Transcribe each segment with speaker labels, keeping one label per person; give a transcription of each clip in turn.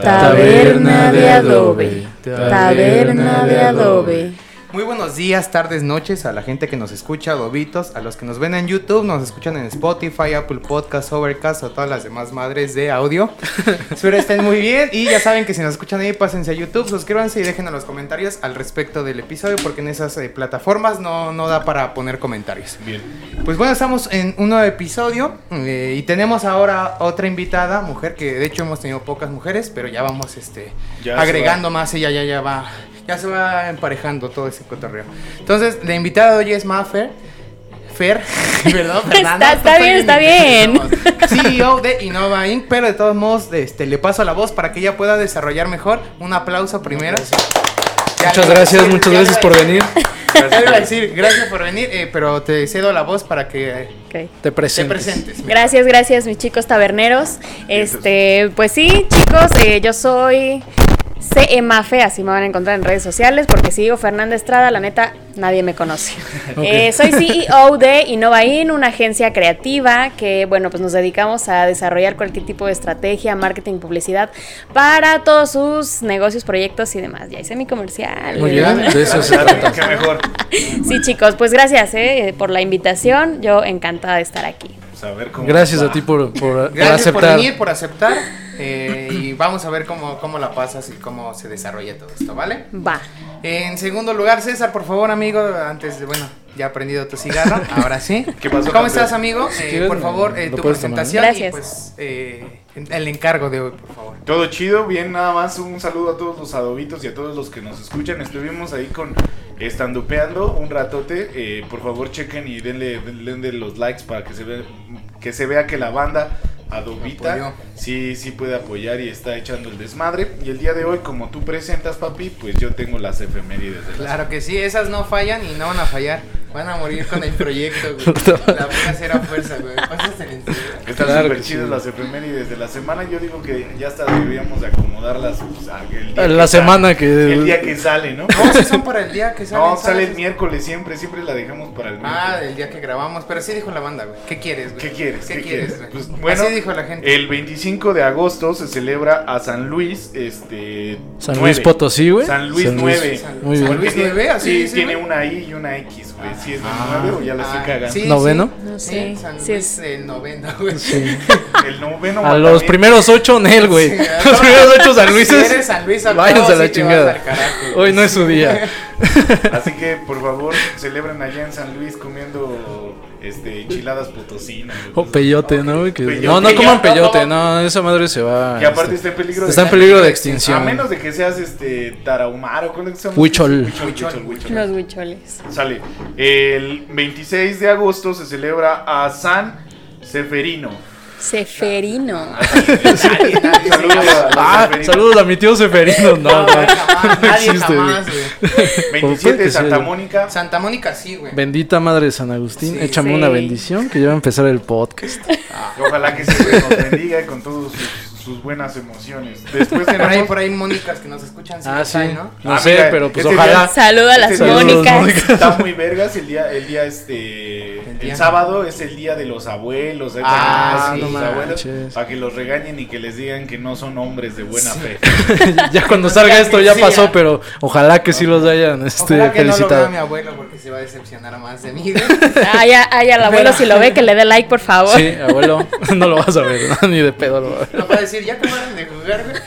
Speaker 1: Taberna de adobe. Taberna de adobe.
Speaker 2: Muy buenos días, tardes, noches a la gente que nos escucha, adobitos, a los que nos ven en YouTube, nos escuchan en Spotify, Apple Podcast, Overcast o todas las demás madres de audio. Espero estén muy bien y ya saben que si nos escuchan ahí, pásense a YouTube, suscríbanse y dejen a los comentarios al respecto del episodio porque en esas eh, plataformas no, no da para poner comentarios.
Speaker 3: Bien.
Speaker 2: Pues bueno, estamos en un nuevo episodio eh, y tenemos ahora otra invitada, mujer que de hecho hemos tenido pocas mujeres, pero ya vamos este
Speaker 3: Ya se
Speaker 2: agregando más, ella ya ya va ya se va emparejando todo ese cotorreo. Entonces, la invitada de hoy es Mafer. Fer, perdón, Fernanda.
Speaker 1: Está- está bien, está bien.
Speaker 2: CEO E de Innova Inc., pero de todos modos este, le paso la voz para que ella pueda desarrollar mejor. Un aplauso primero. Ya
Speaker 4: Muchas
Speaker 2: le iba a
Speaker 4: gracias,
Speaker 2: decir,
Speaker 4: muchas
Speaker 2: ya le
Speaker 4: gracias
Speaker 2: iba a
Speaker 4: por venir.
Speaker 2: ya le iba a decir, gracias por venir, eh, pero te cedo la voz para que eh,
Speaker 1: Ok.
Speaker 4: Te
Speaker 2: te
Speaker 4: presento.
Speaker 2: presentes. mira.
Speaker 1: Gracias, gracias, mis chicos taberneros. Este, pues sí, chicos, eh, yo soy CEMAFE, así me van a encontrar en redes sociales, porque si digo Fernanda Estrada, la neta, nadie me conoce. Eh, soy CEO de Innovain, una agencia creativa que, bueno, pues nos dedicamos a desarrollar cualquier tipo de estrategia, marketing, publicidad para todos sus negocios, proyectos y demás. Ya hice mi comercial.
Speaker 4: Muy bien, de eso se
Speaker 3: Claro,
Speaker 4: trata.
Speaker 3: qué mejor.
Speaker 1: Sí, chicos, pues gracias eh, por la invitación. Yo encantada de estar aquí.
Speaker 3: Pues a ver cómo
Speaker 4: Gracias
Speaker 3: va.
Speaker 4: a ti por, por, por
Speaker 2: Gracias por
Speaker 4: aceptar.
Speaker 2: venir, por aceptar. eh, y vamos a ver cómo, cómo la pasas y cómo se desarrolla todo esto, ¿vale?
Speaker 1: Va.
Speaker 2: En segundo lugar, César, por favor, amigo, antes de, bueno, ya he prendido tu cigarro, ahora sí.
Speaker 3: ¿Qué pasó,
Speaker 2: ¿Cómo
Speaker 3: campeón?
Speaker 2: estás, amigo? Eh,
Speaker 4: quieres,
Speaker 2: por
Speaker 4: me-
Speaker 2: favor, eh,
Speaker 4: lo
Speaker 2: tu
Speaker 4: puedes tomar.
Speaker 2: presentación y
Speaker 1: Gracias.
Speaker 2: pues eh, el encargo de hoy, por favor.
Speaker 3: Todo chido, bien, nada más un saludo a todos los adobitos y a todos los que nos escuchan. Estuvimos ahí con estandupeando un ratote. Eh, por favor, chequen y denle, denle los likes para que se vea que, se vea que la banda
Speaker 2: Apoyó.
Speaker 3: adobita sí, sí puede apoyar y está echando el desmadre. Y el día de hoy, como tú presentas, papi, pues yo tengo las efemérides de la
Speaker 2: Claro que sí, esas no fallan y no van a fallar. Van a morir con el proyecto, güey. La voy a hacer a fuerza, güey. Pásasela en serio.
Speaker 3: Están
Speaker 4: Claro
Speaker 3: súper
Speaker 4: que
Speaker 3: chidas
Speaker 4: sí.
Speaker 3: las efemérides de la semana. Yo digo que ya hasta deberíamos de acomodarlas. pues, al- el día
Speaker 4: La
Speaker 3: que
Speaker 4: semana
Speaker 3: sale-
Speaker 4: que-
Speaker 3: El día que sale, ¿no?
Speaker 2: No, sí son para el día que sale.
Speaker 3: No, sale el miércoles siempre. Siempre la dejamos para el
Speaker 2: Ah,
Speaker 3: miércoles.
Speaker 2: del día que grabamos. Pero sí dijo la banda, güey. ¿Qué quieres, güey?
Speaker 3: ¿Qué quieres?
Speaker 2: ¿Qué, quieres, güey?
Speaker 3: Pues, bueno,
Speaker 2: Así dijo la
Speaker 4: eh,
Speaker 2: gente.
Speaker 3: el 25 de agosto se celebra a San Luis, este...
Speaker 4: San
Speaker 3: nueve.
Speaker 4: Luis Potosí, güey.
Speaker 3: San Luis
Speaker 4: San Luis.
Speaker 3: 9.
Speaker 2: San,
Speaker 4: Muy
Speaker 2: San
Speaker 4: bien.
Speaker 2: Luis 9, así
Speaker 3: Sí,
Speaker 2: dice,
Speaker 3: tiene
Speaker 2: güey.
Speaker 3: una I y una X, güey. Si es el
Speaker 2: Ah,
Speaker 3: 9 o ya la estoy
Speaker 2: ah,
Speaker 3: cagando.
Speaker 2: sí,
Speaker 4: ¿Noveno?
Speaker 2: sí.
Speaker 1: No
Speaker 2: Sí,
Speaker 1: sé,
Speaker 2: San
Speaker 1: sí es-
Speaker 2: Luis el noveno, güey.
Speaker 4: Sí.
Speaker 3: El noveno
Speaker 4: A los
Speaker 3: mandamiento.
Speaker 4: primeros ocho, Nel, güey.
Speaker 2: Sí,
Speaker 4: Los primeros ocho San
Speaker 2: Si eres
Speaker 4: Luises.
Speaker 2: San Luis Octavo,
Speaker 4: váyanse a
Speaker 2: sí
Speaker 4: la
Speaker 2: te
Speaker 4: chingada.
Speaker 2: vas al carajo, güey.
Speaker 4: Hoy no es su día.
Speaker 3: Así que por favor celebren allá en San Luis comiendo este enchiladas potosinas.
Speaker 4: O Oh, peyote, ¿no? güey? Que-
Speaker 3: Peyote.
Speaker 4: No, no coman peyote,
Speaker 3: No,
Speaker 4: no, esa madre se va.
Speaker 3: Que aparte
Speaker 4: este,
Speaker 3: está en peligro
Speaker 4: está en
Speaker 3: de
Speaker 4: peligro de
Speaker 3: a
Speaker 4: extinción.
Speaker 3: menos de que seas este tarahumaro, ¿cuál es que se llama?
Speaker 4: Huichol.
Speaker 3: Huichol, huichol, huichol.
Speaker 1: Los huicholes.
Speaker 3: Sale. El 26 de agosto se celebra a San Seferino.
Speaker 1: Seferino.
Speaker 3: Saludos a los
Speaker 4: Ah,
Speaker 3: Seferinos.
Speaker 4: saludos a mi tío Seferino. No,
Speaker 2: No,
Speaker 4: no.
Speaker 2: güey, jamás,
Speaker 4: No
Speaker 2: nadie
Speaker 4: existe,
Speaker 2: jamás,
Speaker 4: güey.
Speaker 2: güey.
Speaker 3: 27 de
Speaker 4: que
Speaker 3: Santa
Speaker 4: sí.
Speaker 3: Mónica.
Speaker 2: Santa Mónica sí, güey.
Speaker 4: Bendita madre de San Agustín,
Speaker 2: Sí.
Speaker 4: échame
Speaker 1: Sí.
Speaker 4: una bendición que ya va a empezar el podcast.
Speaker 3: Ojalá que se nos bendiga con todas sus, sus buenas emociones. Después
Speaker 2: Pues Por ahí,
Speaker 3: tenemos
Speaker 2: por ahí Mónicas que nos escuchan sí
Speaker 4: Ah,
Speaker 2: lo
Speaker 4: sí.
Speaker 2: saben, ¿no? este
Speaker 4: No
Speaker 3: Ah,
Speaker 4: sé,
Speaker 3: mira,
Speaker 4: pero pues
Speaker 3: ese
Speaker 4: ojalá.
Speaker 1: Saluda a las
Speaker 3: Saludos,
Speaker 1: Mónicas.
Speaker 4: Mónica.
Speaker 3: Está muy vergas el día, el día este,
Speaker 2: El
Speaker 3: el,
Speaker 2: día.
Speaker 3: sábado es el día de los abuelos,
Speaker 2: Ah,
Speaker 3: ah,
Speaker 2: sí,
Speaker 3: los
Speaker 2: no
Speaker 3: abuelos,
Speaker 4: manches.
Speaker 3: para que los regañen y que les digan que no son hombres de buena fe.
Speaker 4: ya cuando salga esto ya
Speaker 2: Sí,
Speaker 4: pasó,
Speaker 2: ya.
Speaker 4: pero ojalá que sí los hayan este,
Speaker 2: Ojalá que no lo
Speaker 4: felicitado.
Speaker 2: vea mi abuelo porque se va a decepcionar más de mí. güey.
Speaker 1: Ay, a- ay, al abuelo, si lo ve, que le dé like, por favor.
Speaker 4: sí, abuelo, no lo vas a ver, ¿no? ni de pedo lo va a ver.
Speaker 2: Lo va a decir, ya acabaron de jugar, güey.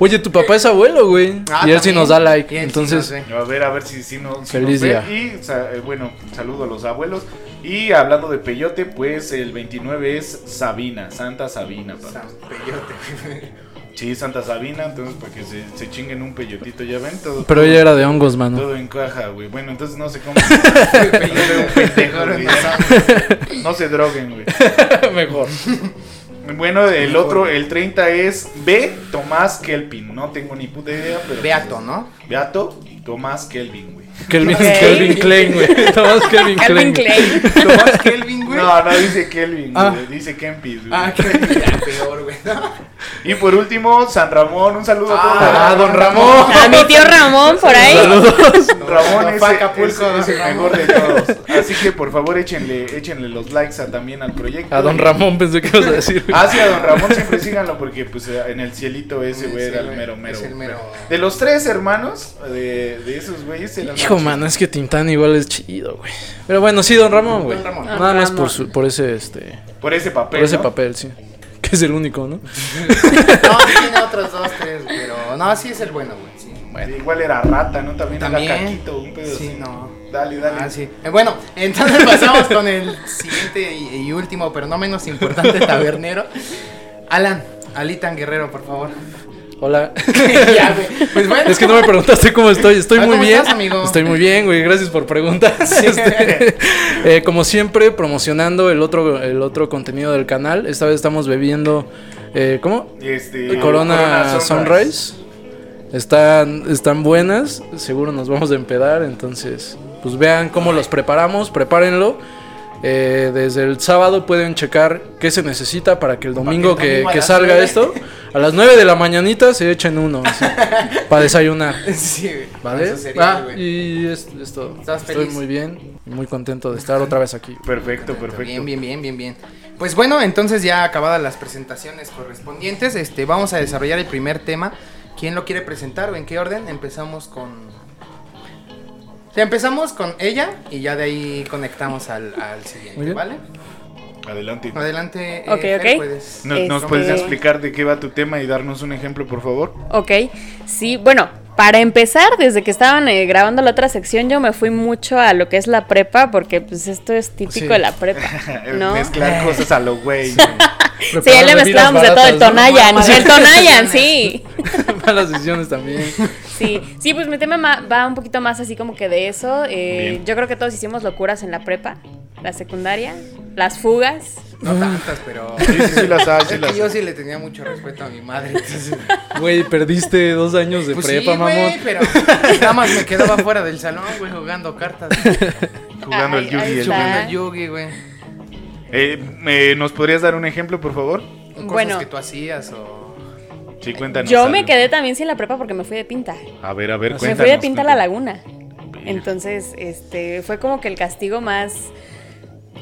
Speaker 4: Oye, tu papá es abuelo, güey.
Speaker 2: Ah,
Speaker 4: y él sí
Speaker 2: también.
Speaker 4: nos da like.
Speaker 2: Y él sí
Speaker 4: entonces,
Speaker 2: nos ve.
Speaker 3: A ver, a ver si, si no- si
Speaker 4: Feliz
Speaker 3: nos ven.
Speaker 4: día.
Speaker 3: Y sa- eh, bueno, saludo a los abuelos. Y hablando de peyote, pues el 29 es Sabina, Santa Sabina. papá.
Speaker 2: San Peyote, güey.
Speaker 3: Sí, Santa Sabina, entonces para que se, se chinguen un peyotito, ya ven, todo,
Speaker 4: pero ella era de hongos, mano.
Speaker 3: todo encaja, güey. Bueno, entonces no sé cómo...
Speaker 2: Peyote, un pendejo, güey, no sabe.
Speaker 3: no se droguen, güey.
Speaker 4: Mejor.
Speaker 3: Bueno, el otro, el 30 es B. Tomás Kelvin. No tengo ni puta idea, pero. pues
Speaker 2: Beato, ¿no?
Speaker 3: Beato Tomás Kelvin, güey.
Speaker 4: Kelvin,
Speaker 1: Ok.
Speaker 4: Kelvin Klein, güey. Tomás Kelvin
Speaker 1: Calvin
Speaker 4: Klein.
Speaker 1: Klein.
Speaker 2: Tomás Kelvin, güey?
Speaker 3: No, no dice Kelvin,
Speaker 2: Ah.
Speaker 3: güey, dice Kempis, güey.
Speaker 2: Ah, qué peor, güey.
Speaker 3: Y por último, San Ramón, un saludo a todos.
Speaker 2: Ah, don Ramón.
Speaker 1: A mi tío Ramón por ahí.
Speaker 4: Saludos.
Speaker 3: Ramón
Speaker 2: No,
Speaker 3: es,
Speaker 2: fue Acapulco,
Speaker 3: es-
Speaker 2: don
Speaker 3: es el
Speaker 2: Ramón.
Speaker 3: mejor de todos. Así que por favor échenle, échenle los likes a- también al proyecto.
Speaker 4: A don Ramón pensé que ibas a decir. güey.
Speaker 3: Ah, sí, a don Ramón siempre síganlo porque pues en el cielito ese güey
Speaker 2: Sí,
Speaker 3: era el
Speaker 2: güey,
Speaker 3: mero mero.
Speaker 2: es el mero.
Speaker 3: De los tres hermanos, de, de esos güeyes, el
Speaker 4: Hijo, mano, es que Tintán igual es chido, güey. Pero bueno, sí, Don Ramón, güey.
Speaker 2: Don Ramón.
Speaker 4: Nada
Speaker 1: Don
Speaker 4: más
Speaker 1: Ramón.
Speaker 4: por, su- por ese, este,
Speaker 3: Por ese papel.
Speaker 4: por ese
Speaker 3: ¿no?
Speaker 4: papel, sí. Que es el único, ¿no?
Speaker 2: No, tiene otros dos, tres, pero. No, sí es el bueno, güey. Sí, bueno.
Speaker 3: Igual era rata, ¿no? También,
Speaker 2: También.
Speaker 3: era caquito, un pedo
Speaker 2: Sí,
Speaker 3: así.
Speaker 2: no.
Speaker 3: Dale, dale.
Speaker 2: Ah, sí. Eh, bueno, entonces pasamos con el siguiente y, y último, pero no menos importante, tabernero. Alan, Alitan Guerrero, por favor.
Speaker 4: Hola.
Speaker 2: Ya, güey. Pues bueno.
Speaker 4: Es que no me preguntaste cómo estoy. Estoy
Speaker 2: Ah,
Speaker 4: muy
Speaker 2: ¿cómo
Speaker 4: bien.
Speaker 2: estás, amigo?
Speaker 4: Estoy muy bien, güey. Gracias por preguntar. Este, eh, como siempre, promocionando el otro, el otro contenido del canal. Esta vez estamos bebiendo. eh, ¿Cómo?
Speaker 3: Este,
Speaker 2: Ah.
Speaker 4: Corona, Sunrise. Están, están buenas. Seguro nos vamos a empedar. Entonces, pues vean cómo los preparamos. Prepárenlo. Eh, desde el sábado pueden checar qué se necesita para que el domingo
Speaker 2: que
Speaker 4: que,
Speaker 2: el domingo a
Speaker 4: que
Speaker 2: las
Speaker 4: salga
Speaker 2: nueve.
Speaker 4: esto, a las 9 de la mañanita se echen uno para desayunar.
Speaker 2: Sí, güey.
Speaker 4: ¿Vale?
Speaker 2: Eso sería,
Speaker 4: Ah,
Speaker 2: güey.
Speaker 4: y es, es todo.
Speaker 2: Estás
Speaker 4: Estoy
Speaker 2: feliz.
Speaker 4: muy bien y muy contento de estar otra vez aquí.
Speaker 3: Perfecto, perfecto.
Speaker 2: Bien, bien, bien, bien, bien. Pues bueno, entonces ya acabadas las presentaciones correspondientes, este, vamos a desarrollar el primer tema. ¿Quién lo quiere presentar o en qué orden? Empezamos con... O sea, empezamos con ella y ya de ahí conectamos al, al
Speaker 4: Muy
Speaker 2: siguiente,
Speaker 4: bien.
Speaker 2: ¿vale?
Speaker 3: Adelante.
Speaker 2: Adelante, eh,
Speaker 1: Ok, ok.
Speaker 2: puedes-
Speaker 3: ¿Nos, nos
Speaker 1: Este-
Speaker 3: puedes explicar de qué va tu tema y darnos un ejemplo, por favor?
Speaker 1: Ok, sí, bueno, para empezar, desde que estaban eh, grabando la otra sección, yo me fui mucho a lo que es la prepa, porque pues esto es típico
Speaker 4: Sí.
Speaker 1: de la prepa, ¿no?
Speaker 2: Eh.
Speaker 3: Mezclar cosas a lo güey.
Speaker 1: Sí, ya le
Speaker 4: Preparar bebidas
Speaker 1: mezclábamos de todo el
Speaker 4: baratas, ¿no?
Speaker 1: Tonayan,
Speaker 2: Malas
Speaker 1: el Tonayan,
Speaker 2: decisiones.
Speaker 1: sí.
Speaker 4: Malas decisiones también.
Speaker 1: Sí, sí, pues mi tema ma- va un poquito más así como que de eso. eh,
Speaker 3: Bien.
Speaker 1: yo creo que todos hicimos locuras en la prepa, la secundaria, las fugas.
Speaker 2: No tantas, pero...
Speaker 3: Sí, sí, sí, las sabes, sí,
Speaker 2: Es
Speaker 3: las
Speaker 2: que yo sí le tenía mucho respeto a mi madre. entonces-
Speaker 4: Güey, perdiste dos años de
Speaker 2: Pues sí,
Speaker 4: prepa,
Speaker 2: güey,
Speaker 4: mamón.
Speaker 2: pero nada más me quedaba fuera del salón, güey, jugando cartas,
Speaker 3: Jugando
Speaker 1: Ay,
Speaker 3: al Yugi.
Speaker 1: ahí
Speaker 3: y el
Speaker 1: está.
Speaker 2: jugando al
Speaker 3: Yugi.
Speaker 2: yugi, güey.
Speaker 3: Eh, eh, ¿Nos podrías dar un ejemplo, por favor?
Speaker 2: O Cosas
Speaker 1: Bueno.
Speaker 2: que tú hacías o...
Speaker 3: Sí, cuéntanos.
Speaker 1: Yo
Speaker 3: algo.
Speaker 1: me quedé también sin la prepa porque me fui de pinta.
Speaker 3: A ver, a ver,
Speaker 1: me
Speaker 3: cuéntanos.
Speaker 1: fui de pinta a la
Speaker 3: cuéntanos.
Speaker 1: laguna. Entonces, este, fue como que el castigo más,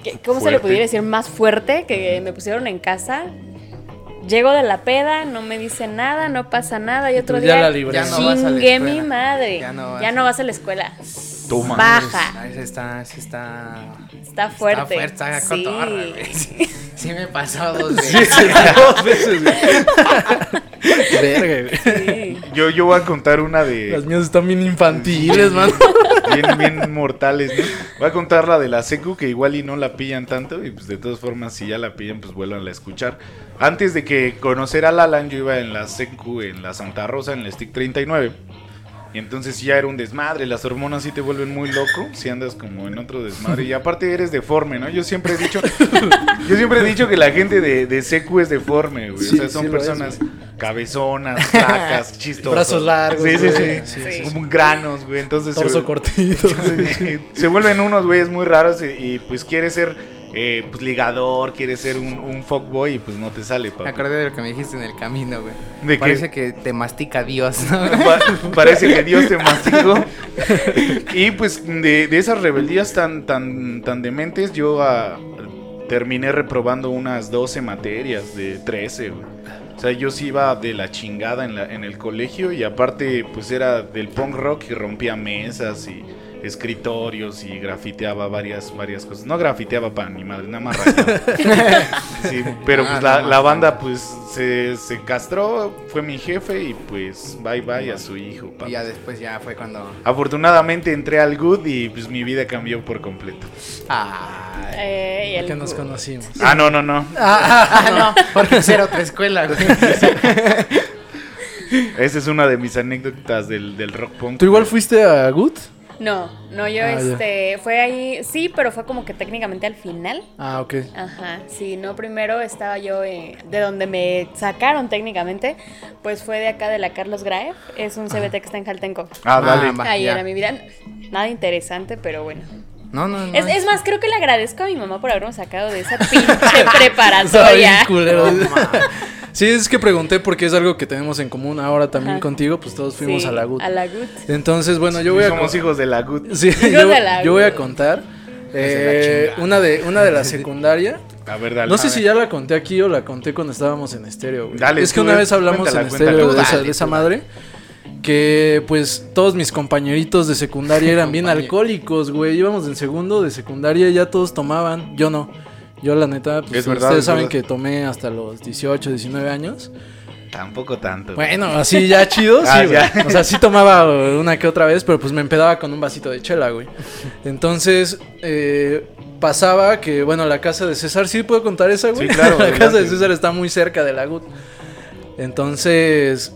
Speaker 1: que- ¿cómo se le
Speaker 3: Fuerte.
Speaker 1: pudiera decir? Más fuerte que me pusieron en casa. Llego de la peda, no me dice nada, no pasa nada y otro
Speaker 4: Pues ya
Speaker 1: día
Speaker 4: la libré.
Speaker 2: Ya no vas a la
Speaker 1: chingue
Speaker 2: escuela.
Speaker 1: mi madre.
Speaker 2: Ya no vas.
Speaker 1: vas a la escuela.
Speaker 3: Toma.
Speaker 1: Baja.
Speaker 2: Pues, Ahí está, sí está...
Speaker 1: Está fuerte.
Speaker 2: Está fuerte, está
Speaker 1: Sí.
Speaker 2: cotorra, güey. Sí. sí me pasó dos veces.
Speaker 4: Sí, sí, dos veces, güey. Verga, güey.
Speaker 1: Sí.
Speaker 3: Yo, yo voy a contar una
Speaker 4: Las
Speaker 3: de.
Speaker 4: mías están bien infantiles, mano.
Speaker 3: Bien, bien mortales, ¿no? Voy a contar la de la Secu, que igual y no la pillan tanto. Y pues de todas formas, si ya la pillan, pues vuelvan a escuchar. Antes de que conocer a Lalan, yo iba en la Secu, en la Santa Rosa, en la Stick 39. Y entonces ya era un desmadre, las hormonas sí te vuelven muy loco si andas como en otro desmadre. Y aparte eres deforme, ¿no? Yo siempre he dicho, yo siempre he dicho que la gente de, de secu es deforme, güey.
Speaker 4: Sí,
Speaker 3: o sea, son
Speaker 4: sí lo es,
Speaker 3: personas cabezonas, flacas, chistosas.
Speaker 4: Brazos largos,
Speaker 3: Sí, sí, sí.
Speaker 4: güey.
Speaker 1: Sí.
Speaker 3: Como granos, güey. Entonces se
Speaker 4: Torso
Speaker 3: vuelve-
Speaker 4: cortito.
Speaker 3: Sí, se vuelven unos güeyes muy raros y, y, pues quiere ser eh, pues, ligador, quiere ser un, un fuckboy y pues no te sale,
Speaker 2: Me
Speaker 3: papá.
Speaker 2: acordé de lo que me dijiste en el camino, güey.
Speaker 3: ¿De qué?
Speaker 2: Parece que te mastica Dios, ¿no?
Speaker 3: Pa- parece que Dios te masticó. Y pues de, de esas rebeldías tan, tan, tan dementes, yo ah, terminé reprobando unas 12 materias de 13, güey. O sea, yo sí iba de la chingada en, la- en el colegio y aparte pues era del punk rock y rompía mesas y escritorios y grafiteaba varias varias cosas. No grafiteaba para mi madre, nada más rayaba. Sí, pero
Speaker 2: Ah,
Speaker 3: pues
Speaker 2: nada más,
Speaker 3: la, la
Speaker 2: nada
Speaker 3: banda pues se, se castró, fue mi jefe y pues bye bye a su hijo. papá.
Speaker 2: Y ya después ya fue cuando...
Speaker 3: Afortunadamente entré al Good y pues mi vida cambió por completo.
Speaker 2: Ah,
Speaker 1: Eh, y el-
Speaker 4: Que nos conocimos.
Speaker 3: Ah, no, no, no.
Speaker 2: ah, no, porque era otra escuela, güey.
Speaker 3: Esa es una de mis anécdotas del, del rock punk.
Speaker 4: ¿Tú igual fuiste a Good?
Speaker 1: No, no, yo
Speaker 4: Ah, ya.
Speaker 1: este, fue ahí, sí, pero fue como que técnicamente al final.
Speaker 4: Ah, ok.
Speaker 1: Ajá, sí, no, primero estaba yo eh, de donde me sacaron técnicamente, pues fue de acá de la Carlos Graef, es un CBT que está en Jaltenco.
Speaker 3: Ah, dale.
Speaker 2: Ah, va,
Speaker 1: Ahí
Speaker 2: ya.
Speaker 1: era mi vida, nada interesante, pero bueno.
Speaker 2: No, no, no.
Speaker 1: Es, es más, creo que le agradezco a mi mamá por habernos sacado de esa pinche
Speaker 4: Está bien
Speaker 1: preparatoria.
Speaker 4: Ah, culero. sí, es que pregunté porque es algo que tenemos en común ahora también
Speaker 1: Ajá.
Speaker 4: contigo, pues todos fuimos
Speaker 1: Sí,
Speaker 4: a la GUT.
Speaker 1: A la GUT.
Speaker 4: Entonces, bueno, yo voy a...
Speaker 3: Somos
Speaker 4: con-
Speaker 3: hijos de la GUT.
Speaker 4: Sí,
Speaker 1: Hijos
Speaker 4: yo,
Speaker 1: de la
Speaker 4: yo voy a
Speaker 1: GUT.
Speaker 4: contar
Speaker 2: de la
Speaker 4: eh, una, de, una de la secundaria.
Speaker 3: A ver, dale.
Speaker 4: No sé si ya la conté aquí o la conté cuando estábamos en estéreo. güey.
Speaker 3: Dale,
Speaker 4: es que
Speaker 3: tú,
Speaker 4: una
Speaker 3: eh,
Speaker 4: vez hablamos
Speaker 3: cuéntala,
Speaker 4: en
Speaker 3: cuéntala.
Speaker 4: estéreo
Speaker 3: Tú
Speaker 4: de esa,
Speaker 3: dale,
Speaker 4: de esa madre. Que pues todos mis compañeritos de secundaria eran bien alcohólicos, güey. Íbamos en segundo de secundaria y ya todos tomaban. Yo no. Yo la neta, pues,
Speaker 3: Es verdad,
Speaker 4: ustedes
Speaker 3: es
Speaker 4: saben
Speaker 3: verdad.
Speaker 4: que tomé hasta los 18, 19 años.
Speaker 3: Tampoco tanto.
Speaker 4: Bueno, así ya chido, sí,
Speaker 3: Ah,
Speaker 4: güey.
Speaker 3: ya.
Speaker 4: O sea, sí tomaba güey, una que otra vez, pero pues me empedaba con un vasito de chela, güey. Entonces, eh, pasaba que, bueno, la casa de César, sí puedo contar esa, güey.
Speaker 3: Sí, claro,
Speaker 4: la
Speaker 3: adelante.
Speaker 4: casa de César está muy cerca de la GUT. Entonces,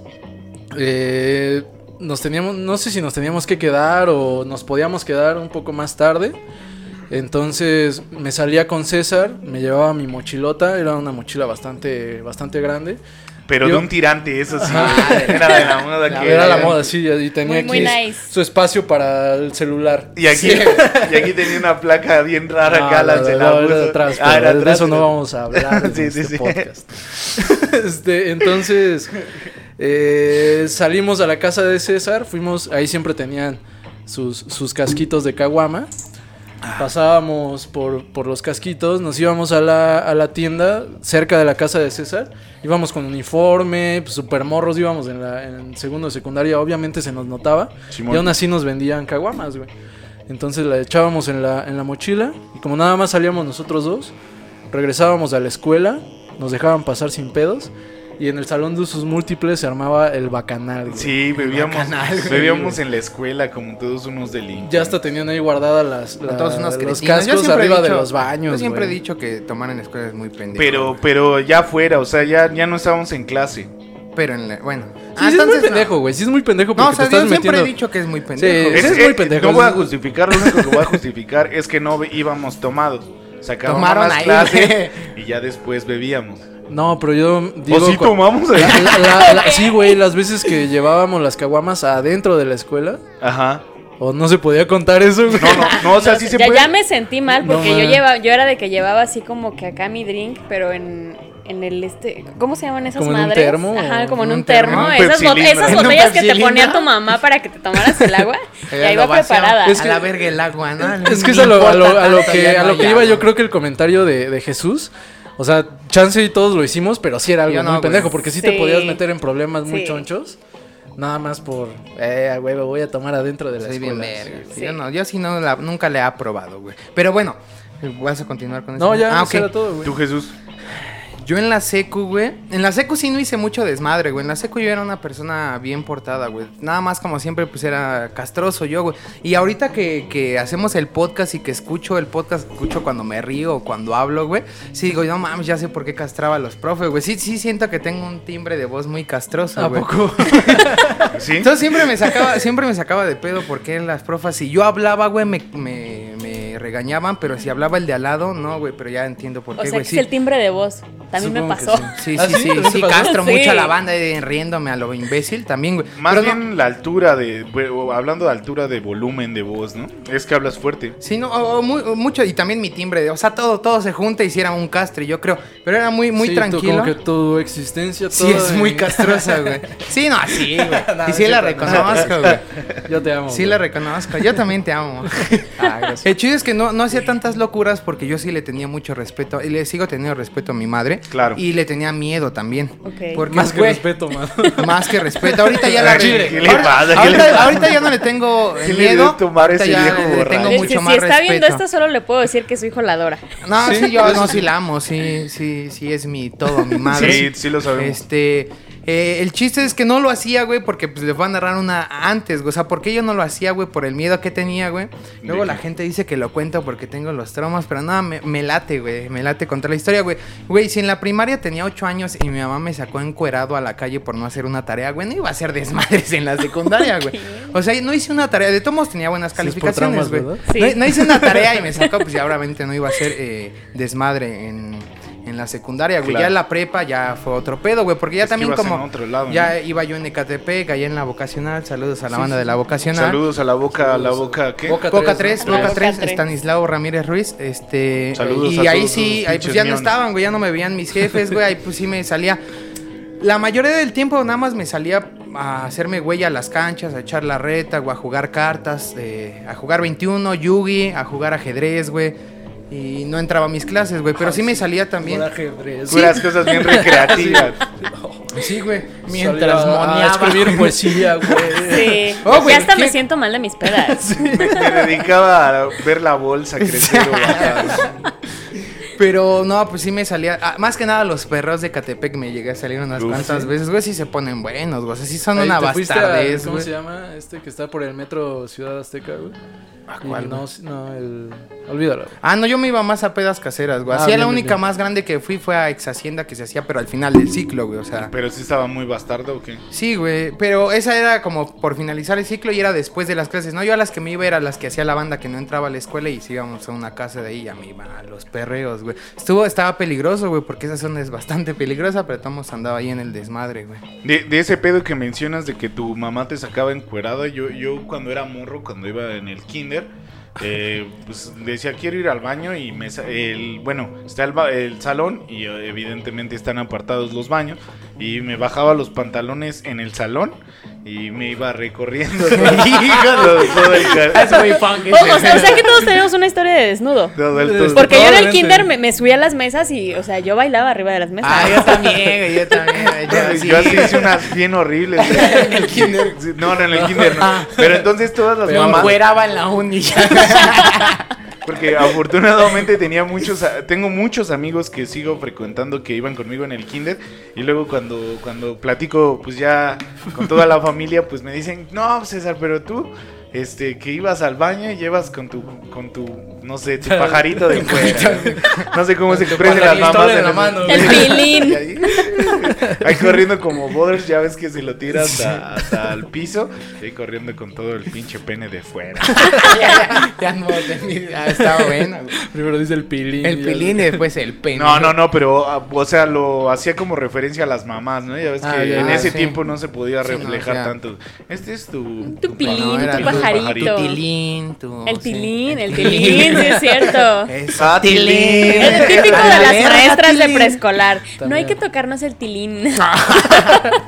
Speaker 4: eh, nos teníamos, no sé si nos teníamos que quedar o nos podíamos quedar un poco más tarde. Entonces me salía con César, me llevaba mi mochilota, era una mochila bastante, bastante grande.
Speaker 3: Pero de
Speaker 4: Yo-
Speaker 3: un tirante, eso sí. Era de la moda que
Speaker 4: Era la moda, sí, y tenía
Speaker 1: Muy, muy
Speaker 4: aquí
Speaker 1: nice.
Speaker 4: su espacio para el celular.
Speaker 3: Y aquí, y aquí tenía una placa bien rara
Speaker 4: No,
Speaker 3: acá,
Speaker 4: no,
Speaker 3: la
Speaker 4: no,
Speaker 3: de
Speaker 4: no,
Speaker 3: la
Speaker 4: era
Speaker 3: blusa.
Speaker 4: atrás,
Speaker 3: Ah,
Speaker 4: pero
Speaker 3: era
Speaker 4: de
Speaker 3: atrás,
Speaker 4: eso no
Speaker 3: era-
Speaker 4: vamos a hablar en
Speaker 3: Sí, sí,
Speaker 4: este
Speaker 3: sí.
Speaker 4: podcast. Este, entonces, eh, salimos a la casa de César, fuimos, ahí siempre tenían sus, sus casquitos de caguama. Pasábamos por, por los casquitos, nos íbamos a la, a la tienda cerca de la casa de César, íbamos con uniforme, pues, super morros, íbamos en, la, en segundo de secundaria, obviamente se nos notaba,
Speaker 3: Simón.
Speaker 4: y aún así nos vendían caguamas, güey. Entonces la echábamos en la, en la mochila y como nada más salíamos nosotros dos, regresábamos a la escuela, nos dejaban pasar sin pedos y en el salón de usos múltiples se armaba el bacanal. güey.
Speaker 3: Sí, bebíamos,
Speaker 2: Bacanal, güey.
Speaker 3: bebíamos en la escuela como todos unos delincuentes.
Speaker 4: Ya hasta tenían ahí guardadas las, la-
Speaker 2: todos unos
Speaker 4: Ah, los
Speaker 2: cretinos. Yo
Speaker 4: cascos
Speaker 2: siempre he
Speaker 4: arriba de
Speaker 2: dicho-
Speaker 4: los baños.
Speaker 2: Yo siempre
Speaker 4: güey.
Speaker 2: he dicho que tomar en la escuela es muy pendejo.
Speaker 3: Pero,
Speaker 2: güey.
Speaker 3: pero ya fuera, o sea, ya, ya no estábamos en clase.
Speaker 2: Pero en la- bueno.
Speaker 4: Sí,
Speaker 2: Ah,
Speaker 4: sí es muy
Speaker 2: entonces no.
Speaker 4: pendejo, güey. Sí es muy pendejo porque
Speaker 2: No, o sea,
Speaker 4: te estás
Speaker 2: yo siempre he
Speaker 4: metiendo.
Speaker 2: dicho que es muy pendejo.
Speaker 4: Sí,
Speaker 2: güey.
Speaker 4: Ese es
Speaker 3: que
Speaker 4: muy pendejo,
Speaker 3: eh, No voy a
Speaker 4: ese es-
Speaker 3: justificar, lo único que voy a justificar es que no ve- íbamos tomados. Se acabaron
Speaker 2: Tomaron
Speaker 3: las
Speaker 2: ahí,
Speaker 3: clases y ya después bebíamos.
Speaker 4: No, pero yo digo.
Speaker 3: ¿O sí
Speaker 4: cu-
Speaker 3: tomamos?
Speaker 4: la- la- la- sí, güey, las veces que llevábamos las caguamas adentro de la escuela.
Speaker 3: Ajá.
Speaker 4: O no se podía contar eso, güey.
Speaker 3: No, no, no, o sea, sí se
Speaker 1: ya,
Speaker 3: puede.
Speaker 1: ya me sentí mal
Speaker 4: No
Speaker 1: porque yo
Speaker 4: mames.
Speaker 1: lleva, yo era de que llevaba así como que acá mi drink, pero en, en el este, ¿cómo se llaman esas
Speaker 4: ¿Como en un
Speaker 1: madres?
Speaker 4: termo?
Speaker 1: Ajá, como en
Speaker 2: ¿En
Speaker 1: un
Speaker 2: un termo?
Speaker 1: termo,
Speaker 3: ¿En un
Speaker 1: esas, bot-
Speaker 3: pepsilindro?
Speaker 1: esas
Speaker 3: ¿En
Speaker 2: un
Speaker 1: botellas que te
Speaker 2: pepsilindro?
Speaker 1: ponía tu mamá para que te tomaras el agua,
Speaker 2: Que
Speaker 1: ya
Speaker 2: lo
Speaker 1: iba
Speaker 2: vació.
Speaker 1: preparada.
Speaker 4: Es
Speaker 2: a
Speaker 4: que-
Speaker 2: la verga el agua, ¿no?
Speaker 4: Es que
Speaker 2: No
Speaker 4: es a lo, a lo-
Speaker 2: importa
Speaker 4: a lo
Speaker 2: tanto,
Speaker 4: que,
Speaker 2: ya
Speaker 4: a
Speaker 2: no
Speaker 4: lo que
Speaker 2: hay
Speaker 4: iba
Speaker 2: agua.
Speaker 4: yo creo que el comentario de, de Jesús. O sea, chance y todos lo hicimos, pero sí era algo
Speaker 2: Yo no,
Speaker 4: muy
Speaker 2: güey.
Speaker 4: pendejo, porque sí, te
Speaker 1: Sí.
Speaker 4: podías meter en problemas muy
Speaker 1: Sí.
Speaker 4: chonchos. Nada más por, eh, a huevo, voy a tomar adentro de la
Speaker 2: Soy bien
Speaker 4: escuela.
Speaker 2: verga.
Speaker 4: Sí.
Speaker 2: sí, Yo no, yo sí no la- nunca le he aprobado, güey. Pero bueno, vas a continuar con eso.
Speaker 4: No, ya,
Speaker 2: Ah,
Speaker 4: eso
Speaker 2: ok.
Speaker 4: era todo, güey.
Speaker 3: Tú, Jesús.
Speaker 2: Yo en la secu, güey. En la secu sí no hice mucho desmadre, güey. En la secu yo era una persona bien portada, güey. Nada más como siempre, pues era castroso yo, güey. Y ahorita que, que hacemos el podcast y que escucho el podcast, escucho cuando me río o cuando hablo, güey. Sí digo, no mames, ya sé por qué castraba a los profes, güey. Sí, sí siento que tengo un timbre de voz muy castroso,
Speaker 4: ¿A
Speaker 2: güey.
Speaker 4: poco?
Speaker 3: ¿Sí?
Speaker 2: Entonces siempre me sacaba, siempre me sacaba de pedo porque las profas, si yo hablaba, güey, me, me- me regañaban, pero si hablaba el de al lado, no, güey, pero ya entiendo por
Speaker 1: o
Speaker 2: qué,
Speaker 1: sea,
Speaker 2: güey.
Speaker 1: que
Speaker 2: Sí.
Speaker 1: es el timbre de voz. También me
Speaker 4: Supongo que
Speaker 1: pasó.
Speaker 4: sí.
Speaker 2: Sí,
Speaker 4: ¿Ah,
Speaker 2: sí,
Speaker 4: sí?
Speaker 2: sí,
Speaker 4: ¿También te
Speaker 2: sí,
Speaker 4: pasó?
Speaker 2: castro
Speaker 1: Sí.
Speaker 2: mucho a la banda eh, riéndome a lo imbécil también, güey.
Speaker 3: Más
Speaker 2: Pero no-
Speaker 3: bien la altura de. bueno, hablando de altura de volumen de voz, ¿no? Es que hablas fuerte.
Speaker 2: Sí, no, o- o mu- mucho, y también mi timbre, de- o sea, todo, todo se junta y si era un castre, yo creo. Pero era muy, muy
Speaker 4: Sí, tú,
Speaker 2: tranquilo.
Speaker 4: como que tu existencia
Speaker 2: Sí,
Speaker 4: toda
Speaker 2: es muy
Speaker 4: de-
Speaker 2: castrosa, güey. Sí, no, sí, güey.
Speaker 4: No,
Speaker 2: y
Speaker 4: no
Speaker 2: sí
Speaker 4: es
Speaker 2: la
Speaker 4: cierto, no.
Speaker 2: reconozco, güey.
Speaker 4: Yo te amo.
Speaker 2: Sí la reconozco, yo también te amo.
Speaker 3: Ah,
Speaker 2: El chido es que no, no hacía tantas locuras porque yo sí le tenía mucho respeto y le sigo teniendo respeto a mi madre.
Speaker 3: Claro.
Speaker 2: Y le tenía miedo también.
Speaker 1: Ok.
Speaker 2: Porque,
Speaker 4: Más que
Speaker 2: güey,
Speaker 4: respeto, man.
Speaker 2: Más que respeto. Ahorita ya la
Speaker 3: Chile,
Speaker 2: re-
Speaker 3: ¿qué le
Speaker 2: ahora-
Speaker 3: pasa? ¿Qué le
Speaker 2: ahorita,
Speaker 3: pasa?
Speaker 2: ahorita ya no le tengo
Speaker 3: ¿Qué le
Speaker 2: miedo.
Speaker 3: debe tomar
Speaker 2: ahorita
Speaker 3: ese
Speaker 2: ya
Speaker 3: viejo
Speaker 2: le tengo
Speaker 3: borracho?
Speaker 1: Es
Speaker 2: mucho
Speaker 1: que si
Speaker 2: más
Speaker 1: está viendo
Speaker 2: respeto.
Speaker 1: esto, solo le puedo decir que su hijo la adora.
Speaker 2: No, sí, yo no, sí la amo, sí, sí, sí es mi todo, mi madre.
Speaker 3: pues. Sí, sí lo sabemos.
Speaker 2: Este, eh, el chiste es que no lo hacía, güey, porque pues les voy a narrar una antes, güey. O sea, ¿por qué yo no lo hacía, güey? Por el miedo que tenía, güey. Luego
Speaker 3: De-
Speaker 2: la gente dice que lo cuento porque tengo los traumas, pero nada, me, me late, güey, me late contra la historia, güey. Güey, si en la primaria tenía ocho años y mi mamá me sacó encuerado a la calle por no hacer una tarea, güey, no iba a hacer desmadres en la secundaria, güey. O sea, no hice una tarea, de todos modos tenía buenas
Speaker 4: Sí, es por traumas,
Speaker 2: calificaciones, güey.
Speaker 4: ¿verdad?
Speaker 1: Sí.
Speaker 2: No, no hice una tarea y me sacó, pues ya obviamente no iba a ser eh, desmadre en, en la secundaria, güey.
Speaker 3: Claro.
Speaker 2: Ya en la prepa ya fue otro pedo, güey, porque ya
Speaker 3: Es que
Speaker 2: también
Speaker 3: ibas en
Speaker 2: como
Speaker 3: otro lado, ¿no?
Speaker 2: ya iba yo en Ecatepec, allá en la vocacional, saludos a la banda de la vocacional.
Speaker 3: Saludos a la boca, a la boca, ¿qué?
Speaker 4: Boca
Speaker 2: Boca
Speaker 4: Tres,
Speaker 2: 3,
Speaker 4: ¿no?
Speaker 2: Boca
Speaker 1: Boca
Speaker 2: 3,
Speaker 1: tres.
Speaker 2: Estanislao Ramírez Ruiz, este
Speaker 3: Saludos
Speaker 2: y
Speaker 3: a
Speaker 2: ahí
Speaker 3: todos
Speaker 2: sí,
Speaker 3: sus
Speaker 2: ahí pues
Speaker 3: pinches
Speaker 2: ya no
Speaker 3: neones.
Speaker 2: estaban, güey, ya no me veían mis jefes, güey, ahí pues sí me salía la mayoría del tiempo nada más me salía a hacerme huella a las canchas, a echar la reta, güey, a jugar cartas, eh, a jugar 21, yugi, a jugar ajedrez, güey. Y no entraba a mis clases, güey, pero sí me salía también.
Speaker 3: Puras cosas bien recreativas.
Speaker 2: Pues Sí, güey. Mientras
Speaker 4: Salió a- a
Speaker 2: moneaba.
Speaker 4: escribir poesía, güey.
Speaker 1: Sí.
Speaker 2: Oh, güey,
Speaker 1: ya hasta
Speaker 2: ¿qué?
Speaker 1: me siento mal de mis pedas.
Speaker 3: Me, me dedicaba a ver la bolsa crecer o bajar.
Speaker 2: Pero no, pues sí me salía. ah, más que nada los perros de Catepec me llegué a salir unas
Speaker 3: Uf,
Speaker 2: cuantas
Speaker 3: sí.
Speaker 2: veces, güey. Sí se ponen buenos, güey. O sea, sí son
Speaker 4: Ahí
Speaker 2: una
Speaker 4: te fuiste a-
Speaker 2: bastardez,
Speaker 4: ¿Cómo
Speaker 2: güey.
Speaker 4: se llama? Este que está por el metro Ciudad Azteca, güey. Y No, no, el. Olvídalo.
Speaker 2: Ah, no, yo me iba más a pedas caseras, güey.
Speaker 4: Ah,
Speaker 2: Así
Speaker 4: bien,
Speaker 2: la
Speaker 4: bien,
Speaker 2: única
Speaker 4: bien.
Speaker 2: más grande que fui fue a Ex Hacienda que se hacía, pero al final del ciclo, güey. O sea.
Speaker 3: Pero sí estaba muy bastardo o qué.
Speaker 2: Sí, güey, pero esa era como por finalizar el ciclo y era después de las clases, ¿no? Yo a las que me iba era a las que hacía la banda que no entraba a la escuela y si íbamos a una casa de ahí ya me iba a los perreos, güey. Estuvo, estaba peligroso, güey, porque esa zona es bastante peligrosa, pero estamos andaba ahí en el desmadre, güey.
Speaker 3: De, de ese pedo que mencionas de que tu mamá te sacaba encuerada, yo, yo cuando era morro, cuando iba en el kinder, eh, pues decía quiero ir al baño y me sa- el, bueno, está el, ba- el salón y eh, evidentemente están apartados los baños y me bajaba los pantalones en el salón y me iba recorriendo todo, todo el ca-
Speaker 1: O, o sea, o sea que todos tenemos una historia de desnudo.
Speaker 3: todo el- todo el-
Speaker 1: Porque yo en el
Speaker 4: Probablemente.
Speaker 1: kinder me, me subí a las mesas y, o sea, yo bailaba arriba de las mesas.
Speaker 2: Ah, también, güey, yo también.
Speaker 3: Yo así hice unas bien horribles. En el kinder. No, no, en el kinder no. Pero entonces todas las mamás.
Speaker 2: en la uni.
Speaker 3: Porque afortunadamente tenía muchos, a- tengo muchos amigos que sigo frecuentando que iban conmigo en el kinder y luego cuando, cuando platico pues ya con toda la familia pues me dicen, no César, pero tú este, que ibas al baño y llevas con tu, con tu, no sé, tu pajarito de fuera. No sé cómo se expresan las
Speaker 4: pajarito
Speaker 3: mamás.
Speaker 4: en
Speaker 3: en
Speaker 4: la
Speaker 3: ese-
Speaker 4: mano,
Speaker 1: El
Speaker 3: y
Speaker 1: pilín.
Speaker 3: ahí, ahí corriendo como Boders, ya ves que se lo tira hasta, hasta el piso. Y ahí corriendo con todo el pinche pene de fuera.
Speaker 2: ya no tenía. ah, Estaba bueno, güey.
Speaker 4: Primero dice el pilín.
Speaker 2: El
Speaker 4: y
Speaker 2: pilín y después el pene.
Speaker 3: No, no, no, pero, ah, o sea, lo hacía como referencia a las mamás, ¿no? Ya ves que
Speaker 4: Ah, ya,
Speaker 3: en
Speaker 2: ya,
Speaker 3: ese
Speaker 2: sí.
Speaker 3: tiempo no se podía
Speaker 2: Sí, no,
Speaker 3: reflejar
Speaker 2: ya.
Speaker 3: tanto. Este es tu...
Speaker 1: Tu pilín,
Speaker 2: No, era
Speaker 1: tu
Speaker 2: tu
Speaker 1: pajarito.
Speaker 2: Tu pilín, tu.
Speaker 1: El
Speaker 2: Oh, sí,
Speaker 1: pilín, el pilín, sí es cierto.
Speaker 2: Eso,
Speaker 3: Ah,
Speaker 2: tilín.
Speaker 3: tilín.
Speaker 1: Es el típico de las
Speaker 2: Alerta,
Speaker 1: maestras de
Speaker 2: tilín.
Speaker 1: preescolar. No hay
Speaker 4: También.
Speaker 1: que tocarnos el tilín.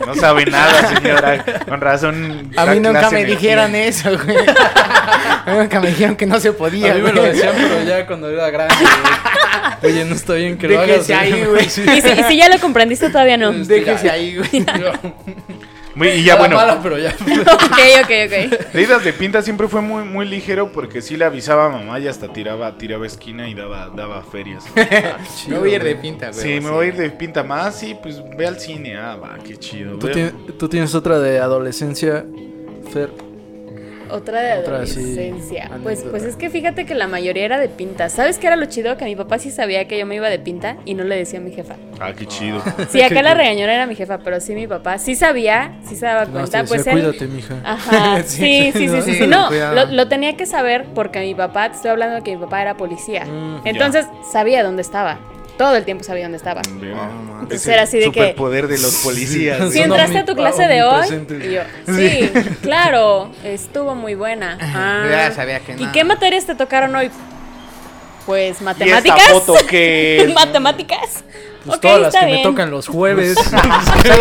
Speaker 3: No sabe nada, señora. Con razón.
Speaker 2: A
Speaker 3: da
Speaker 2: mí nunca
Speaker 3: clase
Speaker 2: me
Speaker 3: en el
Speaker 2: dijeron
Speaker 3: kinder.
Speaker 2: eso, güey. A mí nunca me dijeron que no se podía.
Speaker 4: A mí me lo
Speaker 2: güey.
Speaker 4: decían, pero ya cuando era grande. güey. Oye, no está bien que lo hagas.
Speaker 2: Déjese ahí, güey.
Speaker 4: Sí.
Speaker 1: Y si, y si ya lo comprendiste, todavía no. Ok,
Speaker 2: Déjese ahí, güey.
Speaker 3: Muy- Y ya,
Speaker 4: Era
Speaker 3: bueno.
Speaker 4: mala, pero ya.
Speaker 1: ok, ok.
Speaker 3: Leídas de pinta siempre fue muy, muy ligero porque sí le avisaba a mamá y hasta tiraba, tiraba esquina y daba, daba ferias.
Speaker 2: Me voy a ir de pinta, güey.
Speaker 3: Sí, me voy a ir de pinta más y pues ve al cine. Ah, va, qué chido.
Speaker 4: ¿Tú,
Speaker 3: ve-
Speaker 4: tien- tú tienes otra de adolescencia, Fer.
Speaker 1: Ah, Otra de
Speaker 4: Otra, sí,
Speaker 1: adolescencia. Pues,
Speaker 4: anécdota.
Speaker 1: pues es que fíjate que la mayoría era de pinta. ¿Sabes qué era lo chido? Que mi papá sí sabía que yo me iba de pinta y no le decía a mi jefa.
Speaker 3: Ah, qué chido.
Speaker 1: Sí, acá la regañona era mi jefa, pero sí mi papá sí sabía, sí se daba
Speaker 4: No,
Speaker 1: cuenta.
Speaker 4: te decía,
Speaker 1: pues él.
Speaker 4: cuídate, mija.
Speaker 1: Ajá, sí, sí, sí, sí,
Speaker 2: ¿no?
Speaker 1: sí,
Speaker 2: Sí,
Speaker 1: No,
Speaker 2: cuidado.
Speaker 1: lo, lo tenía que saber porque mi papá, te estoy hablando de que mi papá era policía.
Speaker 4: Mm,
Speaker 3: ya.
Speaker 1: Entonces sabía dónde estaba. Todo el tiempo sabía dónde estaba.
Speaker 3: Pues Entonces
Speaker 1: Entonces era así de que-
Speaker 3: Superpoder de los policías. güey.
Speaker 1: Si
Speaker 4: Sí, Son
Speaker 1: entraste a tu clase de hoy,
Speaker 4: omnipresentes.
Speaker 1: y yo, sí, claro, estuvo muy buena. Ah.
Speaker 2: Ya sabía que
Speaker 1: ¿Y
Speaker 2: no.
Speaker 1: qué materias te tocaron hoy? Pues
Speaker 3: ¿Y esta
Speaker 1: matemáticas.
Speaker 3: foto que
Speaker 1: matemáticas.
Speaker 4: Pues
Speaker 1: Ok,
Speaker 4: todas las
Speaker 1: está
Speaker 4: que
Speaker 1: bien.
Speaker 4: me tocan los jueves.
Speaker 2: Ahí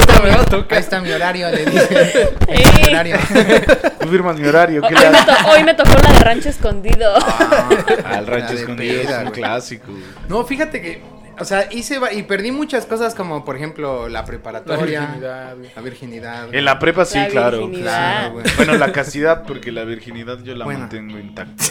Speaker 2: está mi horario, le dije.
Speaker 1: Sí.
Speaker 2: Horario.
Speaker 3: Tú firmas mi horario.
Speaker 1: Hoy
Speaker 3: ¿qué
Speaker 1: me,
Speaker 3: tal?
Speaker 1: to- hoy me tocó la de rancho escondido.
Speaker 3: Ah, Al
Speaker 2: La
Speaker 3: rancho
Speaker 2: de
Speaker 3: escondido es
Speaker 2: peda,
Speaker 3: un
Speaker 2: güey.
Speaker 3: clásico. güey.
Speaker 2: No, fíjate que, o sea, hice va- y perdí muchas cosas como, por ejemplo, la
Speaker 4: La
Speaker 2: preparatoria,
Speaker 4: virginidad, güey.
Speaker 2: la virginidad, güey.
Speaker 3: En la prepa sí,
Speaker 1: La
Speaker 3: claro.
Speaker 1: virginidad.
Speaker 2: Claro, güey.
Speaker 3: Bueno, la castidad, porque la virginidad yo la
Speaker 2: Bueno.
Speaker 3: mantengo intacta.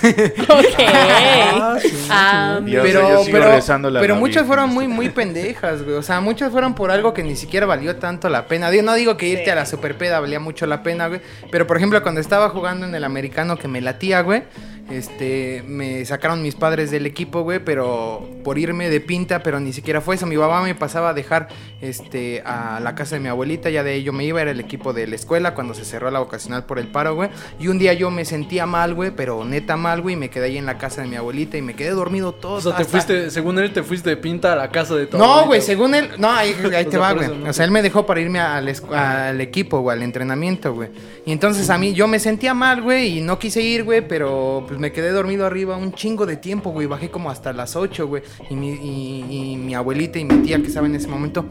Speaker 1: Ok.
Speaker 4: Ah, sí,
Speaker 1: Ah,
Speaker 3: sí. Yo-
Speaker 2: pero,
Speaker 3: o sea, yo sigo
Speaker 2: pero,
Speaker 3: rezando la
Speaker 2: pero
Speaker 3: Navidad
Speaker 2: muchas
Speaker 3: en
Speaker 2: fueron
Speaker 3: este
Speaker 2: muy, muy pendejas, güey. O sea, muchas fueron por algo que ni siquiera valió tanto la pena. Digo, no digo que irte
Speaker 1: Sí.
Speaker 2: a la superpeda valía mucho la pena, güey. Pero, por ejemplo, cuando estaba jugando en el americano que me latía, güey. Este, me sacaron mis padres del equipo, güey, pero por irme de pinta, pero ni siquiera fue eso. Mi papá me pasaba a dejar este, a la casa de mi abuelita, ya de ello me iba, era el equipo de la escuela cuando se cerró la vocacional por el paro, güey. Y un día yo me sentía mal, güey, pero neta mal, güey, y me quedé ahí en la casa de mi abuelita y me quedé dormido todo.
Speaker 4: O sea, te
Speaker 2: hasta-
Speaker 4: fuiste, según él, te fuiste de pinta a la casa de tu
Speaker 2: no,
Speaker 4: abuelita,
Speaker 2: güey, según él. No, ahí, ahí
Speaker 4: O
Speaker 2: te
Speaker 4: sea,
Speaker 2: va,
Speaker 4: por
Speaker 2: güey.
Speaker 4: eso, ¿no?
Speaker 2: O sea, él me dejó para irme al, escu- al equipo, güey, al entrenamiento, güey. Y entonces a mí, yo me sentía mal, güey, y no quise ir, güey, pero pues me quedé dormido arriba un chingo de tiempo, güey. Bajé como hasta las 8, güey. Y mi, y- y mi abuelita y mi tía que estaba en ese momento.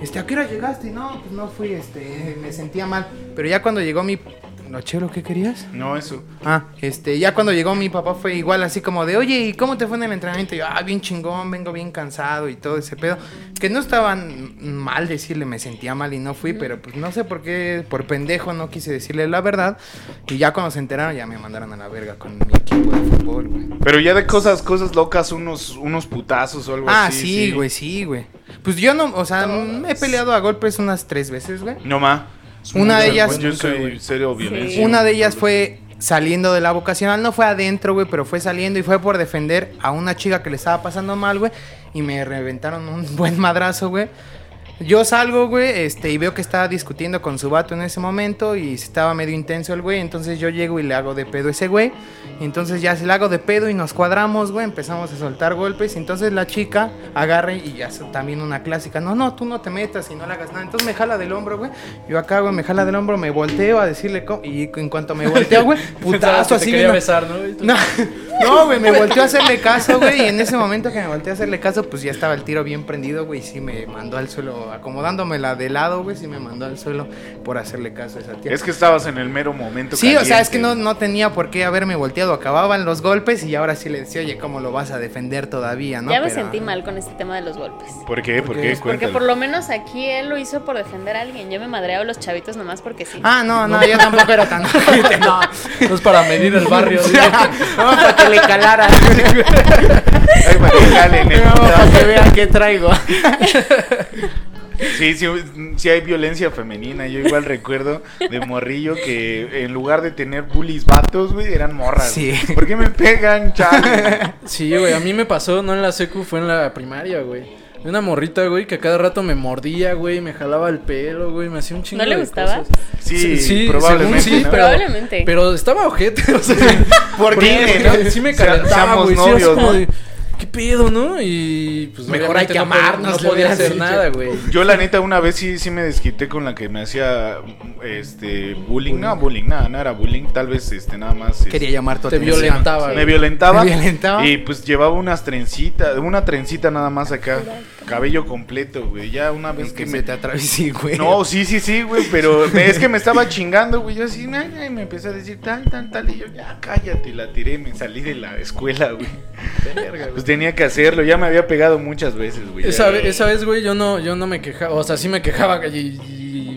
Speaker 2: Este, ¿a qué hora llegaste? No, pues no fui, este, me sentía mal. Pero ya cuando llegó mi. ¿No, Chelo, qué querías?
Speaker 3: No, eso.
Speaker 2: Ah, este, ya cuando llegó mi papá fue igual así como de, oye, ¿y cómo te fue en el entrenamiento? Y yo, ah, bien chingón, vengo bien cansado y todo ese pedo. Que no estaban mal decirle, me sentía mal y no fui, pero pues no sé por qué, por pendejo no quise decirle la verdad. Y ya cuando se enteraron, ya me mandaron a la verga con mi equipo de fútbol, güey.
Speaker 3: Pero ya de cosas, cosas locas, unos, unos putazos o algo
Speaker 2: Ah,
Speaker 3: así.
Speaker 2: sí, güey, sí, güey. Pues yo no, o sea, me he peleado a golpes unas tres veces, güey.
Speaker 3: No ma.
Speaker 2: Una de ellas-
Speaker 3: Yo soy serio violencia.
Speaker 2: Una de ellas fue saliendo de la vocacional, no fue adentro, güey, pero fue saliendo y fue por defender a una chica que le estaba pasando mal, güey, y me reventaron un buen madrazo, güey. Yo salgo, güey, este, y veo que estaba discutiendo con su vato en ese momento y estaba medio intenso el güey, entonces yo llego y le hago de pedo a ese güey, y entonces ya se le hago de pedo y nos cuadramos, güey, empezamos a soltar golpes, y entonces la chica agarra y ya so- también una clásica, no, no, tú no te metas y no le hagas nada, entonces me jala del hombro, güey, yo acá, güey, me jala del hombro, me volteo a decirle, cómo- y en cuanto me volteo, güey,
Speaker 4: Pensabas que
Speaker 2: putazo
Speaker 4: te
Speaker 2: así,
Speaker 4: quería
Speaker 2: bien-
Speaker 4: besar, ¿no? Y tú-
Speaker 2: no, no, güey, me volteó a hacerle caso, güey. Y en ese momento que me volteó a hacerle caso, pues ya estaba el tiro bien prendido, güey. Y sí me mandó al suelo, acomodándomela de lado, güey. Sí me mandó al suelo por hacerle caso a esa tía.
Speaker 3: Es que estabas en el mero momento.
Speaker 2: Sí, o sea, es
Speaker 3: caliente.
Speaker 2: que no, no tenía por qué haberme volteado. Acababan los golpes y ahora sí le decía, oye, ¿cómo lo vas a defender todavía, no?
Speaker 1: ya me
Speaker 2: Pero- ah,
Speaker 1: sentí mal con este tema de los golpes.
Speaker 3: ¿Por qué? ¿Por
Speaker 2: Porque-
Speaker 3: qué?
Speaker 1: Porque
Speaker 3: Cuéntalo.
Speaker 1: por lo menos aquí él lo hizo por defender a alguien. Yo me madreo a los chavitos nomás porque sí.
Speaker 2: Ah, no, no, yo tampoco era tan. no,
Speaker 4: No es para medir el barrio. digo.
Speaker 2: no, para que le calara.
Speaker 3: Ay, para que jalen el
Speaker 2: No, para
Speaker 3: putazo.
Speaker 2: que vean qué traigo.
Speaker 3: Sí, sí, sí hay violencia femenina. Yo igual recuerdo de morrillo que en lugar de tener bullies vatos, güey, eran morras.
Speaker 2: Sí.
Speaker 3: ¿Por qué me pegan, chale?
Speaker 4: Sí, güey, a mí me pasó, no en la secu, fue en la primaria, güey. Una morrita, güey, que a cada rato me mordía, güey, me jalaba el pelo, güey, me hacía un chingo
Speaker 1: ¿No le
Speaker 4: de
Speaker 1: gustaba?
Speaker 4: cosas.
Speaker 3: Sí,
Speaker 4: Sí, sí,
Speaker 3: probablemente.
Speaker 4: según sí,
Speaker 3: ¿no?
Speaker 4: pero-
Speaker 1: Probablemente.
Speaker 4: Pero estaba ojete, o sea,
Speaker 3: ¿Por qué?
Speaker 4: porque
Speaker 3: no?
Speaker 4: sí me
Speaker 3: Se-
Speaker 4: calentaba,
Speaker 3: seamos
Speaker 4: güey, sí, era
Speaker 3: novios,
Speaker 4: como
Speaker 3: ¿no?
Speaker 4: de, ¿qué pedo, no? Y pues
Speaker 2: Mejor
Speaker 4: obviamente
Speaker 2: hay que
Speaker 4: no podía-
Speaker 2: amarnos, le
Speaker 4: no podía
Speaker 2: hubieras
Speaker 4: hacer
Speaker 2: dicho.
Speaker 4: nada, güey.
Speaker 3: Yo la neta una vez sí, sí me desquité con la que me hacía este bullying, no bullying, nada, no era bullying, tal vez este nada más este,
Speaker 2: Quería llamar tu
Speaker 4: Te
Speaker 2: atención.
Speaker 4: violentaba,
Speaker 3: me
Speaker 4: güey.
Speaker 3: violentaba,
Speaker 2: Me violentaba.
Speaker 3: y pues llevaba unas trencitas, una trencita nada más acá, cabello completo, güey, ya una vez
Speaker 2: Es
Speaker 3: que
Speaker 2: que
Speaker 3: me
Speaker 2: se te atravesé, güey.
Speaker 3: No, sí, sí, sí, güey, pero me- es que me estaba chingando, güey. Yo así, ay, ay, me empecé a decir tal, tal, tal. Y yo, ya cállate, la tiré, me salí de la escuela, güey. Pues tenía que hacerlo, ya me había pegado muchas veces, güey.
Speaker 4: Esa,
Speaker 3: ya.
Speaker 4: ve- esa vez, güey, yo no, yo no me quejaba. O sea, sí me quejaba y,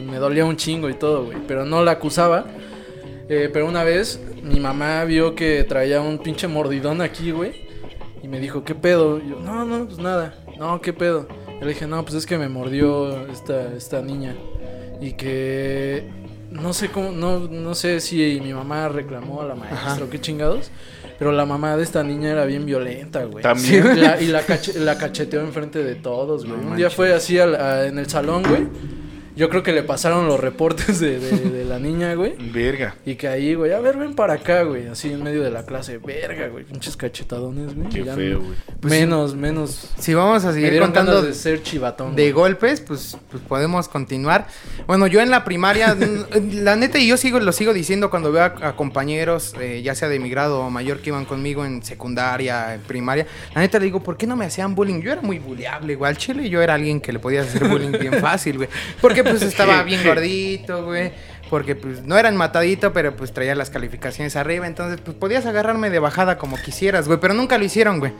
Speaker 4: y me dolía un chingo y todo, güey. Pero no la acusaba. Eh, pero una vez mi mamá vio que traía un pinche mordidón aquí, güey. Y me dijo, ¿qué pedo? Y yo, no, no, pues nada. No, ¿qué pedo? Yo le dije, no, pues es que me mordió esta, esta niña. Y que no sé cómo, no, no sé si mi mamá reclamó a la maestra o qué chingados. Pero la mamá de esta niña era bien violenta, güey.
Speaker 3: También.
Speaker 4: Sí, la- y la, cache- la cacheteó enfrente de todos, güey. Un día fue así al- a- en el salón, güey. Yo creo que le pasaron los reportes de, de- de la niña, güey.
Speaker 3: Verga.
Speaker 4: Y que ahí, güey, a ver, ven para acá, güey. Así en medio de la clase. Verga, güey. Pinches cachetadones, güey.
Speaker 3: Qué
Speaker 4: Ya
Speaker 3: feo,
Speaker 4: no-
Speaker 3: güey.
Speaker 4: menos, menos.
Speaker 2: Si vamos a
Speaker 4: Me
Speaker 2: Pues seguir
Speaker 4: dieron
Speaker 2: contando
Speaker 4: ganas de ser chivatón.
Speaker 2: de
Speaker 4: güey.
Speaker 2: golpes, pues, pues podemos continuar. Bueno, yo en la primaria, n- la neta, y yo sigo, lo sigo diciendo cuando veo a, a compañeros, eh, ya sea de mi grado o mayor, que iban conmigo en secundaria, en primaria, la neta le digo, ¿por qué no me hacían bullying? Yo era muy bulleable, güey. Al chile yo era alguien que le podía hacer bullying bien fácil, güey. Porque pues estaba bien gordito, güey. Porque pues no eran matadito, pero pues traía las calificaciones arriba. Entonces, pues podías agarrarme de bajada como quisieras, güey. Pero nunca lo hicieron, güey.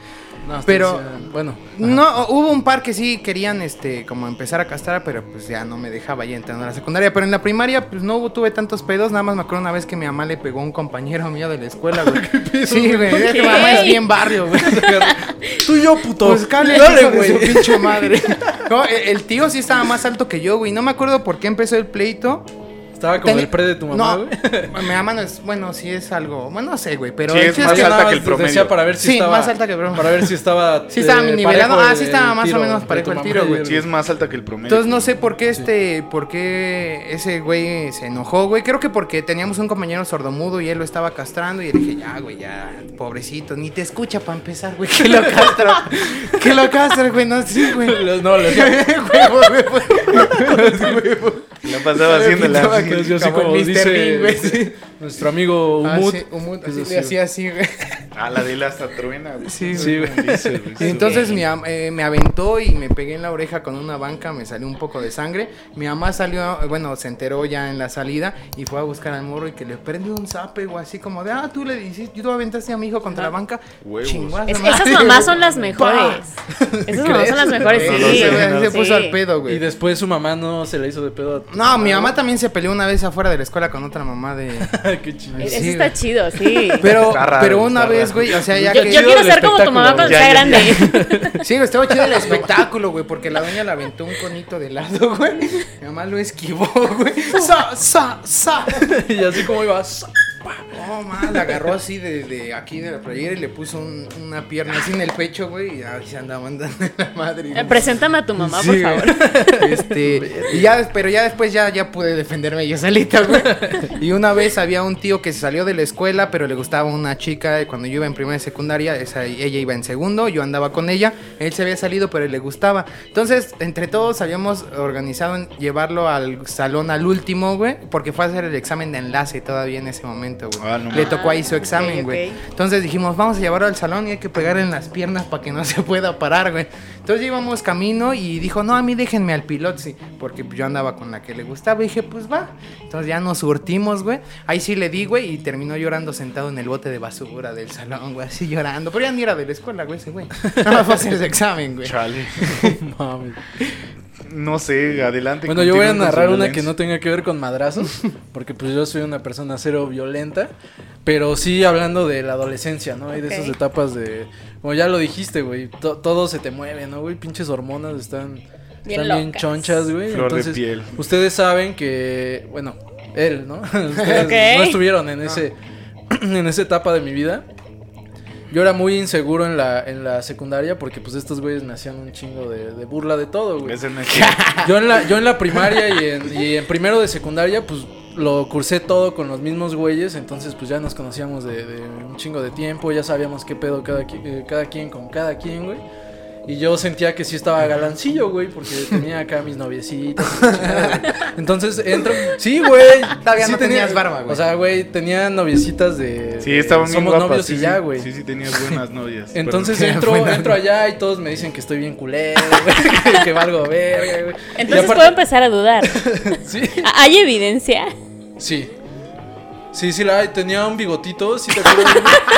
Speaker 4: No, hasta
Speaker 2: pero-
Speaker 4: decía- bueno.
Speaker 2: No, o- hubo un par que sí querían este como empezar a castrar, pero pues ya no me dejaba ya entrando a la secundaria. Pero en la primaria, pues no hubo, tuve tantos pedos, nada más me acuerdo una vez que mi mamá le pegó a un compañero mío de la escuela, güey. sí, güey, es que mi mamá es bien barrio, güey.
Speaker 4: Tú y yo, puto.
Speaker 2: Pues cale,
Speaker 4: Pues, Dale,
Speaker 2: hijo de
Speaker 4: güey.
Speaker 2: su pinche e, madre. No, el, el tío sí estaba más alto que yo, güey. No me acuerdo por qué empezó el pleito.
Speaker 4: Estaba como
Speaker 2: Tenía-
Speaker 4: el pre de tu mamá,
Speaker 2: no,
Speaker 4: güey.
Speaker 2: Mi mamá no es. Bueno, sí es algo. Bueno, no sé, güey. Pero
Speaker 3: Sí,
Speaker 2: el
Speaker 3: es
Speaker 2: chiste
Speaker 3: más
Speaker 2: que
Speaker 3: alta
Speaker 4: nada
Speaker 3: que el
Speaker 4: más
Speaker 3: promedio.
Speaker 4: decía para ver si
Speaker 2: Sí,
Speaker 4: estaba.
Speaker 2: más alta que el promedio.
Speaker 4: Para ver si estaba. eh,
Speaker 2: Sí estaba nivelado.
Speaker 4: parejo
Speaker 2: Ah, sí
Speaker 4: el
Speaker 2: estaba más o
Speaker 4: tiro
Speaker 2: menos
Speaker 4: de
Speaker 2: parejo
Speaker 4: tu
Speaker 2: el
Speaker 4: mamá
Speaker 2: tiro,
Speaker 4: y
Speaker 2: güey.
Speaker 4: el-
Speaker 3: Sí, es más alta que el promedio.
Speaker 2: Entonces no sé por qué este, por qué ese güey se enojó, güey. Creo que porque teníamos un compañero sordomudo y él lo estaba castrando y le dije, ya, güey, ya, pobrecito, ni te escucha para empezar, güey. Que lo castro, que lo castro, güey, no, sí, güey.
Speaker 4: No, le decía.
Speaker 2: Huevo, huevo.
Speaker 3: La pasaba haciéndola.
Speaker 2: Pintaba
Speaker 3: así.
Speaker 2: que-
Speaker 4: Yo así
Speaker 2: Como el
Speaker 4: como
Speaker 2: Mr.
Speaker 4: dice
Speaker 2: Bean, güey, sí.
Speaker 4: nuestro amigo
Speaker 2: Ah,
Speaker 4: Umut.
Speaker 2: sí, Umut,
Speaker 4: es
Speaker 2: así,
Speaker 4: así,
Speaker 2: le hacía así, güey.
Speaker 3: Ah, la de él hasta truena. güey.
Speaker 2: Sí,
Speaker 4: Sí, güey.
Speaker 3: Dice, güey,
Speaker 2: Y
Speaker 3: sí.
Speaker 2: entonces mi am- eh, me aventó y me pegué en la oreja con una banca, me salió un poco de sangre. Mi mamá salió, eh, bueno, se enteró ya en la salida y fue a buscar al morro y que le prende un zape o así como de, ah, tú le dices, tú aventaste a mi hijo contra la banca.
Speaker 3: Huevos.
Speaker 2: Chingada
Speaker 1: Es-
Speaker 2: madre,
Speaker 1: esas mamás son
Speaker 2: güey.
Speaker 1: las mejores. Esas mamás son las
Speaker 2: ¿Crees?
Speaker 1: mejores,
Speaker 3: No
Speaker 1: sí.
Speaker 3: lo sé,
Speaker 2: se,
Speaker 3: no
Speaker 2: se
Speaker 3: lo
Speaker 2: puso
Speaker 1: Sí.
Speaker 2: al pedo,
Speaker 4: Y
Speaker 2: güey.
Speaker 4: después su mamá no se le hizo de pedo a tu
Speaker 2: No, mi mamá también se peleó una vez afuera de la escuela con otra mamá de...
Speaker 4: Qué chingón.
Speaker 1: Eso
Speaker 2: Sí,
Speaker 1: está
Speaker 2: güey.
Speaker 1: chido, sí.
Speaker 2: Pero,
Speaker 3: Está raro,
Speaker 2: pero una
Speaker 3: está
Speaker 2: vez,
Speaker 3: raro.
Speaker 2: güey, o sea,
Speaker 4: Yo-
Speaker 2: ya
Speaker 1: yo
Speaker 2: que...
Speaker 1: yo quiero
Speaker 4: el
Speaker 1: ser como tu mamá cuando
Speaker 3: espectáculo,
Speaker 1: sea grande.
Speaker 3: güey.
Speaker 2: Sí, güey, estaba chido el espectáculo, güey, porque la doña le aventó un conito de lado, güey. Mi mamá lo esquivó, güey. ¡Sa, sa, sa!
Speaker 4: y así como iba. sa-
Speaker 2: No, mal, la agarró así de, de aquí de la playera y le puso un- una pierna así en el pecho, güey, y ahí se andaba andando en la madre.
Speaker 1: Eh, Preséntame a tu mamá, por
Speaker 2: Sí, güey.
Speaker 1: favor.
Speaker 2: Este, y ya, des- pero ya después ya, ya pude defenderme yo solita, güey. Y una vez había un tío que se salió de la escuela, pero le gustaba una chica. y Cuando yo iba en primera y secundaria, esa- ella iba en segundo, yo andaba con ella. Él se había salido, pero le gustaba. Entonces, entre todos habíamos organizado en llevarlo al salón al último, güey, porque fue a hacer el examen de enlace todavía en ese momento, güey.
Speaker 3: Ah, no
Speaker 2: le
Speaker 3: mames.
Speaker 2: tocó ahí su
Speaker 1: Ah,
Speaker 2: examen,
Speaker 1: ok,
Speaker 2: güey.
Speaker 1: ok.
Speaker 2: Entonces dijimos, vamos a llevarlo al salón y hay que pegarle en las piernas para que no se pueda parar, güey. Entonces íbamos camino y dijo, no, a mí déjenme al piloto, sí, porque yo andaba con la que le gustaba. Y dije, pues va. Entonces ya nos surtimos, güey. Ahí sí le di, güey, y terminó llorando sentado en el bote de basura del salón, güey, así llorando. Pero ya ni era de la escuela, güey, ese güey. Nada más fue a hacer ese examen, güey.
Speaker 3: Chale.
Speaker 4: Mames.
Speaker 3: No sé, adelante.
Speaker 4: Bueno, yo voy a
Speaker 3: continúen con su
Speaker 4: narrar una que
Speaker 3: violencia.
Speaker 4: no tenga que ver con madrazos, porque pues yo soy una persona cero violenta, pero sí hablando de la adolescencia, ¿no? Y de esas
Speaker 1: Ok.
Speaker 4: etapas de, como ya lo dijiste, güey, to- todo se te mueve, ¿no, güey? Pinches hormonas están
Speaker 1: Bien
Speaker 4: bien, están bien
Speaker 1: locas.
Speaker 4: chonchas, güey.
Speaker 3: Flor de
Speaker 4: Entonces,
Speaker 3: piel.
Speaker 4: ustedes saben que, bueno, él, ¿no? Ustedes
Speaker 1: Ok.
Speaker 4: no estuvieron
Speaker 3: Ah.
Speaker 4: en ese en esa etapa de mi vida. Yo era muy inseguro en la, en la secundaria porque pues estos güeyes me hacían un chingo de, de burla de todo, güey.
Speaker 3: Ese no es cierto.
Speaker 4: Yo en la, yo en la primaria y en, y en primero de secundaria, pues lo cursé todo con los mismos güeyes, entonces pues ya nos conocíamos de, de un chingo de tiempo, ya sabíamos qué pedo cada, qui- eh, cada quien con cada quien, güey. Y yo sentía que sí estaba galancillo, güey, porque tenía acá mis noviecitas. y la chingada, güey. Entonces entro. Sí, güey.
Speaker 2: Todavía
Speaker 4: sí
Speaker 2: no tenías barba, güey.
Speaker 4: O sea, güey, tenía noviecitas de.
Speaker 3: Sí,
Speaker 4: de
Speaker 3: estaban bien
Speaker 4: Somos
Speaker 3: guapas,
Speaker 4: novios
Speaker 3: sí,
Speaker 4: y
Speaker 3: sí.
Speaker 4: ya, güey.
Speaker 3: Sí, sí, tenías buenas novias.
Speaker 4: Entonces eh,
Speaker 2: Perdón.
Speaker 4: entro,
Speaker 2: Buena
Speaker 4: entro allá y todos me dicen que estoy bien culero, güey, que, que valgo verga, güey. Y
Speaker 1: Entonces
Speaker 4: aparte-
Speaker 1: puedo empezar a dudar.
Speaker 4: Sí.
Speaker 1: ¿Ah, ¿Hay evidencia?
Speaker 4: Sí. Sí, sí, la, tenía un bigotito, sí te acuerdas.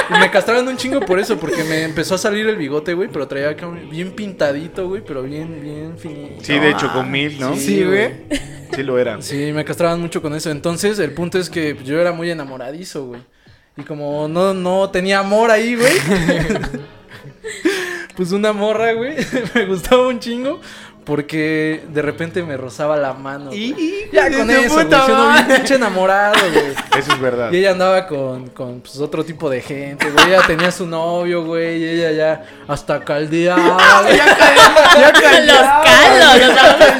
Speaker 4: Y me castraron un chingo por eso, porque me empezó a salir el bigote, güey, pero traía acá un- bien pintadito, güey, pero bien, bien finito.
Speaker 3: Sí, de chocomil, ¿no?
Speaker 4: Sí,
Speaker 2: Sí, güey.
Speaker 3: Sí lo eran.
Speaker 4: Sí, me castraban mucho con eso. Entonces, el punto es que yo era muy enamoradizo, güey. Y como no, no tenía amor ahí, güey. pues una morra, güey. me gustaba un chingo. Porque de repente me rozaba la mano. güey. ya con
Speaker 2: de tu
Speaker 4: eso, güey.
Speaker 2: puta
Speaker 4: siendo bien
Speaker 2: madre.
Speaker 4: pinche enamorado, güey.
Speaker 3: Eso es verdad.
Speaker 4: Y ella andaba con, con pues, otro tipo de gente, güey. Ella tenía su novio, güey. Y ella ya hasta caldeaba. güey.
Speaker 1: Los caldos, los famosos
Speaker 4: Ella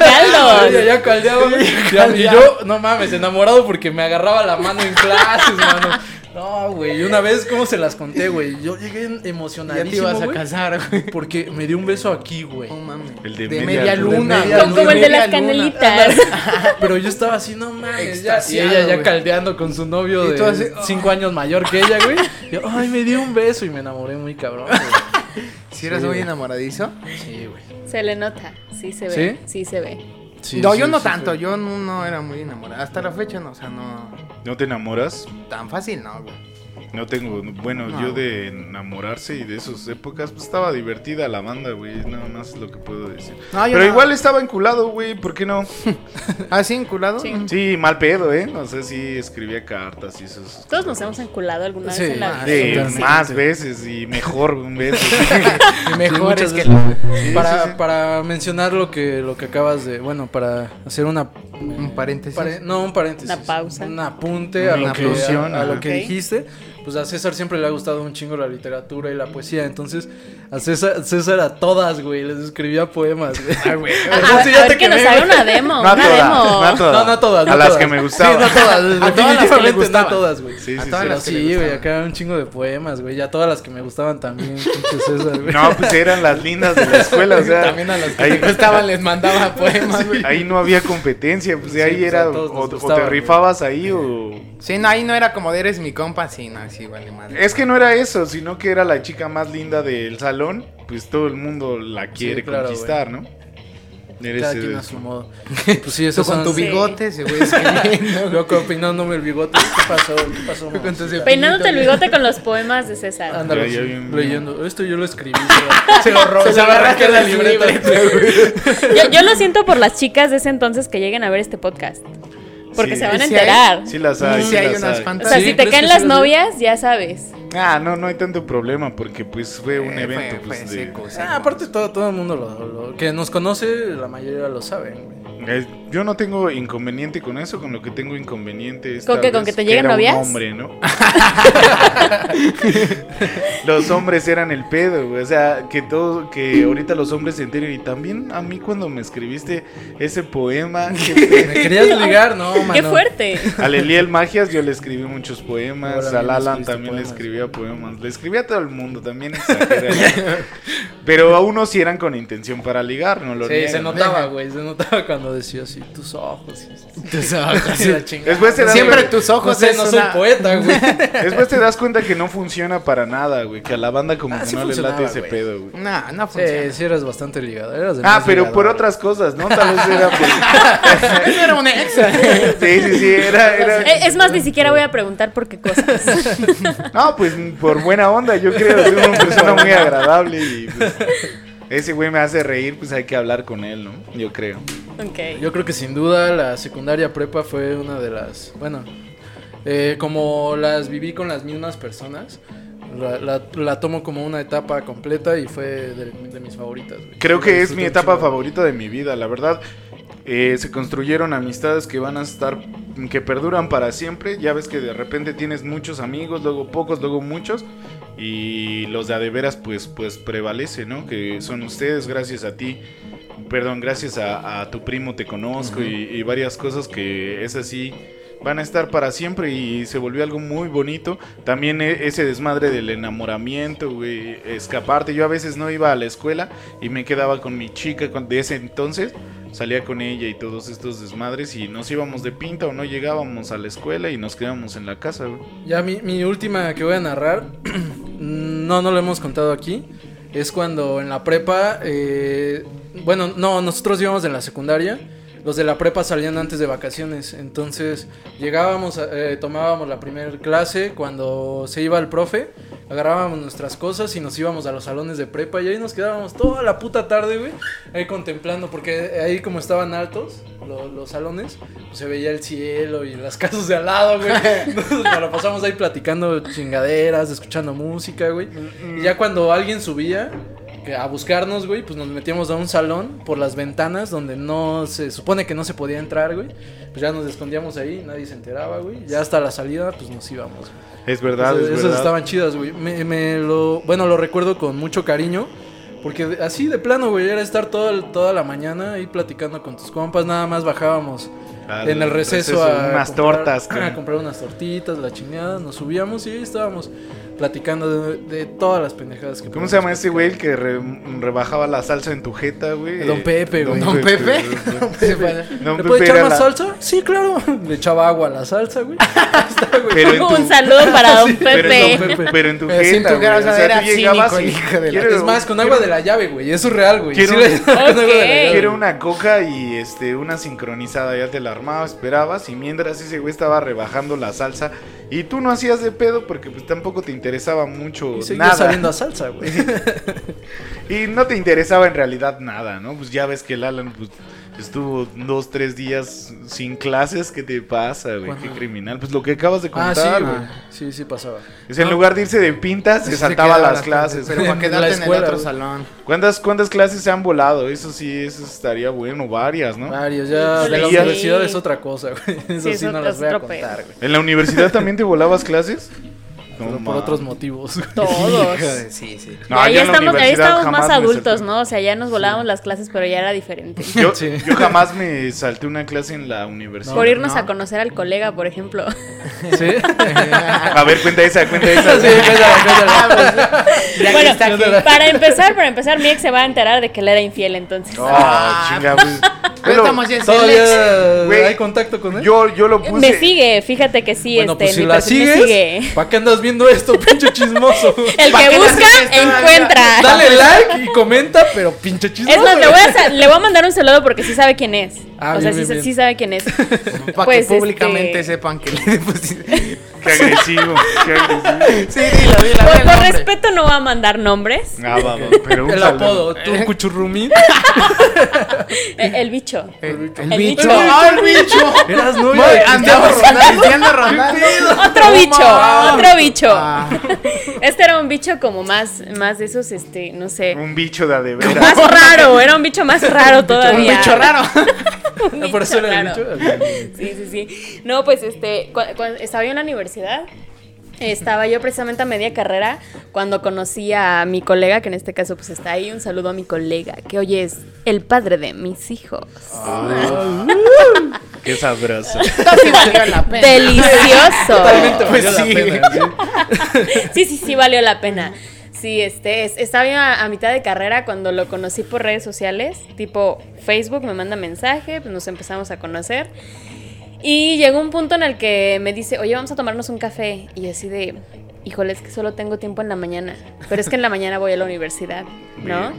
Speaker 1: caldos.
Speaker 4: ya caldeaba, güey. Y yo, no mames, enamorado porque me agarraba la mano en clases, mano. No, güey. Y una vez, ¿cómo se las conté, güey? Yo llegué
Speaker 2: Ya te
Speaker 4: emocionadísimo,
Speaker 2: ibas a
Speaker 4: güey,
Speaker 2: casar, güey.
Speaker 4: Porque me dio un beso aquí, güey.
Speaker 2: No mames.
Speaker 3: El de
Speaker 2: media,
Speaker 3: media luna.
Speaker 2: luna.
Speaker 4: De media
Speaker 2: güey,
Speaker 1: Como como el de
Speaker 2: media
Speaker 1: las
Speaker 2: luna.
Speaker 1: canelitas.
Speaker 4: Pero yo estaba así, no mames. ya- y
Speaker 2: Extasiado,
Speaker 4: ella ya
Speaker 2: güey.
Speaker 4: caldeando con su novio
Speaker 2: Y tú
Speaker 4: de
Speaker 2: así, oh.
Speaker 4: cinco años mayor que ella, güey. Yo, ay, me dio un beso y me enamoré muy cabrón, güey.
Speaker 2: ¿Sí eras
Speaker 4: Sí,
Speaker 2: muy
Speaker 4: güey.
Speaker 2: enamoradizo?
Speaker 4: Sí, güey.
Speaker 1: Se le nota, sí se ve.
Speaker 4: ¿Sí?
Speaker 1: Sí se ve.
Speaker 4: Sí,
Speaker 2: no,
Speaker 4: sí,
Speaker 2: yo no
Speaker 4: sí,
Speaker 2: tanto,
Speaker 4: sí.
Speaker 2: yo no, no era muy enamorada. Hasta la fecha no, o sea, no.
Speaker 3: ¿No te enamoras?
Speaker 2: Tan fácil no, güey.
Speaker 3: No tengo, bueno, yo de enamorarse y de esas épocas, pues estaba divertida la banda, güey, nada más es lo que puedo decir.
Speaker 2: No, yo
Speaker 3: Pero
Speaker 2: no.
Speaker 3: igual estaba enculado, güey, ¿por qué no?
Speaker 2: ¿Ah, sí, enculado?
Speaker 1: Sí.
Speaker 3: Sí, mal pedo, ¿eh? No sé si escribía cartas y esos...
Speaker 1: Todos nos hemos enculado alguna
Speaker 4: Sí.
Speaker 1: vez en la vida.
Speaker 4: Ah,
Speaker 3: Sí,
Speaker 4: Totalmente.
Speaker 3: más veces y mejor veces.
Speaker 4: Y mejor es
Speaker 2: muchas
Speaker 4: que- para, para mencionar lo que, lo que acabas de. Bueno, para hacer una.
Speaker 2: Un paréntesis.
Speaker 4: pare- no, un paréntesis.
Speaker 1: Una pausa.
Speaker 4: Un apunte a
Speaker 3: Una
Speaker 4: lo, que,
Speaker 3: inclusión,
Speaker 4: a- a lo
Speaker 3: ajá.
Speaker 4: que
Speaker 1: Ok.
Speaker 4: dijiste. Pues a César siempre le ha gustado un chingo la literatura y la poesía. Entonces, a César, César a todas, güey, les escribía poemas, güey.
Speaker 2: Ah,
Speaker 1: A,
Speaker 4: Entonces
Speaker 1: ver-
Speaker 4: ya
Speaker 1: Ah, a ver
Speaker 4: te
Speaker 1: que nos
Speaker 4: quemé,
Speaker 1: haga
Speaker 4: güey.
Speaker 1: una demo,
Speaker 3: No a
Speaker 1: una
Speaker 3: todas,
Speaker 1: demo.
Speaker 3: no a todas.
Speaker 4: No, no todas. no
Speaker 3: A las
Speaker 4: todas.
Speaker 3: que me gustaban.
Speaker 4: Sí, no todas.
Speaker 2: Definitivamente
Speaker 4: Definitivamente no
Speaker 2: gustaban.
Speaker 4: todas, güey.
Speaker 3: Sí,
Speaker 2: A todas
Speaker 3: sí, sí.
Speaker 4: Pero
Speaker 2: las que le
Speaker 4: sí, güey,
Speaker 2: gustaban.
Speaker 4: acá un chingo de poemas, güey. Ya todas las que me gustaban también, pinche César, güey.
Speaker 3: No, pues eran las lindas de la escuela, o sea.
Speaker 2: También a los que
Speaker 3: ahí-
Speaker 2: le gustaban les mandaba poemas, güey.
Speaker 3: Ahí no había competencia, pues de
Speaker 4: Sí,
Speaker 3: ahí
Speaker 4: pues,
Speaker 3: era
Speaker 4: a todos
Speaker 3: o-
Speaker 4: nos
Speaker 3: o,
Speaker 4: gustaba,
Speaker 3: te
Speaker 4: güey.
Speaker 3: rifabas ahí o
Speaker 2: Sí, no, ahí no era como de eres mi compa, sí, no, sí, vale madre.
Speaker 3: es que no era eso, sino que era la chica más linda del salón, pues todo el mundo la quiere
Speaker 4: claro,
Speaker 3: conquistar, ¿no? Eres
Speaker 4: Cada
Speaker 3: eh,
Speaker 4: quien a su modo. Y Pues sí,
Speaker 2: Eso
Speaker 4: eso
Speaker 2: con tu
Speaker 1: Sí.
Speaker 2: bigote, ese güey escribiendo.
Speaker 4: Yo peinándome el bigote. ¿Qué pasó? ¿Qué pasó? mamá?
Speaker 2: Con tus
Speaker 1: Peinándote el
Speaker 2: cepillitos.
Speaker 1: bigote con los poemas de César.
Speaker 4: Ándale,
Speaker 3: Ya, ya
Speaker 4: sí,
Speaker 3: bien-
Speaker 4: leyendo. Esto yo lo escribí. Se lo robó.
Speaker 2: Se lo agarraste de su
Speaker 1: Yo, yo lo siento por las chicas de ese entonces que lleguen a ver este podcast. Porque
Speaker 3: Sí.
Speaker 1: se van a
Speaker 2: Sí hay.
Speaker 1: enterar.
Speaker 3: Sí las hay,
Speaker 2: Sí,
Speaker 3: sí
Speaker 2: hay
Speaker 3: las
Speaker 2: unas
Speaker 3: hay.
Speaker 1: O sea,
Speaker 2: fantasías.
Speaker 4: Sí,
Speaker 1: si te
Speaker 4: ¿crees que
Speaker 1: caen
Speaker 4: sí
Speaker 1: las
Speaker 4: las veo?
Speaker 1: novias, ya sabes.
Speaker 3: Ah, no, no hay tanto problema porque pues fue un
Speaker 2: Eh,
Speaker 3: evento
Speaker 2: fue-
Speaker 3: pues,
Speaker 2: fue
Speaker 3: de-
Speaker 2: seco, sí.
Speaker 4: Ah, aparte todo, todo el mundo lo, lo- que nos conoce, la mayoría lo saben, güey.
Speaker 3: Eh, Yo no tengo inconveniente con eso, con lo que tengo inconveniente es
Speaker 1: ¿Con
Speaker 3: tal
Speaker 1: qué? ¿Con
Speaker 3: vez
Speaker 1: que te lleguen
Speaker 3: era un
Speaker 1: novias?
Speaker 3: hombre, ¿no? los hombres eran el pedo, güey. O sea, que todo, que ahorita los hombres se enteren. Y también a mí cuando me escribiste ese poema, que
Speaker 4: Me querías ligar, no, mano.
Speaker 1: ¡Qué fuerte!
Speaker 3: al Eliel Magias yo le escribí muchos poemas,
Speaker 4: Ahora
Speaker 3: al
Speaker 4: mismo
Speaker 3: Alan
Speaker 4: escribiste
Speaker 3: también le
Speaker 4: poemas.
Speaker 3: escribía poemas, le escribía a todo el mundo, también exagera, ¿no? Pero a unos sí eran con intención para ligar, no lo
Speaker 4: Sí,
Speaker 3: niego.
Speaker 4: se notaba, güey. Se notaba cuando decía así, tus ojos. y-
Speaker 2: Tus ojos.
Speaker 4: y la chingada.
Speaker 3: Después se dan
Speaker 2: Siempre
Speaker 3: cuenta-
Speaker 2: tus ojos
Speaker 4: No sé,
Speaker 2: es
Speaker 4: no soy
Speaker 2: una-
Speaker 4: poeta, güey.
Speaker 3: Después te das cuenta que no funciona para nada, güey. Que a la banda como
Speaker 4: Ah,
Speaker 3: que
Speaker 4: sí
Speaker 3: no le
Speaker 4: funcionaba,
Speaker 3: late ese
Speaker 4: güey.
Speaker 3: pedo, güey.
Speaker 2: No, no funciona.
Speaker 4: Sí, sí eras bastante ligado. Eras de
Speaker 3: Ah,
Speaker 4: más
Speaker 3: pero
Speaker 4: ligado,
Speaker 3: por
Speaker 4: güey.
Speaker 3: otras cosas, ¿no? Tal vez era por...
Speaker 2: Eso era un ex.
Speaker 3: Sí, sí, sí, era, era...
Speaker 1: Eh, Es más, ni siquiera voy a preguntar por qué cosas.
Speaker 3: No, pues por buena onda, yo creo. Es una persona muy agradable y... pues, ese güey me hace reír, pues hay que hablar con él, ¿no? Yo creo.
Speaker 1: Ok.
Speaker 4: Yo creo que sin duda la secundaria prepa fue una de las, bueno, eh, como las viví con las mismas personas, la, la- la tomo como una etapa completa y fue de, de mis favoritas. güey.
Speaker 3: Creo
Speaker 4: La
Speaker 3: que es
Speaker 4: disfruté
Speaker 3: mi
Speaker 4: un
Speaker 3: etapa
Speaker 4: chingo.
Speaker 3: favorita de mi vida, la verdad. Eh, se construyeron amistades que van a estar, que perduran para siempre. Ya ves que de repente tienes muchos amigos, luego pocos, luego muchos. Y los de a de veras, pues, pues prevalece, ¿no? Que son ustedes, gracias a ti. Perdón, gracias a, a tu primo te conozco y, y varias cosas que es así. Van a estar para siempre y se volvió algo muy bonito. También e- ese desmadre del enamoramiento, güey, escaparte. Yo a veces no iba a la escuela y me quedaba con mi chica con- de ese entonces. Salía con ella y todos estos desmadres y nos íbamos de pinta o no llegábamos a la escuela y nos quedábamos en la casa, güey.
Speaker 4: Ya mi, mi última que voy a narrar, no, no lo hemos contado aquí, es cuando en la prepa, eh, bueno, no, nosotros íbamos en la secundaria, los de la prepa salían antes de vacaciones, entonces llegábamos, a- eh, tomábamos la primera clase, cuando se iba el profe, agarrábamos nuestras cosas y nos íbamos a los salones de prepa y ahí nos quedábamos toda la puta tarde, güey, ahí contemplando, porque ahí como estaban altos lo- los salones, pues, se veía el cielo y las casas de al lado, güey. Entonces nos la pasamos ahí platicando chingaderas, escuchando música, güey. Y ya cuando alguien subía que a buscarnos, güey, pues nos metíamos a un salón por las ventanas donde no se supone que no se podía entrar, güey. Pues ya nos escondíamos ahí, nadie se enteraba, güey. Ya hasta la salida, pues nos íbamos. güey.
Speaker 3: Es verdad,
Speaker 4: Esas-
Speaker 3: es
Speaker 4: esas
Speaker 3: verdad.
Speaker 4: estaban chidas, güey. Me, me lo, bueno, lo recuerdo con mucho cariño. Porque de- así de plano, güey, era estar todo el- toda la mañana ahí platicando con tus compas. Nada más bajábamos
Speaker 3: Al
Speaker 4: en el receso, a
Speaker 3: unas
Speaker 4: comprar- a
Speaker 3: tortas. con-
Speaker 4: comprar unas tortitas, la chingada. Nos subíamos y ahí estábamos platicando de, de todas las pendejadas que
Speaker 3: ¿Cómo
Speaker 4: podíamos
Speaker 3: se llama ese
Speaker 4: platicar.
Speaker 3: güey el que re- rebajaba la salsa en tu jeta, güey?
Speaker 4: Don Pepe, güey.
Speaker 2: ¿Don Pepe?
Speaker 3: Don
Speaker 2: Sí, vale.
Speaker 3: Don
Speaker 4: ¿Le puede
Speaker 3: Pepe
Speaker 4: echar
Speaker 3: era
Speaker 4: más
Speaker 3: la-
Speaker 4: salsa? Sí, claro. Le echaba agua a la salsa, güey. Ahí está, güey.
Speaker 3: Pero en tu-
Speaker 1: Un saludo para don
Speaker 4: Sí,
Speaker 3: Pero en tu,
Speaker 1: Pepe.
Speaker 4: Pepe.
Speaker 3: pero en tu
Speaker 2: Pero sin
Speaker 3: jeta,
Speaker 2: tu cara,
Speaker 3: güey.
Speaker 2: o sea, era cínico el hijo de la-
Speaker 3: quiero-
Speaker 4: Es más, con agua de la llave, güey. Eso es real, güey.
Speaker 3: Quiero-
Speaker 4: Sí le- con agua de la llave.
Speaker 1: Ok.
Speaker 3: Quiero una coca y este una sincronizada, ya te la armaba, esperabas y mientras ese güey estaba rebajando la salsa Y tú no hacías de pedo porque pues tampoco te interesaba mucho
Speaker 4: Y seguía
Speaker 3: nada.
Speaker 4: sabiendo a salsa, güey.
Speaker 3: Y no te interesaba en realidad nada, ¿no? Pues ya ves que el Alan pues, estuvo dos, tres días sin clases. ¿Qué te pasa, güey? Qué
Speaker 4: Ajá.
Speaker 3: criminal. Pues lo que acabas de
Speaker 4: Ah, sí,
Speaker 3: contar, güey.
Speaker 4: güey. Sí, sí pasaba.
Speaker 3: Es en lugar de irse de pintas, se saltaba
Speaker 2: quedaba
Speaker 3: las clases.
Speaker 2: Pero para
Speaker 4: En
Speaker 2: quedarte
Speaker 4: la escuela,
Speaker 2: en el otro
Speaker 4: güey.
Speaker 2: salón.
Speaker 3: ¿Cuántas, ¿Cuántas clases se han volado? Eso sí, eso estaría bueno, varias, ¿no?
Speaker 4: Varios,
Speaker 1: Sí.
Speaker 4: ya de la
Speaker 3: Sí.
Speaker 4: universidad es otra cosa, güey. Eso sí,
Speaker 1: es
Speaker 4: no
Speaker 1: otro-
Speaker 4: las voy a
Speaker 1: otro pedo.
Speaker 4: contar, güey.
Speaker 3: ¿En la universidad también te volabas clases? No,
Speaker 4: Pero por
Speaker 3: ma.
Speaker 4: otros motivos, güey.
Speaker 1: Todos.
Speaker 2: Hija de- Sí, sí.
Speaker 3: No,
Speaker 1: ahí,
Speaker 3: yo en la
Speaker 1: estamos, ahí
Speaker 3: universidad
Speaker 1: estamos
Speaker 3: jamás
Speaker 1: más
Speaker 3: me
Speaker 1: adultos,
Speaker 3: salté.
Speaker 1: ¿no? O sea, ya nos volábamos las clases, pero ya era diferente.
Speaker 3: Yo,
Speaker 4: Sí.
Speaker 3: yo jamás me salté una clase en la universidad.
Speaker 1: Por irnos
Speaker 2: no.
Speaker 1: a conocer al colega, por ejemplo.
Speaker 4: ¿Sí?
Speaker 3: A ver, cuenta esa, cuenta
Speaker 4: Sí,
Speaker 3: esa.
Speaker 4: cállala, cállala.
Speaker 1: bueno,
Speaker 4: está aquí.
Speaker 1: para empezar, para empezar, mi ex se va a enterar de que él era infiel, entonces.
Speaker 3: No,
Speaker 2: Ah,
Speaker 3: chinga, pues.
Speaker 2: Pero
Speaker 3: Pero
Speaker 2: estamos ya
Speaker 4: pues,
Speaker 2: en Celex.
Speaker 4: Todavía
Speaker 3: Güey,
Speaker 4: hay contacto con él.
Speaker 3: yo, yo lo puse.
Speaker 1: me sigue, fíjate que sí,
Speaker 4: bueno,
Speaker 1: este,
Speaker 4: pues si
Speaker 1: mi
Speaker 4: la
Speaker 1: perfil
Speaker 4: sigues,
Speaker 1: me sigue.
Speaker 4: ¿para qué andas viendo esto, pinche chismoso?
Speaker 1: El
Speaker 2: ¿Para
Speaker 1: que
Speaker 2: qué la
Speaker 1: busca,
Speaker 2: sigues todavía?
Speaker 1: encuentra.
Speaker 4: Dale like y comenta, pero pinche chismoso.
Speaker 1: Es más, le
Speaker 4: güey.
Speaker 1: voy, a, sa- le voy a mandar un saludo porque sí sabe quién es.
Speaker 4: Ah,
Speaker 1: o sea,
Speaker 4: bien,
Speaker 1: sí,
Speaker 4: bien,
Speaker 1: sa-
Speaker 4: bien.
Speaker 1: sí sabe quién es.
Speaker 2: Para
Speaker 1: Pues,
Speaker 2: que públicamente
Speaker 1: este,
Speaker 2: sepan que le pusiste.
Speaker 3: Qué agresivo, qué agresivo.
Speaker 2: Sí, dilo, dilo.
Speaker 1: Por,
Speaker 2: el
Speaker 1: por
Speaker 2: nombre.
Speaker 1: respeto no va a mandar nombres.
Speaker 3: Ah, va, va, pero un
Speaker 4: El
Speaker 3: saludo.
Speaker 4: apodo, tú cuchurrumín.
Speaker 1: Eh, El, el bicho.
Speaker 2: El,
Speaker 1: El
Speaker 2: el bicho.
Speaker 1: bicho.
Speaker 2: ¡Ah, el bicho!
Speaker 4: Eras novia
Speaker 2: Madre,
Speaker 4: de Cristiano
Speaker 2: Cristiano Ronaldo. Cristiano Ronaldo.
Speaker 1: Otro
Speaker 2: No
Speaker 1: bicho,
Speaker 2: mames.
Speaker 1: otro bicho.
Speaker 2: Ah,
Speaker 1: Este era un bicho como más, más de esos, este, no sé.
Speaker 3: Un bicho de
Speaker 1: Más
Speaker 3: adeveras.
Speaker 1: raro, era un bicho más raro
Speaker 2: un
Speaker 1: todavía.
Speaker 2: bicho raro.
Speaker 1: Un
Speaker 4: Ah, Por
Speaker 1: bicho
Speaker 4: eso era el
Speaker 1: raro.
Speaker 4: bicho.
Speaker 1: Sí, sí, sí. No, pues este, cu- cuando estaba yo en la universidad, estaba yo precisamente a media carrera cuando conocí a mi colega, que en este caso pues está ahí, un saludo a mi colega, que hoy es el padre de mis hijos.
Speaker 2: Ah.
Speaker 3: Qué sabroso.
Speaker 2: Casi valió la pena.
Speaker 1: Delicioso.
Speaker 4: Pues
Speaker 2: Pues sí.
Speaker 4: sí. La pena, ¿sí?
Speaker 1: Sí, sí, sí, valió la pena. Sí, este, es- estaba yo a, a mitad de carrera cuando lo conocí por redes sociales, tipo Facebook, me manda mensaje, pues nos empezamos a conocer. Y llegó un punto en el que me dice, oye, vamos a tomarnos un café. Y yo así de, híjole, es que solo tengo tiempo en la mañana. Pero es que en la mañana voy a la universidad, ¿no?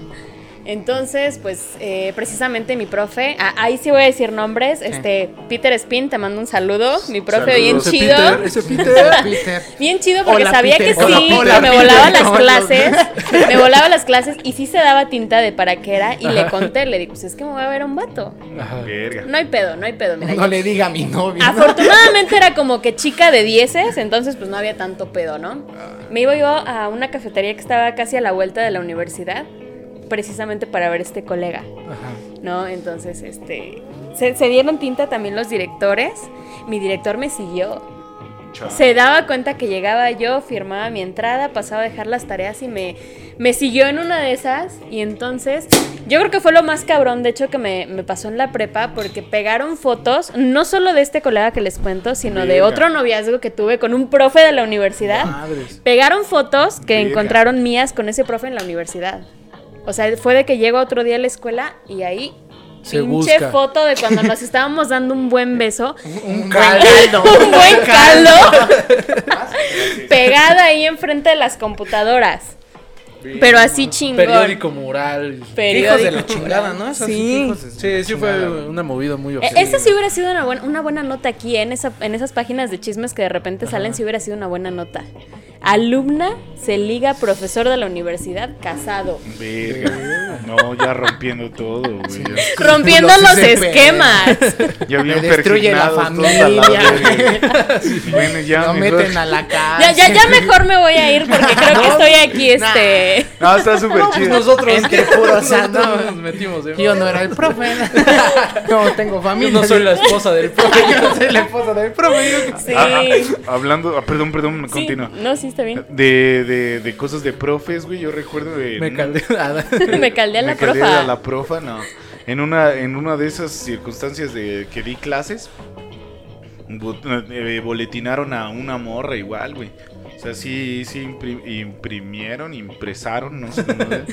Speaker 1: Entonces, pues eh, precisamente mi profe, a- ahí sí voy a decir nombres, este, Peter Spin, te mando un saludo, mi profe bien
Speaker 4: Ese
Speaker 1: chido.
Speaker 4: Peter, ese Peter.
Speaker 2: Peter.
Speaker 1: Bien chido porque
Speaker 2: Hola,
Speaker 1: sabía
Speaker 2: Peter.
Speaker 1: que sí,
Speaker 2: Hola, hola,
Speaker 1: me
Speaker 2: Peter.
Speaker 1: volaba las
Speaker 2: No,
Speaker 1: clases, me volaba las clases y sí se daba tinta de para qué era y le conté, le digo, pues es que me voy a ver a un vato.
Speaker 4: Ajá.
Speaker 3: Verga.
Speaker 1: No hay pedo, no hay pedo, mira.
Speaker 2: No
Speaker 1: yo-
Speaker 2: le diga a mi novio.
Speaker 1: Ah, Afortunadamente era como que chica de dieces, entonces pues no había tanto pedo, ¿no?
Speaker 2: Ah.
Speaker 1: Me iba yo a una cafetería que estaba casi a la vuelta de la universidad, precisamente para ver a este colega.
Speaker 4: Ajá.
Speaker 1: ¿no? Entonces, este, se, se dieron tinta también los directores. Mi director me siguió.
Speaker 3: Chao.
Speaker 1: Se daba cuenta que llegaba yo, firmaba mi entrada, pasaba a dejar las tareas y me, me siguió en una de esas. Y entonces, yo creo que fue lo más cabrón, de hecho, que me, me pasó en la prepa, porque pegaron fotos, no solo de este colega que les cuento, sino de
Speaker 3: Verga.
Speaker 1: otro noviazgo que tuve con un profe de la universidad.
Speaker 4: Madres.
Speaker 1: Pegaron fotos que
Speaker 3: Verga.
Speaker 1: encontraron mías con ese profe en la universidad. O sea, fue de que llego otro día a la escuela y ahí
Speaker 4: Se
Speaker 1: pinche
Speaker 4: busca.
Speaker 1: foto de cuando nos estábamos dando un buen beso,
Speaker 2: Un
Speaker 1: un buen caldo, pegada ahí enfrente de las computadoras. Pero así chingón.
Speaker 4: Periódico mural.
Speaker 1: Periódico.
Speaker 2: Hijos de la chingada, ¿no? Esos
Speaker 4: Sí,
Speaker 2: hijos de su
Speaker 4: sí, sí
Speaker 2: chingada,
Speaker 4: fue
Speaker 2: güey.
Speaker 4: una movida
Speaker 2: E,
Speaker 4: muy
Speaker 1: Eh,
Speaker 4: obscena.
Speaker 1: Esa sí hubiera sido una buena, una buena nota aquí, en, esa, en esas páginas de chismes que de repente salen, sí hubiera sido una buena nota. Alumna se liga a profesor de la universidad casado.
Speaker 3: Verga. No, ya rompiendo todo, güey. Ya-
Speaker 1: Rompiendo
Speaker 2: Los
Speaker 1: los
Speaker 2: CP.
Speaker 1: esquemas.
Speaker 3: Ya bien
Speaker 2: Me destruye la
Speaker 3: persignados, todos a la verga. Bueno, ya
Speaker 2: Lo
Speaker 3: mejor-
Speaker 2: meten a la
Speaker 1: Ya,
Speaker 2: casa.
Speaker 1: ya, ya mejor me voy a ir porque creo que estoy aquí, este.
Speaker 3: No, está súper
Speaker 4: Pues
Speaker 3: chido.
Speaker 4: nosotros
Speaker 2: Entre puros santos.
Speaker 4: nos metimos, ¿eh?
Speaker 2: Yo no era el profe. No tengo
Speaker 4: Yo
Speaker 2: familia.
Speaker 4: no soy la esposa del profe.
Speaker 2: Yo no soy la esposa del profe. yo qué sé.
Speaker 1: Sí.
Speaker 3: Ah, ah, hablando, ah, perdón, perdón,
Speaker 1: Sí,
Speaker 3: continúa.
Speaker 1: No, sí, está bien.
Speaker 3: De, de, de cosas de profes, güey, yo recuerdo de...
Speaker 4: Me caldé nada.
Speaker 1: Me caldea la
Speaker 3: Me caldé
Speaker 1: profa.
Speaker 3: a la profa, no. En una, en una de esas circunstancias de que di clases, bo- eh, boletinaron a una morra igual, güey. O sea, sí, sí impri- imprimieron, impresaron, no sé. cómo era.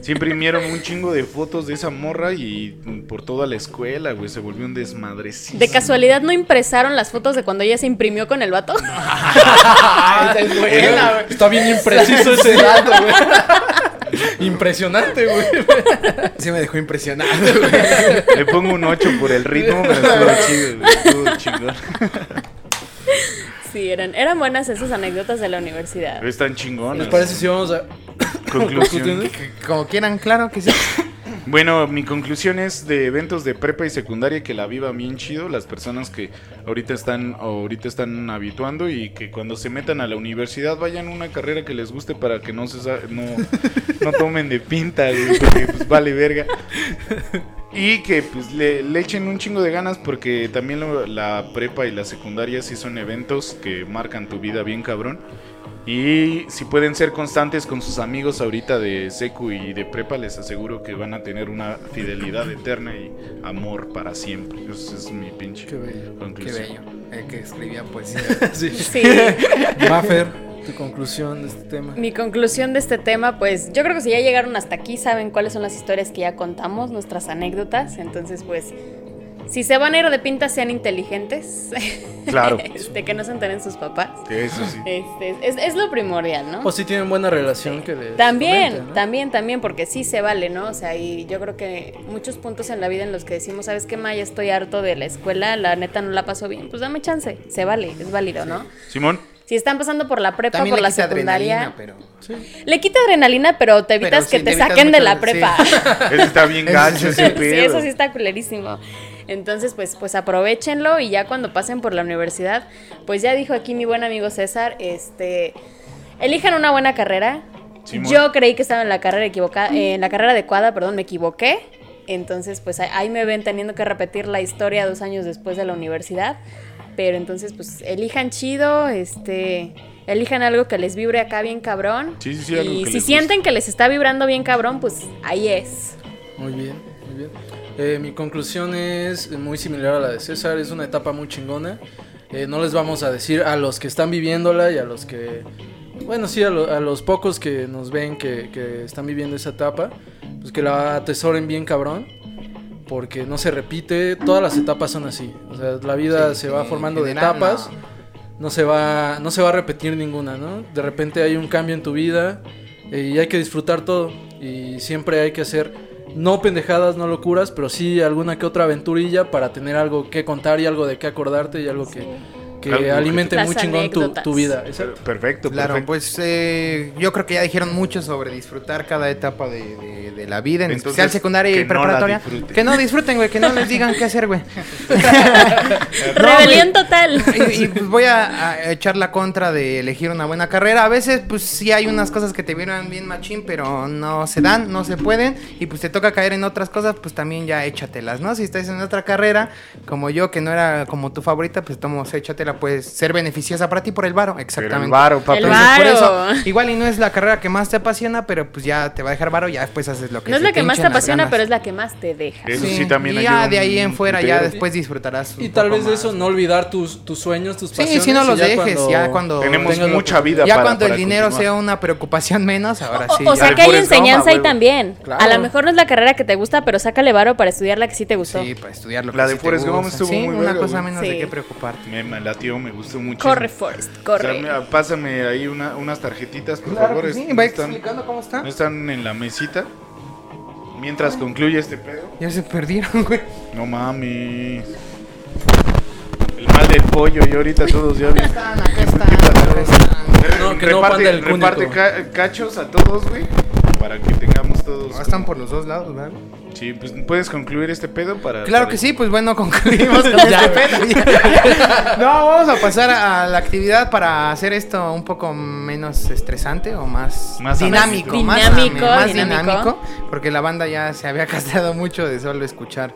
Speaker 3: Sí imprimieron un chingo de fotos de esa morra y por toda la escuela, güey. Se volvió un desmadrecito.
Speaker 1: De casualidad no impresaron las fotos de cuando ella se imprimió con el vato.
Speaker 2: Ah, esa es buena, güey.
Speaker 4: eh, Está bien impreciso ese dato, güey. Impresionante, güey.
Speaker 2: Sí me dejó impresionado.
Speaker 3: Le pongo un 8 por el ritmo, pero estuvo chido, güey. Estuvo chingón.
Speaker 1: Sí, eran, eran buenas esas anécdotas de la universidad.
Speaker 3: Están chingones.
Speaker 4: ¿Les parece si vamos a.
Speaker 3: Conclusión.
Speaker 2: Como quieran, claro que sí.
Speaker 3: Bueno, mi conclusión es de eventos de prepa y secundaria que la viva bien chido las personas que ahorita están ahorita están habituando y que cuando se metan a la universidad vayan a una carrera que les guste para que no se sa- no, no tomen de pinta, güey, porque pues vale verga. Y que pues le, le echen un chingo de ganas porque también lo- la prepa y la secundaria sí son eventos que marcan tu vida bien cabrón. Y si pueden ser constantes con sus amigos ahorita de Secu y de Prepa, les aseguro que van a tener una fidelidad eterna y amor para siempre. Esa es mi pinche
Speaker 4: Qué bello.
Speaker 2: Qué
Speaker 3: conclusión.
Speaker 2: bello. El que escribía poesía.
Speaker 1: Sí.
Speaker 4: Maffer, tu conclusión de este tema.
Speaker 1: Mi conclusión de este tema, pues yo creo que si ya llegaron hasta aquí, saben cuáles son las historias que ya contamos, nuestras anécdotas. Entonces, pues, si se van a ir de pinta, sean inteligentes.
Speaker 3: Claro.
Speaker 1: Este, que no se enteren sus papás.
Speaker 3: Que Eso sí.
Speaker 1: Este, es, es lo primordial, ¿no?
Speaker 4: O si Pues tienen buena relación que este les
Speaker 1: También,
Speaker 4: comenten, ¿no?
Speaker 1: también, también, porque sí se vale, ¿no? O sea, y yo creo que muchos puntos en la vida en los que decimos, ¿sabes qué, Maya? Estoy harto de la escuela, la neta no la paso bien. Pues dame chance, se vale, es válido, ¿no?
Speaker 3: Simón,
Speaker 1: Si están pasando por la prepa,
Speaker 2: También
Speaker 1: por
Speaker 2: le
Speaker 1: la
Speaker 2: quita
Speaker 1: secundaria,
Speaker 2: adrenalina, pero.
Speaker 1: le quita adrenalina, pero te evitas
Speaker 2: Pero sí,
Speaker 1: que
Speaker 2: te
Speaker 1: te,
Speaker 2: evitas
Speaker 1: saquen de
Speaker 2: mucho-
Speaker 1: la
Speaker 2: sí.
Speaker 1: prepa.
Speaker 3: eso está bien
Speaker 2: Eso
Speaker 3: gacho
Speaker 2: sí.
Speaker 3: ese
Speaker 1: sí,
Speaker 3: pedo.
Speaker 1: eso sí está culerísimo. Entonces, pues, pues aprovechenlo y ya cuando pasen por la universidad, pues ya dijo aquí mi buen amigo César, este, elijan una buena carrera.
Speaker 3: Simón.
Speaker 1: Yo creí que estaba en la carrera equivocada, en la carrera adecuada, perdón, me equivoqué. Entonces, pues ahí- ahí me ven teniendo que repetir la historia dos años después de la universidad. Pero entonces, pues elijan chido, este, elijan algo que les vibre acá bien cabrón.
Speaker 3: Sí, sí, sí, algo
Speaker 1: y
Speaker 3: que
Speaker 1: si
Speaker 3: les
Speaker 1: sienten que les está vibrando bien cabrón, pues ahí es.
Speaker 4: Muy bien, muy bien. Eh, mi conclusión es muy similar a la de César, es una etapa muy chingona. Eh, no les vamos a decir a los que están viviéndola y a los que, bueno, sí, a, lo- a los pocos que nos ven que, que están viviendo esa etapa, pues que la atesoren bien cabrón, porque no se repite, todas las etapas son así. O sea, la vida se va
Speaker 2: en
Speaker 4: formando de
Speaker 2: general,
Speaker 4: etapas
Speaker 2: no.
Speaker 4: no se va no se va a repetir ninguna, ¿no? De repente hay un cambio en tu vida eh, y hay que disfrutar todo y siempre hay que hacer no pendejadas, no locuras, pero sí alguna que otra aventurilla para tener algo que contar y algo de qué acordarte y algo que, que
Speaker 3: Algo que-
Speaker 4: alimente
Speaker 1: Las
Speaker 4: muy chingón tu,
Speaker 1: anécdotas.
Speaker 4: tu vida. Exacto.
Speaker 3: Perfecto,
Speaker 2: Claro,
Speaker 3: perfecto.
Speaker 2: pues eh, yo creo que ya dijeron mucho sobre disfrutar cada etapa de, de- de la vida, en
Speaker 3: Entonces,
Speaker 2: especial secundaria
Speaker 3: que
Speaker 2: y
Speaker 3: no la
Speaker 2: preparatoria.
Speaker 3: disfruten.
Speaker 2: que no disfruten, güey, que no les digan qué hacer, güey.
Speaker 3: Eh,
Speaker 1: Rebelión total.
Speaker 2: Y, y, pues voy a, a echar la contra de elegir una buena carrera. A veces, pues sí hay unas cosas que te vieron bien machín, pero no se dan, no se pueden. Y pues te toca caer en otras cosas, pues también ya échatelas, ¿no? Si estás en otra carrera, como yo, que no era como tu favorita, pues tomos, échatela, pues ser beneficiosa para ti por el varo. Exactamente.
Speaker 3: Pero el varo, papá.
Speaker 1: El
Speaker 2: Entonces, por
Speaker 1: varo.
Speaker 2: eso, igual y no es la carrera que más te apasiona, pero pues ya te va a dejar varo, ya después haces lo que
Speaker 1: No es
Speaker 2: se
Speaker 1: la que más te
Speaker 2: hinchen las
Speaker 1: apasiona,
Speaker 2: ganas.
Speaker 1: pero es la que más te deja.
Speaker 3: Eso sí también
Speaker 2: y
Speaker 3: ayuda
Speaker 2: ya
Speaker 3: un
Speaker 2: de ahí en fuera ya
Speaker 3: putero.
Speaker 2: después disfrutarás un
Speaker 4: Y tal
Speaker 2: poco
Speaker 4: vez de
Speaker 2: más.
Speaker 4: eso no olvidar tus, tus sueños, tus
Speaker 2: Sí,
Speaker 4: pasiones.
Speaker 2: si no
Speaker 4: y
Speaker 2: los dejes, ya cuando
Speaker 3: Tenemos
Speaker 4: tengas la
Speaker 3: mucha vida
Speaker 2: ya
Speaker 3: para-
Speaker 2: cuando
Speaker 3: para
Speaker 2: el dinero
Speaker 3: continuar.
Speaker 2: sea una preocupación menos, ahora
Speaker 1: O-
Speaker 2: sí.
Speaker 1: o sea
Speaker 3: Dale,
Speaker 1: que hay
Speaker 3: Forrest Gump,
Speaker 1: enseñanza
Speaker 3: a
Speaker 1: ahí
Speaker 3: huevo.
Speaker 1: también.
Speaker 4: Claro.
Speaker 1: A lo mejor no es la carrera que te gusta, pero sácale varo para estudiar la que sí te gustó.
Speaker 2: Sí, para estudiar lo
Speaker 3: La
Speaker 2: que
Speaker 3: de
Speaker 2: sí te
Speaker 3: Forrest Gump
Speaker 2: gusta.
Speaker 3: estuvo
Speaker 2: Sí,
Speaker 3: muy
Speaker 2: una
Speaker 3: verga,
Speaker 2: cosa
Speaker 3: güey.
Speaker 2: menos
Speaker 1: Sí.
Speaker 2: de qué preocuparte.
Speaker 3: Me malatió, me gustó mucho.
Speaker 1: Corre, Forrest, corre.
Speaker 3: pásame ahí una- unas tarjetitas, por favor.
Speaker 2: sí,
Speaker 3: es-
Speaker 2: va
Speaker 3: están-
Speaker 2: explicando cómo está.
Speaker 3: ¿No están en la mesita? Mientras concluye este pedo.
Speaker 2: Ya se perdieron, güey.
Speaker 3: No mames. El mal del pollo y ahorita todos ya vi-
Speaker 2: Están, acá están, acá están.
Speaker 4: No, que no
Speaker 3: reparte,
Speaker 4: panda el cúnico.
Speaker 3: reparte ca- cachos a todos, güey. Para que tengamos todos.
Speaker 2: Ah, Están por los dos lados, ¿verdad?
Speaker 3: Sí, pues puedes concluir este pedo para.
Speaker 2: Claro
Speaker 3: para-
Speaker 2: que sí, pues bueno, concluimos con este pedo. no, vamos a pasar a la actividad para hacer esto un poco menos estresante o más,
Speaker 3: Más
Speaker 2: dinámico,
Speaker 1: ameno.
Speaker 2: más,
Speaker 1: Dinámico,
Speaker 2: ame- más
Speaker 1: dinámico.
Speaker 2: dinámico, porque la banda ya se había cansado mucho de solo escuchar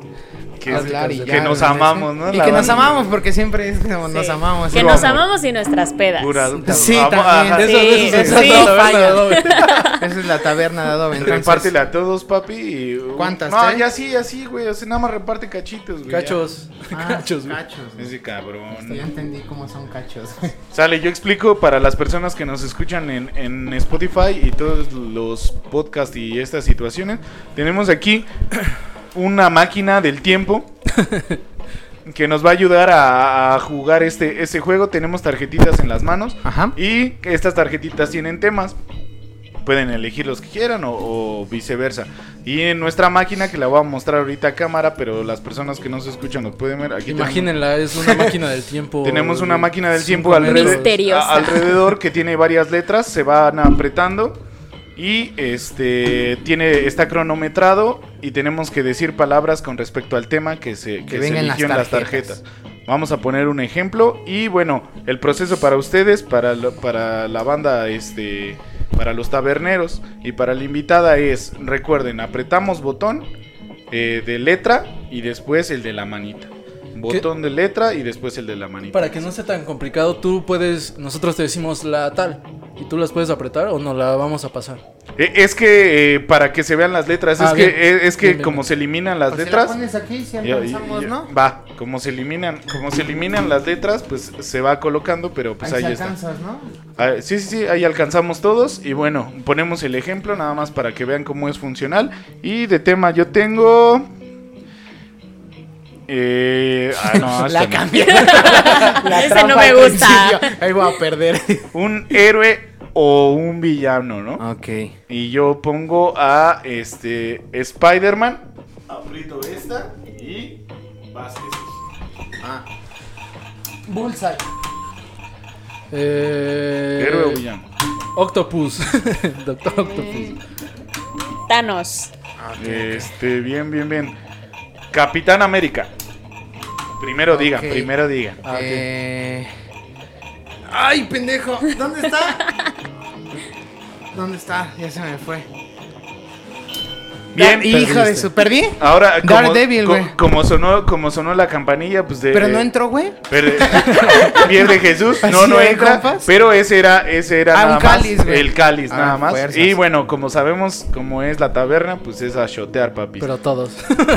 Speaker 3: Que,
Speaker 2: hablar y
Speaker 3: que
Speaker 2: ya,
Speaker 3: nos
Speaker 2: ¿no?
Speaker 3: amamos, ¿no?
Speaker 2: Y
Speaker 3: La
Speaker 2: que nos
Speaker 3: banda.
Speaker 2: amamos porque siempre es como nos
Speaker 1: Sí.
Speaker 2: amamos.
Speaker 1: Que
Speaker 2: Sí,
Speaker 1: nos
Speaker 2: vamos.
Speaker 1: amamos y nuestras pedas.
Speaker 3: Pura-
Speaker 2: Sí,
Speaker 3: Amo-
Speaker 2: también.
Speaker 3: ajá.
Speaker 4: Eso,
Speaker 1: Sí,
Speaker 4: eso,
Speaker 1: sí.
Speaker 4: eso,
Speaker 2: Falla.
Speaker 4: eso, eso, eso.
Speaker 2: Esa es la taberna de Adobe. entonces-
Speaker 3: Repártela a todos, papi. y- uh,
Speaker 2: ¿Cuántas,
Speaker 3: No,
Speaker 2: tres?
Speaker 3: ya sí, ya sí, güey. O sea, nada más reparte cachitos, güey.
Speaker 4: Cachos.
Speaker 2: Ah,
Speaker 4: Cachos, güey.
Speaker 2: cachos.
Speaker 3: ya. Ese cabrón.
Speaker 2: Ya entendí cómo son cachos.
Speaker 3: Sale, yo explico para las personas que nos escuchan en, en Spotify y todos los podcasts y estas situaciones. Tenemos aquí una máquina del tiempo que nos va a ayudar a, a jugar este,
Speaker 2: Pues
Speaker 3: este juego. Tenemos tarjetitas en las manos
Speaker 2: Ajá.
Speaker 3: y estas tarjetitas tienen temas. pueden elegir los que quieran o, o viceversa. Y en nuestra máquina, que la voy a mostrar ahorita a cámara, pero las personas que no se escuchan lo pueden ver. Aquí tenemos-
Speaker 4: Imagínenla, es una máquina del tiempo.
Speaker 3: Tenemos una máquina del
Speaker 4: Cinco
Speaker 3: tiempo
Speaker 4: metros.
Speaker 3: alrededor,
Speaker 1: Misteriosa.
Speaker 3: a- alrededor que tiene varias letras, se van apretando y este tiene está cronometrado y tenemos que decir palabras con respecto al tema que se, que se
Speaker 2: vengan las
Speaker 3: eligió en las
Speaker 2: tarjetas.
Speaker 3: tarjetas. Vamos a poner un ejemplo y bueno, el proceso para ustedes, para, lo- para la banda, este, para los taberneros y para la invitada es, recuerden, apretamos botón eh, de letra y después el de la manita. Botón de letra y después el de la manita.
Speaker 4: Para que no sea tan complicado, tú puedes. Nosotros te decimos la tal. Y tú las puedes apretar o nos la vamos a pasar.
Speaker 3: Eh, Es que eh, para que se vean las letras,
Speaker 4: Ah,
Speaker 3: es, que,
Speaker 4: bien.
Speaker 3: eh, es que
Speaker 4: Bien, bien,
Speaker 3: como
Speaker 4: bien.
Speaker 3: se eliminan las
Speaker 2: Pues si
Speaker 3: letras,
Speaker 2: la pones aquí, si
Speaker 3: ya-
Speaker 2: alcanzamos,
Speaker 3: ya-
Speaker 2: ¿no?
Speaker 3: va, como se eliminan, como se eliminan las letras, pues se va colocando, pero pues
Speaker 2: Ahí
Speaker 3: ahí,
Speaker 2: se
Speaker 3: está.
Speaker 2: alcanzas, ¿no?
Speaker 3: Ah, sí, sí, sí, ahí alcanzamos todos y bueno, ponemos el ejemplo nada más para que vean cómo es funcional y de tema yo tengo eh, ah, no,
Speaker 2: La
Speaker 3: este no.
Speaker 2: cambié. La
Speaker 1: Ese
Speaker 2: trampa
Speaker 1: no me
Speaker 2: al
Speaker 1: gusta.
Speaker 2: principio. Ahí voy a perder.
Speaker 3: un héroe o un villano, ¿no?
Speaker 2: ok.
Speaker 3: Y yo pongo a este Spider-Man. Aprieto esta y Vázquez.
Speaker 2: Bullseye.
Speaker 4: Eh,
Speaker 3: Héroe o villano.
Speaker 4: Octopus. Doctor Octopus.
Speaker 1: Thanos.
Speaker 3: Este, bien, bien, bien. Capitán América. Primero
Speaker 2: Ok.
Speaker 3: digan, primero digan.
Speaker 4: Ah, ok.
Speaker 2: Eh, Ay, pendejo. ¿Dónde está? ¿Dónde está? Ya se me fue.
Speaker 3: Bien, pues,
Speaker 2: Dar- hija de
Speaker 4: perdiste.
Speaker 2: su. ¿Perdí?
Speaker 3: Ahora, como,
Speaker 2: Daredevil,
Speaker 3: co-
Speaker 2: güey.
Speaker 3: como sonó, como sonó la campanilla, pues de.
Speaker 2: Pero no entró, güey.
Speaker 3: pero- pierde Jesús, no,
Speaker 2: Así
Speaker 3: no
Speaker 2: es,
Speaker 3: entra.
Speaker 2: compas.
Speaker 3: Pero ese era, ese era
Speaker 2: Ah,
Speaker 3: nada
Speaker 2: un
Speaker 3: más
Speaker 2: cáliz, güey.
Speaker 3: el cáliz,
Speaker 2: Ah,
Speaker 3: nada más.
Speaker 2: fuerzas.
Speaker 3: Y bueno, como sabemos cómo es la taberna, pues es a shotear, papi.
Speaker 4: Pero todos. Oh.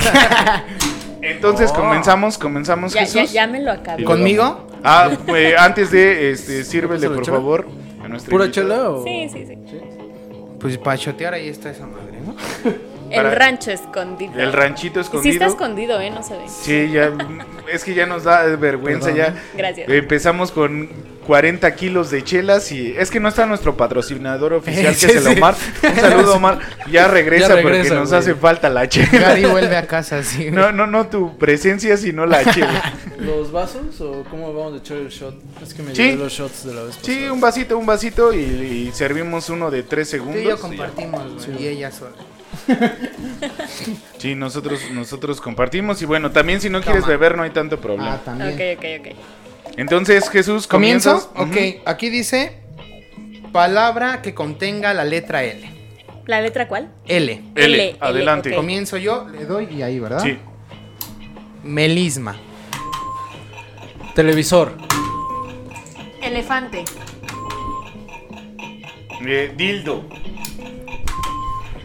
Speaker 3: Entonces comenzamos, comenzamos
Speaker 1: Ya, ya,
Speaker 3: Jesús.
Speaker 1: ya me lo acabé.
Speaker 3: Y
Speaker 2: Con-
Speaker 1: ¿Con
Speaker 2: ¿Conmigo?
Speaker 3: Ah, pues, antes de, este, sírvele
Speaker 4: ¿Le
Speaker 3: por
Speaker 4: puso la
Speaker 3: favor a nuestra
Speaker 4: ¿Pura
Speaker 3: invitada.
Speaker 4: chela o.?
Speaker 1: Sí, sí, sí.
Speaker 2: Pues para chotear ahí está esa madre, ¿no?
Speaker 3: Para-
Speaker 1: El rancho escondido.
Speaker 3: El ranchito
Speaker 1: Y Sí
Speaker 3: escondido.
Speaker 1: está escondido, ¿eh? No se ve.
Speaker 3: Sí, ya, es que ya nos da vergüenza
Speaker 4: Perdón. ¿eh?
Speaker 3: ya. Eh,
Speaker 1: Gracias.
Speaker 3: Empezamos con 40 kilos de chelas y es que no está nuestro patrocinador oficial que
Speaker 2: Sí,
Speaker 3: es
Speaker 2: sí.
Speaker 3: el Omar. Un saludo Omar. Ya regresa,
Speaker 4: Ya regresa,
Speaker 3: porque nos
Speaker 4: güey.
Speaker 3: hace falta la chela.
Speaker 2: Gary vuelve a casa así.
Speaker 3: No, no, no tu presencia, sino la chela.
Speaker 4: ¿Los vasos o cómo vamos a echar el shot? Es que me
Speaker 3: Sí.
Speaker 4: llevé los shots de la vez
Speaker 3: Sí,
Speaker 4: pasada.
Speaker 3: un vasito, un vasito y, y servimos uno de 3
Speaker 2: Tú
Speaker 3: segundos.
Speaker 2: y yo
Speaker 3: y ya.
Speaker 2: compartimos, güey. Y ella sola.
Speaker 3: Sí, nosotros, nosotros compartimos y bueno, también si no quieres
Speaker 2: Toma.
Speaker 3: beber no hay tanto problema.
Speaker 2: Ah, también.
Speaker 1: Ok, ok, ok.
Speaker 3: Entonces, Jesús, comienzas.
Speaker 2: ¿Comienzo?
Speaker 3: Ujú.
Speaker 2: Ok, aquí dice palabra que contenga la letra L.
Speaker 1: ¿La letra cuál?
Speaker 2: L.
Speaker 3: L,
Speaker 1: L,
Speaker 3: adelante.
Speaker 1: ok.
Speaker 2: Comienzo yo, le doy y ahí, ¿verdad?
Speaker 3: Sí.
Speaker 2: Melisma.
Speaker 4: Televisor.
Speaker 1: Elefante.
Speaker 3: Eh, dildo.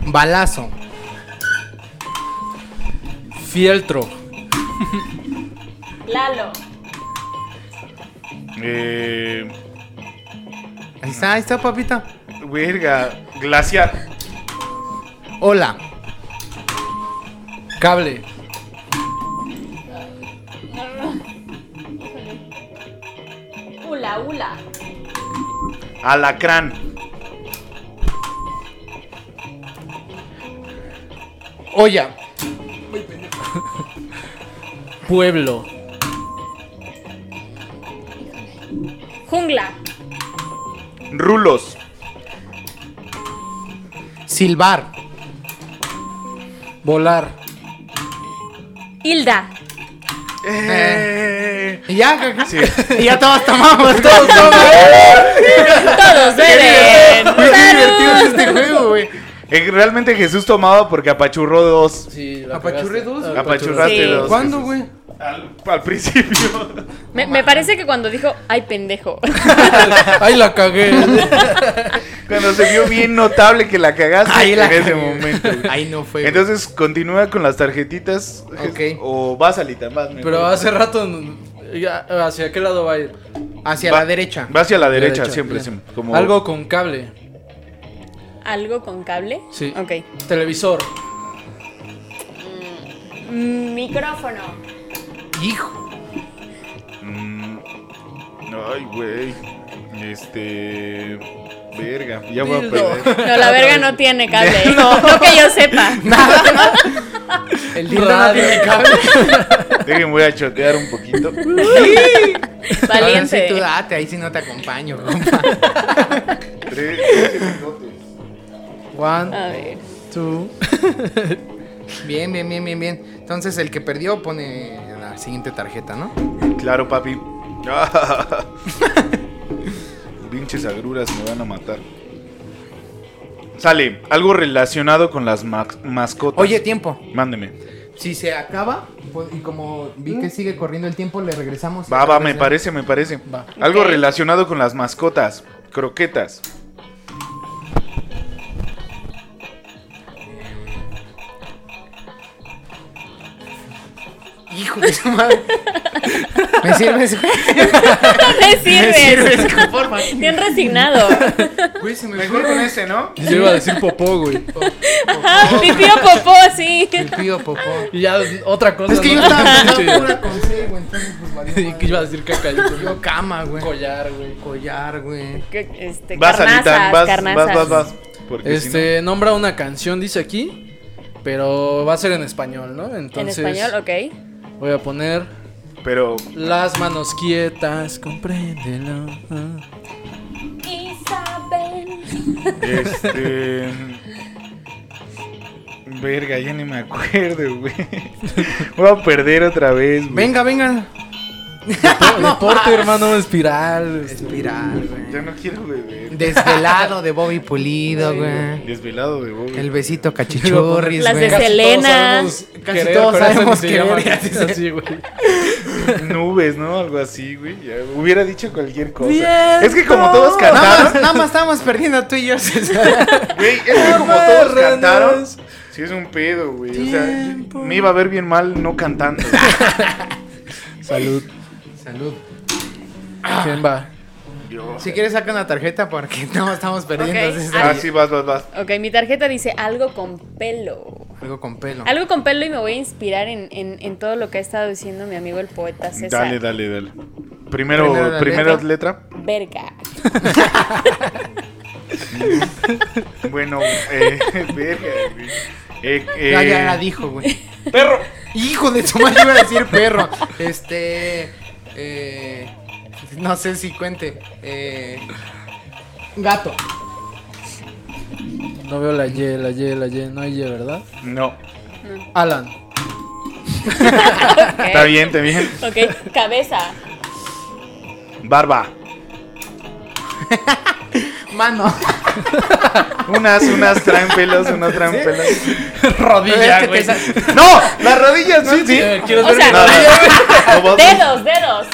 Speaker 2: Balazo.
Speaker 4: Fieltro.
Speaker 1: Lalo.
Speaker 3: Eh,
Speaker 2: Ahí está, ahí está, papita.
Speaker 3: verga. Glaciar.
Speaker 2: Hola.
Speaker 4: Cable.
Speaker 1: Ula, ula.
Speaker 3: Alacrán.
Speaker 2: Olla.
Speaker 4: Pueblo.
Speaker 1: Jungla.
Speaker 3: Rulos.
Speaker 2: Silbar.
Speaker 4: Volar.
Speaker 1: Hilda.
Speaker 3: Eh.
Speaker 2: Y ya, caca.
Speaker 3: Sí.
Speaker 2: Y ya todos tomamos, todos tomamos.
Speaker 1: Todos beben.
Speaker 2: Qué divertido es
Speaker 1: Salud.
Speaker 2: este juego, güey.
Speaker 3: Eh, realmente Jesús tomaba porque apachurró dos.
Speaker 4: Sí,
Speaker 2: Apachurré dos.
Speaker 3: Apachurraste
Speaker 1: Sí.
Speaker 3: dos.
Speaker 2: ¿Cuándo,
Speaker 3: Jesús.
Speaker 2: güey?
Speaker 3: Al, al principio.
Speaker 1: Me, me parece que cuando dijo, ay, pendejo.
Speaker 4: Ay, la cagué.
Speaker 3: Cuando se vio bien notable que la cagaste en ese momento. güey.
Speaker 2: Ahí no fue. güey.
Speaker 3: Entonces continúa con las tarjetitas. Jes-
Speaker 2: Ok.
Speaker 3: O vas a Lita, más.
Speaker 4: Pero hace rato. ya, ¿Hacia qué lado va a ir?
Speaker 2: hacia
Speaker 3: va-
Speaker 2: la derecha.
Speaker 3: Va hacia la derecha,
Speaker 4: Derecha,
Speaker 3: siempre,
Speaker 4: bien.
Speaker 3: siempre. Como
Speaker 4: Algo con cable.
Speaker 1: ¿Algo con cable?
Speaker 4: Sí.
Speaker 1: Ok.
Speaker 4: Televisor.
Speaker 1: Micrófono.
Speaker 2: Hijo.
Speaker 3: Mm, ay, güey. Este. Verga, ya voy a
Speaker 4: Dildo.
Speaker 3: perder.
Speaker 1: No, la verga no tiene cable. No, que yo sepa.
Speaker 4: El
Speaker 2: Radio.
Speaker 3: Déjenme, voy a chotear un poquito.
Speaker 2: Ahora sí,
Speaker 1: Valiente.
Speaker 2: tú date, ahí sí no te acompaño, compa.
Speaker 3: Tres,
Speaker 2: One,
Speaker 1: A ver.
Speaker 4: Tú.
Speaker 2: Bien, bien, bien, bien, bien. Entonces el que perdió pone la siguiente tarjeta, ¿no?
Speaker 3: Claro, papi. Pinches agruras me van a matar. Sale, algo relacionado con las ma- mascotas.
Speaker 2: Oye, tiempo.
Speaker 3: Mándeme.
Speaker 2: Si se acaba, pues, y como vi que sigue corriendo el tiempo, le regresamos.
Speaker 3: Va, va, me
Speaker 2: Regresamos.
Speaker 3: parece, me parece.
Speaker 2: Va.
Speaker 3: Algo
Speaker 1: Ok.
Speaker 3: relacionado con las mascotas. Croquetas.
Speaker 2: Hijo de su madre. ¿Me sirves?
Speaker 1: No me
Speaker 2: ¿Me
Speaker 1: sirves.
Speaker 2: sirves? Por favor.
Speaker 1: Bien resignado.
Speaker 2: Güey, se me
Speaker 3: Mejor con
Speaker 2: fue.
Speaker 3: ese, ¿no?
Speaker 4: Yo iba a decir popó, güey.
Speaker 1: Ajá, mi tío popó, sí.
Speaker 2: El pío popó.
Speaker 4: Y ya otra cosa.
Speaker 2: Es que
Speaker 4: ¿no?
Speaker 2: yo estaba
Speaker 4: Pinche-
Speaker 2: pensando pura con C, güey, entonces pues valió
Speaker 4: Y que iba a
Speaker 2: madre.
Speaker 4: decir caca. yo creo.
Speaker 2: Yo cama, güey.
Speaker 4: Collar, güey.
Speaker 2: Collar, güey.
Speaker 1: Que- Este,
Speaker 3: Vas, Alitán,
Speaker 1: carnazas,
Speaker 3: vas,
Speaker 1: carnazas.
Speaker 3: vas, vas, vas. Porque si
Speaker 4: Este, nombra una canción, dice aquí. Pero va a ser en español, ¿no?
Speaker 1: En
Speaker 4: Entonces.
Speaker 1: español, ok.
Speaker 4: Voy a poner.
Speaker 3: no- Pero
Speaker 4: Las manos quietas, compréndelo. Ah.
Speaker 1: Isabel.
Speaker 3: Este. Verga, ya ni me acuerdo, güey. Voy a perder otra vez, güey.
Speaker 2: Venga, venga.
Speaker 4: Depor- Deporte, hermano, espiral. este.
Speaker 2: Ah, Espiral,
Speaker 3: Ya
Speaker 2: güey.
Speaker 3: no quiero beber.
Speaker 2: Desvelado de Bobby Pulido, güey.
Speaker 3: Desvelado de Bobby.
Speaker 2: El besito cachichurris,
Speaker 1: Las
Speaker 2: güey.
Speaker 1: de
Speaker 4: Casi todos
Speaker 1: Selena.
Speaker 4: sabemos
Speaker 2: Casi todos
Speaker 4: pero ese
Speaker 2: sabemos
Speaker 4: ni se
Speaker 2: querer,
Speaker 4: llama
Speaker 2: así se-
Speaker 4: así, güey.
Speaker 3: Nubes, ¿no? Algo así, güey. Ya, Hubiera dicho cualquier cosa.
Speaker 4: Viento.
Speaker 3: Es que como todos
Speaker 2: Nada
Speaker 3: cantaron.
Speaker 2: más, nada más estábamos perdiendo tú y yo. César.
Speaker 3: Güey, es que como todos
Speaker 4: Marranos.
Speaker 3: cantaron. Sí, es un pedo, güey. O sea,
Speaker 4: Tiempo.
Speaker 3: me iba a ver bien mal no cantando.
Speaker 4: Salud.
Speaker 2: Salud.
Speaker 4: ¿Quién va?
Speaker 3: Dios.
Speaker 2: Si quieres saca una tarjeta porque no estamos perdiendo.
Speaker 1: Ok.
Speaker 2: César.
Speaker 3: Ah, sí, vas, vas, vas.
Speaker 1: Ok, mi tarjeta dice algo con pelo.
Speaker 2: Algo con pelo.
Speaker 1: Algo con pelo y me voy a inspirar en, en- en todo lo que ha estado diciendo mi amigo el poeta César.
Speaker 3: Dale, dale, dale. Primero,
Speaker 2: Primero la
Speaker 3: primera letra.
Speaker 1: Verga.
Speaker 3: Bueno, eh, verga, güey. Eh, eh,
Speaker 2: Ya, ya la dijo, güey.
Speaker 3: Perro.
Speaker 2: Hijo de su madre, iba a decir perro. Este. eh, no sé si cuente. eh, gato.
Speaker 4: No veo la Y, la Y, la Y. No hay Y, ¿verdad?
Speaker 3: No.
Speaker 4: Alan.
Speaker 1: Ok.
Speaker 3: Está bien, está bien.
Speaker 1: Ok, cabeza.
Speaker 3: Barba.
Speaker 2: Mano.
Speaker 3: Unas, unas traen pelos, unas traen pelos.
Speaker 2: Es que
Speaker 4: Rodilla,
Speaker 2: te sa-
Speaker 3: ¡No! Las rodillas, ¿no? Sí.
Speaker 4: Eh, ¿Quieres
Speaker 1: O
Speaker 4: ver
Speaker 1: sea,
Speaker 4: mi-
Speaker 3: No, no. No, vos-
Speaker 1: Dedos, dedos.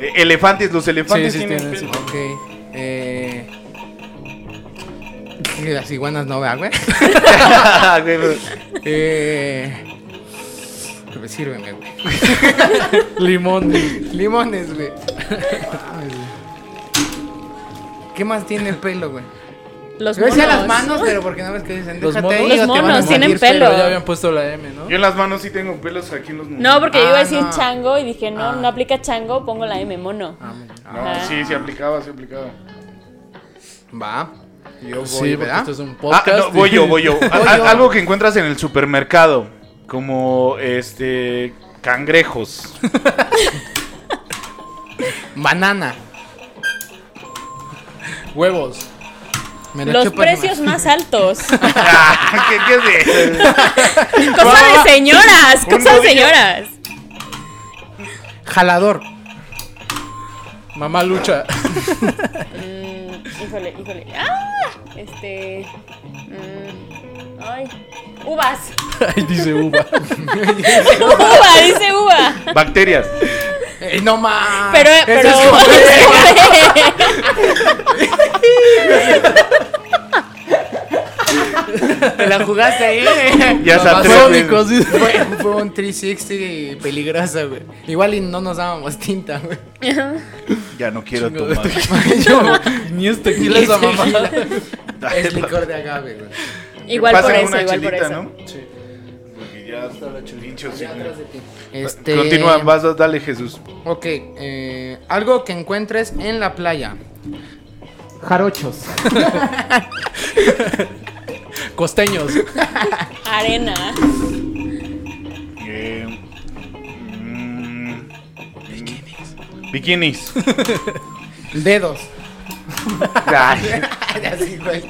Speaker 3: Eh, Elefantes, los elefantes
Speaker 4: Sí, sí,
Speaker 3: tienen
Speaker 4: tienen,
Speaker 3: pelos.
Speaker 2: Ok. Eh, que las iguanas no vean, güey.
Speaker 3: Güey, güey.
Speaker 2: Eh, sírveme, güey.
Speaker 4: Limón.
Speaker 2: Limones, güey. ¿Qué más tiene el pelo, güey?
Speaker 1: Los
Speaker 2: Yo decía las
Speaker 1: monos.
Speaker 2: manos, pero porque no ves que dicen.
Speaker 4: Los
Speaker 2: déjate
Speaker 4: monos.
Speaker 2: ir,
Speaker 4: Los
Speaker 2: o te van a
Speaker 1: eh, monos tienen
Speaker 2: morir,
Speaker 1: pelo.
Speaker 4: Pero ya habían puesto la M, ¿no?
Speaker 3: Yo en las manos sí tengo pelos aquí en los muslos.
Speaker 1: No, porque yo iba a
Speaker 2: Ah,
Speaker 1: decir
Speaker 2: no.
Speaker 1: chango y dije, no,
Speaker 2: Ah.
Speaker 1: no aplica chango, pongo la M, mono.
Speaker 3: No,
Speaker 1: Ah.
Speaker 3: sí, sí aplicaba, sí aplicaba.
Speaker 2: Va. Yo voy,
Speaker 4: Sí, porque
Speaker 2: ¿verdad?
Speaker 4: esto es un
Speaker 3: Ah,
Speaker 4: podcast.
Speaker 3: no, voy yo, voy yo. A-
Speaker 2: Voy
Speaker 3: a-
Speaker 2: yo.
Speaker 3: Algo que encuentras en el supermercado. Como este. Cangrejos.
Speaker 2: Banana.
Speaker 4: Huevos.
Speaker 2: Me la
Speaker 1: Los
Speaker 2: chupas, mamá.
Speaker 1: precios más altos.
Speaker 3: Ah, ¿Qué, qué es eso?
Speaker 1: Cosa de señoras,
Speaker 3: Un
Speaker 1: cosa de
Speaker 3: rodillo.
Speaker 1: señoras.
Speaker 2: Jalador.
Speaker 4: Mamá lucha.
Speaker 1: Mm, híjole, híjole. ¡Ah! Este. mm, ay. Uvas.
Speaker 4: Ahí dice uva.
Speaker 1: Uva, dice uva.
Speaker 3: Bacterias.
Speaker 2: Eh, no más.
Speaker 1: Pero, pero. este,
Speaker 2: Te la jugaste ahí. eh.
Speaker 3: Ya se atreven.
Speaker 4: Babasónicos, dice.
Speaker 2: Fue, fue un 360 peligroso, güey. Igual y no nos dábamos tinta, güey.
Speaker 3: Ya no quiero
Speaker 4: Chingo de
Speaker 3: tomar.
Speaker 4: Yo, Ni es tequila esa mamada.
Speaker 2: Es licor de agave, güey.
Speaker 1: igual por
Speaker 3: Pasen
Speaker 1: eso,
Speaker 3: una
Speaker 1: igual por
Speaker 3: chelita,
Speaker 1: eso.
Speaker 3: ¿no?
Speaker 4: Sí.
Speaker 3: Porque ya está la chulincho. Sí,
Speaker 2: Este...
Speaker 3: Continúa, vas, vas, dale Jesús.
Speaker 2: Ok, eh, algo que encuentres en la playa. jarochos.
Speaker 4: Costeños.
Speaker 1: Arena.
Speaker 3: Eh, mm, bikinis.
Speaker 2: Dedos.
Speaker 3: Ay,
Speaker 2: Así, güey.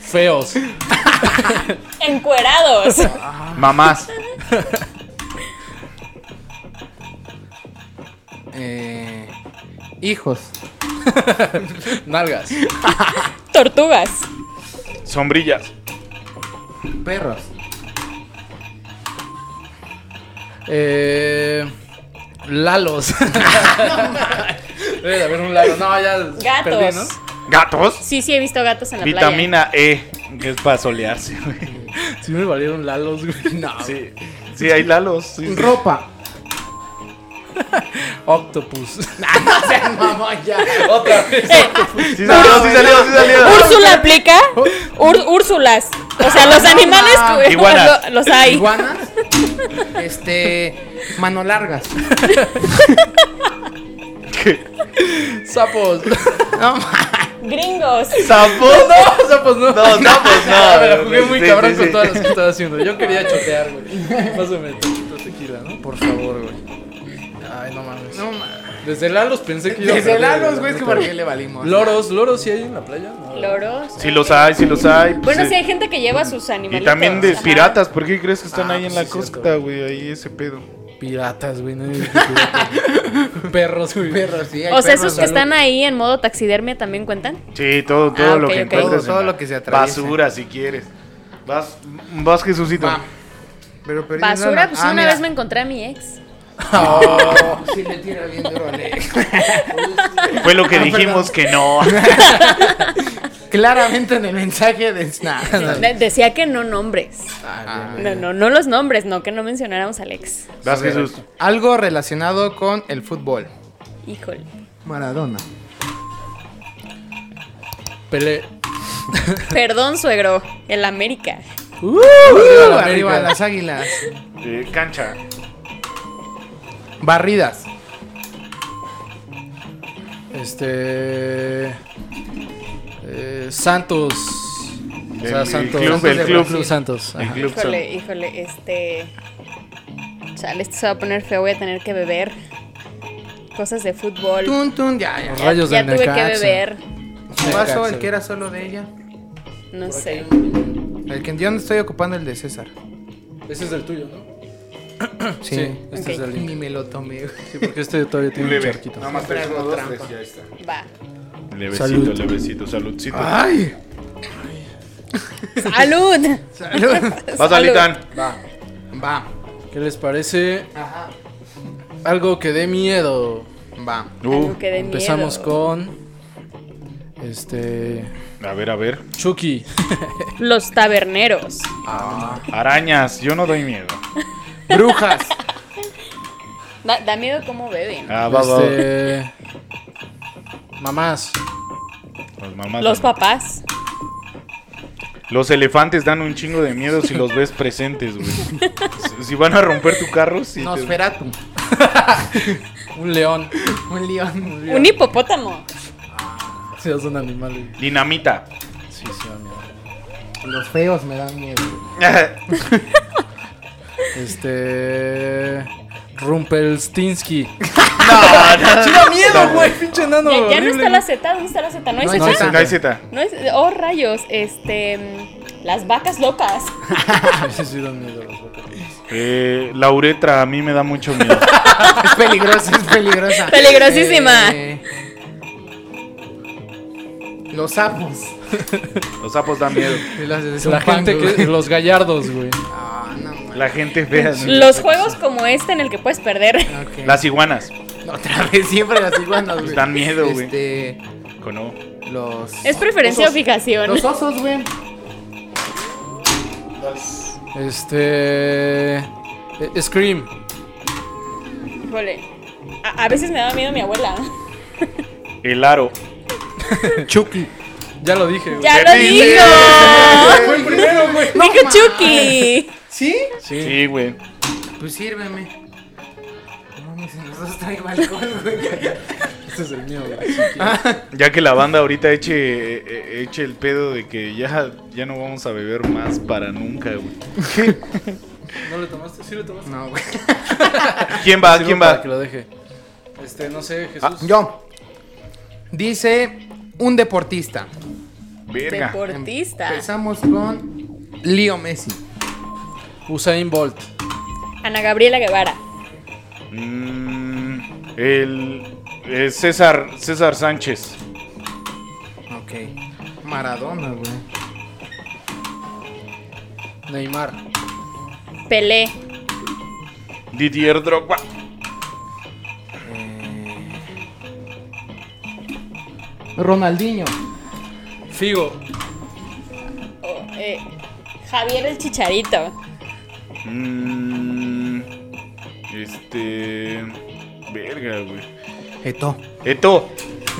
Speaker 4: Feos.
Speaker 1: Encuerados.
Speaker 3: Mamás.
Speaker 2: Eh, hijos.
Speaker 4: Nalgas.
Speaker 1: Tortugas.
Speaker 3: Sombrillas.
Speaker 2: Perros.
Speaker 4: Eh, Lalos. Debe de haber un Lalo. No, ya.
Speaker 1: Gatos.
Speaker 4: perdí, ¿no?
Speaker 3: Gatos.
Speaker 1: Sí, sí, he visto gatos en la playa.
Speaker 3: Vitamina E. Que es para solearse, güey.
Speaker 4: Sí me valieron Lalos, güey. No.
Speaker 3: Sí. Sí, hay lalos. sí, sí.
Speaker 2: Ropa.
Speaker 4: Octopus.
Speaker 3: Eh. Sí salió, sí salió, sí salió.
Speaker 1: Úrsula aplica. Úr- Úrsulas. O sea, los animales que-
Speaker 3: Iguanas.
Speaker 1: lo- los hay.
Speaker 2: Iguanas. Este. Mano largas.
Speaker 4: Sapos.
Speaker 2: No, ma-
Speaker 1: Gringos.
Speaker 3: ¿Sapos?
Speaker 4: No, sapos no. Ah,
Speaker 3: No, sapos no.
Speaker 4: Me la jugué muy
Speaker 3: Sí,
Speaker 4: cabrón
Speaker 3: sí,
Speaker 4: con
Speaker 3: sí.
Speaker 4: todas las que estaba haciendo. Yo quería chotear, güey. Pásame tantito tequila, ¿no? Por favor, güey. Ay, no mames.
Speaker 2: no, ma-
Speaker 4: Desde Lalos pensé que iba a
Speaker 2: Desde
Speaker 4: perder,
Speaker 2: Lalos, güey, es que
Speaker 4: la neta.
Speaker 2: para qué le valimos.
Speaker 4: Loros, loros sí hay en la playa. No.
Speaker 1: Loros.
Speaker 3: Sí los hay, sí los hay. pues,
Speaker 1: Bueno, sí,
Speaker 3: eh,
Speaker 1: hay gente que lleva sus
Speaker 3: Y
Speaker 1: animalitos.
Speaker 3: también de
Speaker 1: Ajá.
Speaker 3: piratas, ¿por qué crees que están
Speaker 4: Ah,
Speaker 3: ahí
Speaker 4: pues
Speaker 3: en la
Speaker 4: sí, cierto.
Speaker 3: costa, güey? Ahí ese pedo.
Speaker 4: Piratas, güey. nadie dice piratas, güey. perros, güey.
Speaker 2: Perros, sí, hay
Speaker 1: O sea,
Speaker 2: perros,
Speaker 1: esos que
Speaker 2: algo.
Speaker 1: están ahí en modo taxidermia también cuentan.
Speaker 3: Sí, todo, todo
Speaker 1: Ah,
Speaker 3: lo
Speaker 1: ok,
Speaker 3: que
Speaker 1: ok.
Speaker 3: encuentres.
Speaker 2: Todo, todo
Speaker 3: en la
Speaker 2: lo que se atraviese.
Speaker 3: Basura, si quieres. Vas, vas Jesucito.
Speaker 1: Ah.
Speaker 2: Va. Pero perdí
Speaker 1: Basura,
Speaker 2: nada.
Speaker 1: pues
Speaker 2: Ah,
Speaker 1: una
Speaker 2: mira.
Speaker 1: vez me encontré a mi ex.
Speaker 2: Oh, sí le tira bien duro al ex.
Speaker 3: Fue lo que
Speaker 2: Ah,
Speaker 3: dijimos que no.
Speaker 2: Claramente en el mensaje de Snap.
Speaker 1: De- decía que no nombres.
Speaker 2: Ah,
Speaker 1: No, no, no los nombres, no, que no mencionáramos al ex.
Speaker 3: Vas Jesús.
Speaker 2: Algo relacionado con el fútbol.
Speaker 1: Híjole.
Speaker 2: Maradona.
Speaker 4: Pele.
Speaker 1: Perdón, suegro. El América.
Speaker 4: Uh,
Speaker 2: Uh,
Speaker 4: la
Speaker 2: arriba
Speaker 4: América.
Speaker 2: las águilas.
Speaker 3: Eh, cancha.
Speaker 2: Barridas.
Speaker 4: Este. eh, Santos. O sea,
Speaker 3: El- el
Speaker 4: Santos.
Speaker 3: club,
Speaker 4: Santos
Speaker 3: el
Speaker 4: de
Speaker 3: club.
Speaker 4: Veracruz, Santos.
Speaker 3: El
Speaker 4: ajá.
Speaker 3: club
Speaker 1: Híjole, híjole, este. Chale, esto se va a poner feo, voy a tener que beber. Cosas de fútbol.
Speaker 2: Tun, tun, ya, ya.
Speaker 1: Ya,
Speaker 4: Rayos
Speaker 1: ya
Speaker 4: del
Speaker 1: tuve que
Speaker 4: Necaxa.
Speaker 1: beber.
Speaker 2: Su vaso, el
Speaker 4: Necaxa.
Speaker 2: que era solo de ella.
Speaker 1: No sé.
Speaker 2: El que yo no estoy ocupando el de César.
Speaker 4: Ese es el tuyo, ¿no?
Speaker 2: Sí.
Speaker 4: este
Speaker 1: Ok.
Speaker 4: es del
Speaker 2: Ni me lo tomé.
Speaker 4: Sí, porque este todavía
Speaker 3: Un
Speaker 4: tiene un
Speaker 3: leve.
Speaker 4: charquito.
Speaker 3: Nada más
Speaker 2: Siempre
Speaker 3: tres,
Speaker 2: hago
Speaker 3: uno, dos,
Speaker 2: trampa.
Speaker 3: tres, ya está.
Speaker 1: Va.
Speaker 3: Levecito,
Speaker 4: Salud.
Speaker 3: levecito, saludcito.
Speaker 1: Ah,
Speaker 2: ¡Ay!
Speaker 1: ¡Salud!
Speaker 2: Salud.
Speaker 3: Vas,
Speaker 1: Salud.
Speaker 3: Alitan.
Speaker 2: Va. Va.
Speaker 4: ¿Qué les parece?
Speaker 2: Ajá.
Speaker 4: Algo que dé miedo.
Speaker 2: Va.
Speaker 3: Uh,
Speaker 1: Algo que dé
Speaker 4: Empezamos
Speaker 1: miedo.
Speaker 4: con. Este.
Speaker 3: A ver, a ver.
Speaker 4: Chucky.
Speaker 1: Los taberneros.
Speaker 3: Arañas, yo no doy miedo.
Speaker 2: Brujas.
Speaker 1: Da, da miedo cómo beben.
Speaker 3: Ah, va, va.
Speaker 4: Este. Mamás.
Speaker 3: Los mamás.
Speaker 1: Los papás.
Speaker 3: Los elefantes dan un chingo de miedo si los ves presentes, güey. Si- si van a romper tu carro, sí. te-
Speaker 2: Nosferatu.
Speaker 4: Un león.
Speaker 2: Un león.
Speaker 1: Un hipopótamo.
Speaker 4: Si es un animal. güey.
Speaker 3: Dinamita.
Speaker 4: Sí, sí, da miedo.
Speaker 2: Los feos me dan miedo.
Speaker 3: Ah,
Speaker 4: Este. Rumpelstinsky.
Speaker 3: no, no.
Speaker 4: miedo, güey! ¡Pinche enano!
Speaker 1: Ya, ya no está la Z. ¿Dónde está la Z? ¿No hay
Speaker 2: No hay
Speaker 1: Z?
Speaker 2: zeta.
Speaker 3: No, hay zeta.
Speaker 1: No es, oh, rayos, este. mm, Las vacas locas.
Speaker 4: Sí, sí, dan miedo las vacas.
Speaker 3: Eh, la uretra a mí me da mucho miedo.
Speaker 2: Es peligrosa, es peligrosa.
Speaker 1: Peligrosísima.
Speaker 2: Eh, los sapos.
Speaker 3: Los sapos dan miedo.
Speaker 4: La gente que. Los gallardos, güey.
Speaker 2: Ah, no, man.
Speaker 3: La gente fea. ¿no?
Speaker 1: Los juegos como este en el que puedes perder.
Speaker 2: Ah, Ok.
Speaker 3: Las iguanas.
Speaker 2: Otra vez, siempre las iguanas, güey.
Speaker 3: Pues dan miedo, güey.
Speaker 2: Este.
Speaker 3: ¿O no?
Speaker 2: Los.
Speaker 1: ¿Es preferencia
Speaker 2: osos.
Speaker 1: o fijación?
Speaker 2: Los osos, güey.
Speaker 4: Este. eh, Scream.
Speaker 1: Híjole. A, a veces me daba miedo mi abuela.
Speaker 3: El aro.
Speaker 4: Chucky. Ya lo dije, güey.
Speaker 1: ¡Ya lo
Speaker 3: Perdiste.
Speaker 1: dijo!
Speaker 2: Fue el primero, güey.
Speaker 1: ¡Dijo Chucky!
Speaker 2: ¿Sí?
Speaker 4: Sí.
Speaker 3: Sí, güey.
Speaker 2: Pues sírveme. No mames, se nos dos traigo alcohol, güey.
Speaker 4: Este es el mío, güey. si quieres.
Speaker 3: Ya que la banda ahorita eche, eh, eh, eche el pedo de que ya, ya no vamos a beber más para nunca, güey.
Speaker 4: ¿No le tomaste? ¿Sí le tomaste?
Speaker 2: No, güey.
Speaker 3: ¿Quién va?
Speaker 4: Sirve
Speaker 3: Ah, ¿Quién
Speaker 4: para
Speaker 3: va?
Speaker 4: que lo deje. Este, no sé, Jesús.
Speaker 2: Ah, yo. Dice un deportista.
Speaker 3: Verga.
Speaker 1: Deportista.
Speaker 2: Empezamos con Leo Messi.
Speaker 4: Usain Bolt.
Speaker 1: Ana Gabriela Guevara.
Speaker 3: Mm, el eh, César, César Sánchez.
Speaker 2: Ok. Maradona, güey.
Speaker 4: Neymar.
Speaker 1: Pelé.
Speaker 3: Didier Drogba.
Speaker 2: Eh. Ronaldinho.
Speaker 4: Figo.
Speaker 1: Oh, eh, Javier el Chicharito.
Speaker 3: Mm, este. Verga, güey.
Speaker 2: Eto.
Speaker 3: Eto.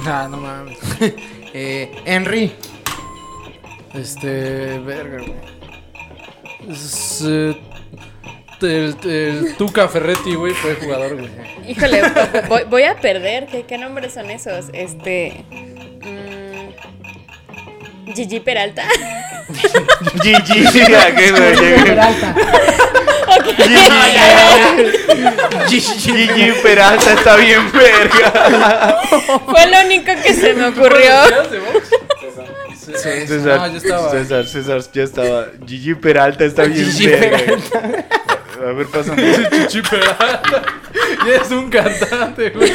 Speaker 4: Ah, no mames.
Speaker 2: Eh, Henry.
Speaker 4: Este, verga, güey. Es, eh, el, el Tuca Ferretti, güey, fue jugador, güey.
Speaker 1: Híjole, vo- voy, voy a perder. ¿Qué, qué nombres son esos? Este. mm, Gigi Peralta.
Speaker 3: Gigi. ¿a qué, güey?
Speaker 1: Ok.
Speaker 3: Gigi. Gigi Peralta está bien verga.
Speaker 1: Fue lo único que se me ocurrió.
Speaker 4: Sí,
Speaker 3: César,
Speaker 4: no, yo estaba.
Speaker 3: César, César, ya estaba. Gigi Peralta está bien
Speaker 4: Gigi
Speaker 3: verga. A ver, pásame.
Speaker 4: Chichi Peralta. Ya es un cantante, güey.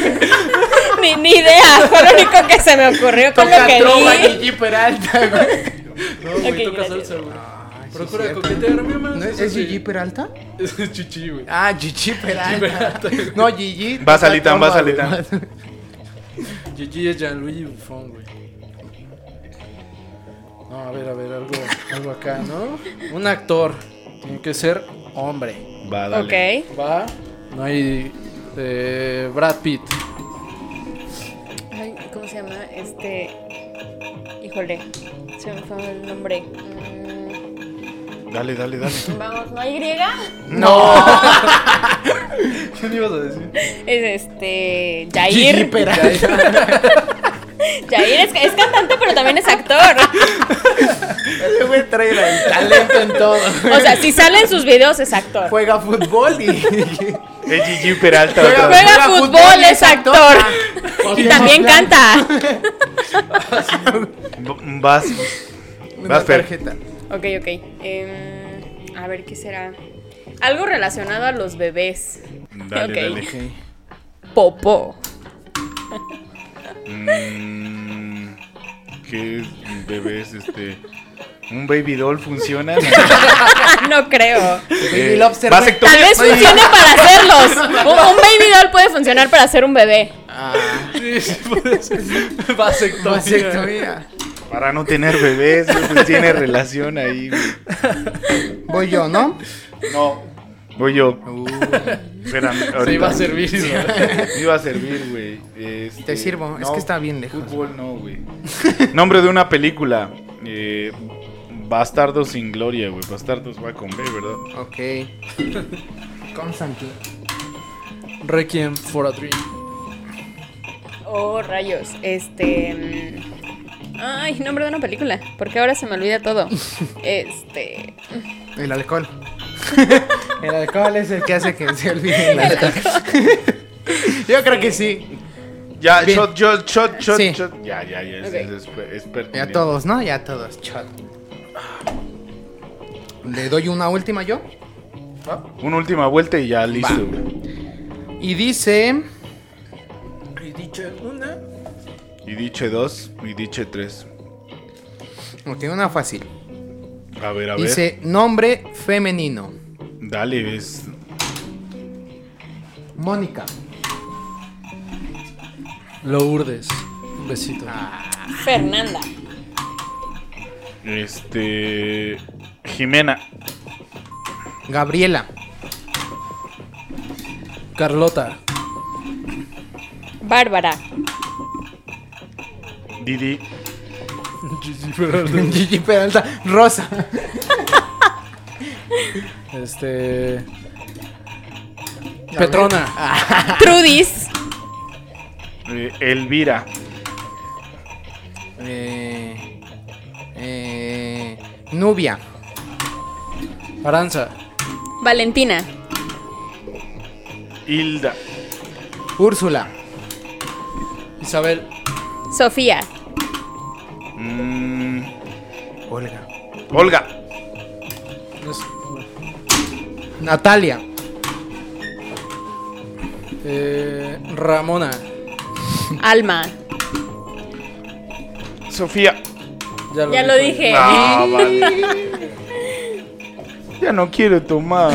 Speaker 1: Ni, ni idea. Fue lo único que se me ocurrió con lo que vi.
Speaker 2: Peralta, güey.
Speaker 4: No, güey,
Speaker 1: Ok,
Speaker 4: Tuca
Speaker 1: gracias.
Speaker 4: salsa, güey.
Speaker 2: sí,
Speaker 4: Procura
Speaker 2: cierto.
Speaker 4: coquetear, mi hermano.
Speaker 2: ¿No es, es Gigi Peralta?
Speaker 4: Es Chichi, güey.
Speaker 2: Ah, Gigi Peralta.
Speaker 4: Peralta.
Speaker 2: No, Gigi.
Speaker 3: Vas, Alitán, vas, Alitán.
Speaker 4: Gigi es Gianluigi Buffon, güey. No, a ver, a ver, algo, algo acá, ¿no? Un actor tiene que ser hombre.
Speaker 3: Va, dale.
Speaker 1: Ok.
Speaker 4: Va. No hay. eh, Brad Pitt.
Speaker 1: Ay, ¿Cómo se llama? Este. Híjole. Se me fue el nombre. Mm,
Speaker 3: Dale, dale, dale.
Speaker 1: Vamos, ¿no hay griega?
Speaker 2: No.
Speaker 4: ¿Qué le ibas a decir?
Speaker 1: Es este.
Speaker 2: Gigi
Speaker 1: Jair.
Speaker 2: Peralta.
Speaker 1: Jair es, es cantante, pero también es actor.
Speaker 2: Ese güey trae el talento en todo.
Speaker 1: O sea, si sale en sus videos es actor.
Speaker 2: Juega fútbol y.
Speaker 3: Es Gigi Peralta.
Speaker 2: Juega-
Speaker 3: otra vez.
Speaker 1: Juega fútbol,
Speaker 2: fútbol y
Speaker 1: es actor.
Speaker 2: actor.
Speaker 1: Y también canta.
Speaker 3: B- Vas.
Speaker 2: Una
Speaker 3: Vas, Fer.
Speaker 2: tarjeta.
Speaker 1: Ok, ok. Em, a ver, ¿qué será? Algo relacionado a los bebés.
Speaker 3: Dale,
Speaker 1: Ok.
Speaker 3: dale.
Speaker 1: Popó.
Speaker 3: Mm, ¿Qué es bebés? Este. ¿Un baby doll funciona? Eh,
Speaker 1: no creo.
Speaker 2: Baby Lobster.
Speaker 3: vasectomía.
Speaker 1: Tal vez funcione para hacerlos. Un, un baby doll puede funcionar para hacer un bebé.
Speaker 2: Ah,
Speaker 4: Sí, sí, puede ser. Vasectomía.
Speaker 2: vasectomía.
Speaker 3: Para no tener bebés, güey, pues tiene relación ahí. güey.
Speaker 2: Voy yo, ¿no?
Speaker 3: No. Voy yo. Espérame,
Speaker 4: Uh. Se iba
Speaker 3: ahorita.
Speaker 4: a servir. güey.
Speaker 3: Me iba a servir, güey. Este,
Speaker 2: Te sirvo, es que está bien lejos.
Speaker 3: Fútbol no, güey. Nombre de una película. Eh, Bastardos sin gloria, güey. Bastardos va con B, ¿verdad?
Speaker 2: Ok. Constantine.
Speaker 4: Requiem for a Dream.
Speaker 1: Oh, rayos. Este. mm, Ay, nombre de una película. Porque ahora se me olvida todo. Este.
Speaker 2: El alcohol. el alcohol es el que hace que se olvide la Yo creo que sí.
Speaker 3: Ya,
Speaker 2: Bien.
Speaker 3: shot, shot, shot, shot,
Speaker 2: Sí.
Speaker 3: shot. Ya, ya, ya. Es,
Speaker 1: Ok.
Speaker 3: es, es- es pertinente.
Speaker 2: Ya todos, ¿no? Ya todos. Chot. Le doy una última yo.
Speaker 3: Una última vuelta y ya listo, güey.
Speaker 2: Y dice.
Speaker 4: Y dicho una.
Speaker 3: Y diche dos, y diche tres.
Speaker 2: Ok, una fácil.
Speaker 3: A ver, a ver.
Speaker 2: Dice nombre femenino.
Speaker 3: Dale, es.
Speaker 2: Mónica.
Speaker 4: Lourdes. Un besito.
Speaker 2: Ah.
Speaker 1: Fernanda.
Speaker 3: Este. Jimena.
Speaker 2: Gabriela.
Speaker 4: Carlota.
Speaker 1: Bárbara.
Speaker 3: Didi.
Speaker 4: Gigi Peralta.
Speaker 2: Gigi Peralta. Rosa.
Speaker 4: Este.
Speaker 2: Ah.
Speaker 4: Petrona.
Speaker 1: Trudis.
Speaker 3: Eh, Elvira.
Speaker 2: Eh, eh, Nubia.
Speaker 4: Aranza.
Speaker 1: Valentina.
Speaker 3: Hilda.
Speaker 2: Úrsula.
Speaker 4: Isabel.
Speaker 1: Sofía.
Speaker 3: Mm,
Speaker 2: Olga.
Speaker 3: Olga.
Speaker 4: Es-
Speaker 2: Natalia.
Speaker 4: eh, Ramona.
Speaker 1: Alma.
Speaker 3: Sofía.
Speaker 1: Ya lo dije.
Speaker 3: No, vale. Ya no quiero tomar.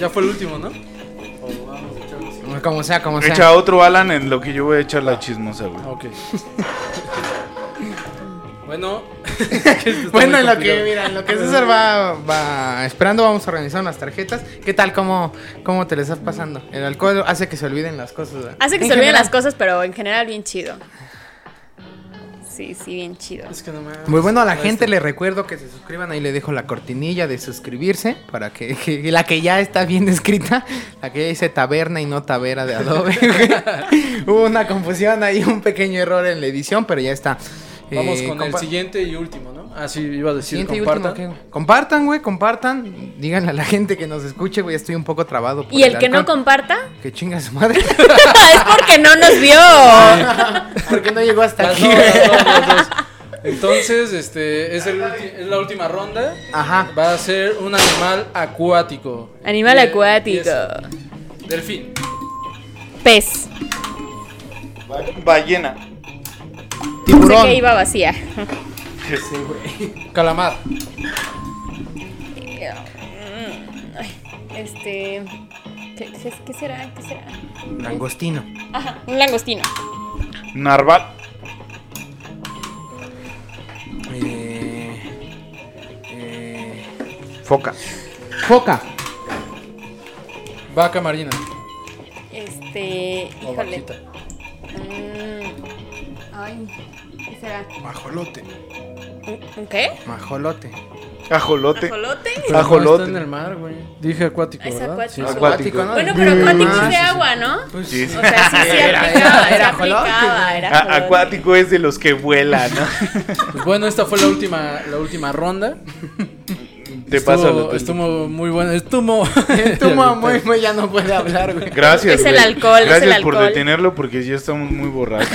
Speaker 4: Ya fue el último, ¿no?
Speaker 2: Como sea, como sea.
Speaker 3: Echa otro Alan en lo que yo voy a echar la chismosa, güey.
Speaker 4: Ok. bueno.
Speaker 2: Bueno, en lo que, mira, en lo que César va, va esperando, vamos a organizar unas tarjetas. ¿Qué tal? ¿Cómo, cómo te le estás pasando? El alcohol hace que se olviden las cosas. ¿verdad?
Speaker 1: Hace que
Speaker 2: En
Speaker 1: se olviden
Speaker 2: general.
Speaker 1: las cosas, pero en general bien chido. Sí, sí, bien chido.
Speaker 4: Es que no mames.
Speaker 2: Muy bueno, a la
Speaker 4: No,
Speaker 2: gente le recuerdo que se suscriban. Ahí le dejo la cortinilla de suscribirse para que, que- la que ya está bien escrita, la que ya dice taberna y no tavera de Adobe. güey. Hubo una confusión ahí, un pequeño error en la edición, pero ya está.
Speaker 4: este- Vamos
Speaker 2: Eh,
Speaker 4: con el
Speaker 2: compa-
Speaker 4: siguiente y último, ¿no? Ah, sí, iba a decir
Speaker 2: siguiente y
Speaker 4: compartan.
Speaker 2: último, ¿qué, güey? Compartan, güey, compartan. Díganle a la gente que nos escuche, güey. Estoy un poco trabado. por
Speaker 1: Y el que no
Speaker 2: alcohol.
Speaker 1: comparta
Speaker 2: Que chinga su madre.
Speaker 1: es porque no nos vio.
Speaker 2: Porque no llegó hasta
Speaker 4: Las
Speaker 2: aquí.
Speaker 4: dos,
Speaker 2: güey?
Speaker 4: las dos, las dos. Entonces, este es, el ulti- es la última ronda.
Speaker 2: Ajá.
Speaker 4: Va a ser un animal acuático.
Speaker 1: Animal
Speaker 4: Y- y
Speaker 1: acuático.
Speaker 4: es- Delfín.
Speaker 1: Pez.
Speaker 3: Ballena.
Speaker 1: Sé
Speaker 2: Tiburón.
Speaker 1: que iba vacía.
Speaker 4: Calamar.
Speaker 1: Ay, Este. ¿qué, qué- qué será? ¿Qué será?
Speaker 2: Langostino.
Speaker 1: Ajá, un langostino.
Speaker 3: Narval.
Speaker 2: Eh, eh,
Speaker 3: Foca.
Speaker 2: foca.
Speaker 4: Vaca marina.
Speaker 1: Este.
Speaker 4: O
Speaker 1: Híjole.
Speaker 4: vaquita.
Speaker 1: Mm, Ay, ¿qué será?
Speaker 2: Majolote.
Speaker 1: ¿Un qué?
Speaker 2: Majolote.
Speaker 3: Ajolote.
Speaker 1: ¿Ajolote?
Speaker 4: Pero
Speaker 3: Ajolote.
Speaker 4: No está en el mar, güey. Dije acuático,
Speaker 1: Es
Speaker 4: ¿verdad?
Speaker 1: acuático.
Speaker 4: Sí,
Speaker 3: Acuático.
Speaker 1: Bueno, pero acuático
Speaker 2: Ah,
Speaker 1: es de
Speaker 2: sí, sí.
Speaker 1: agua, ¿no?
Speaker 4: Pues,
Speaker 3: Sí, sí.
Speaker 1: O sea, sí, sí
Speaker 2: Era-
Speaker 1: aplicaba,
Speaker 2: era-
Speaker 1: sí
Speaker 2: era
Speaker 1: aplicaba, era
Speaker 3: Ah,
Speaker 1: ajolote.
Speaker 3: acuático es de los que vuelan, ¿no?
Speaker 4: pues bueno, esta fue la última, la última ronda.
Speaker 3: Te
Speaker 4: estuvo,
Speaker 3: pasa lo tuyo.
Speaker 4: estuvo muy bueno. Estuvo.
Speaker 2: Tu mamá güey, ya no puede hablar, güey.
Speaker 3: Gracias.
Speaker 1: Es el
Speaker 3: güey.
Speaker 1: alcohol, es el
Speaker 3: Gracias por
Speaker 1: alcohol.
Speaker 3: detenerlo porque ya estamos muy borrachos.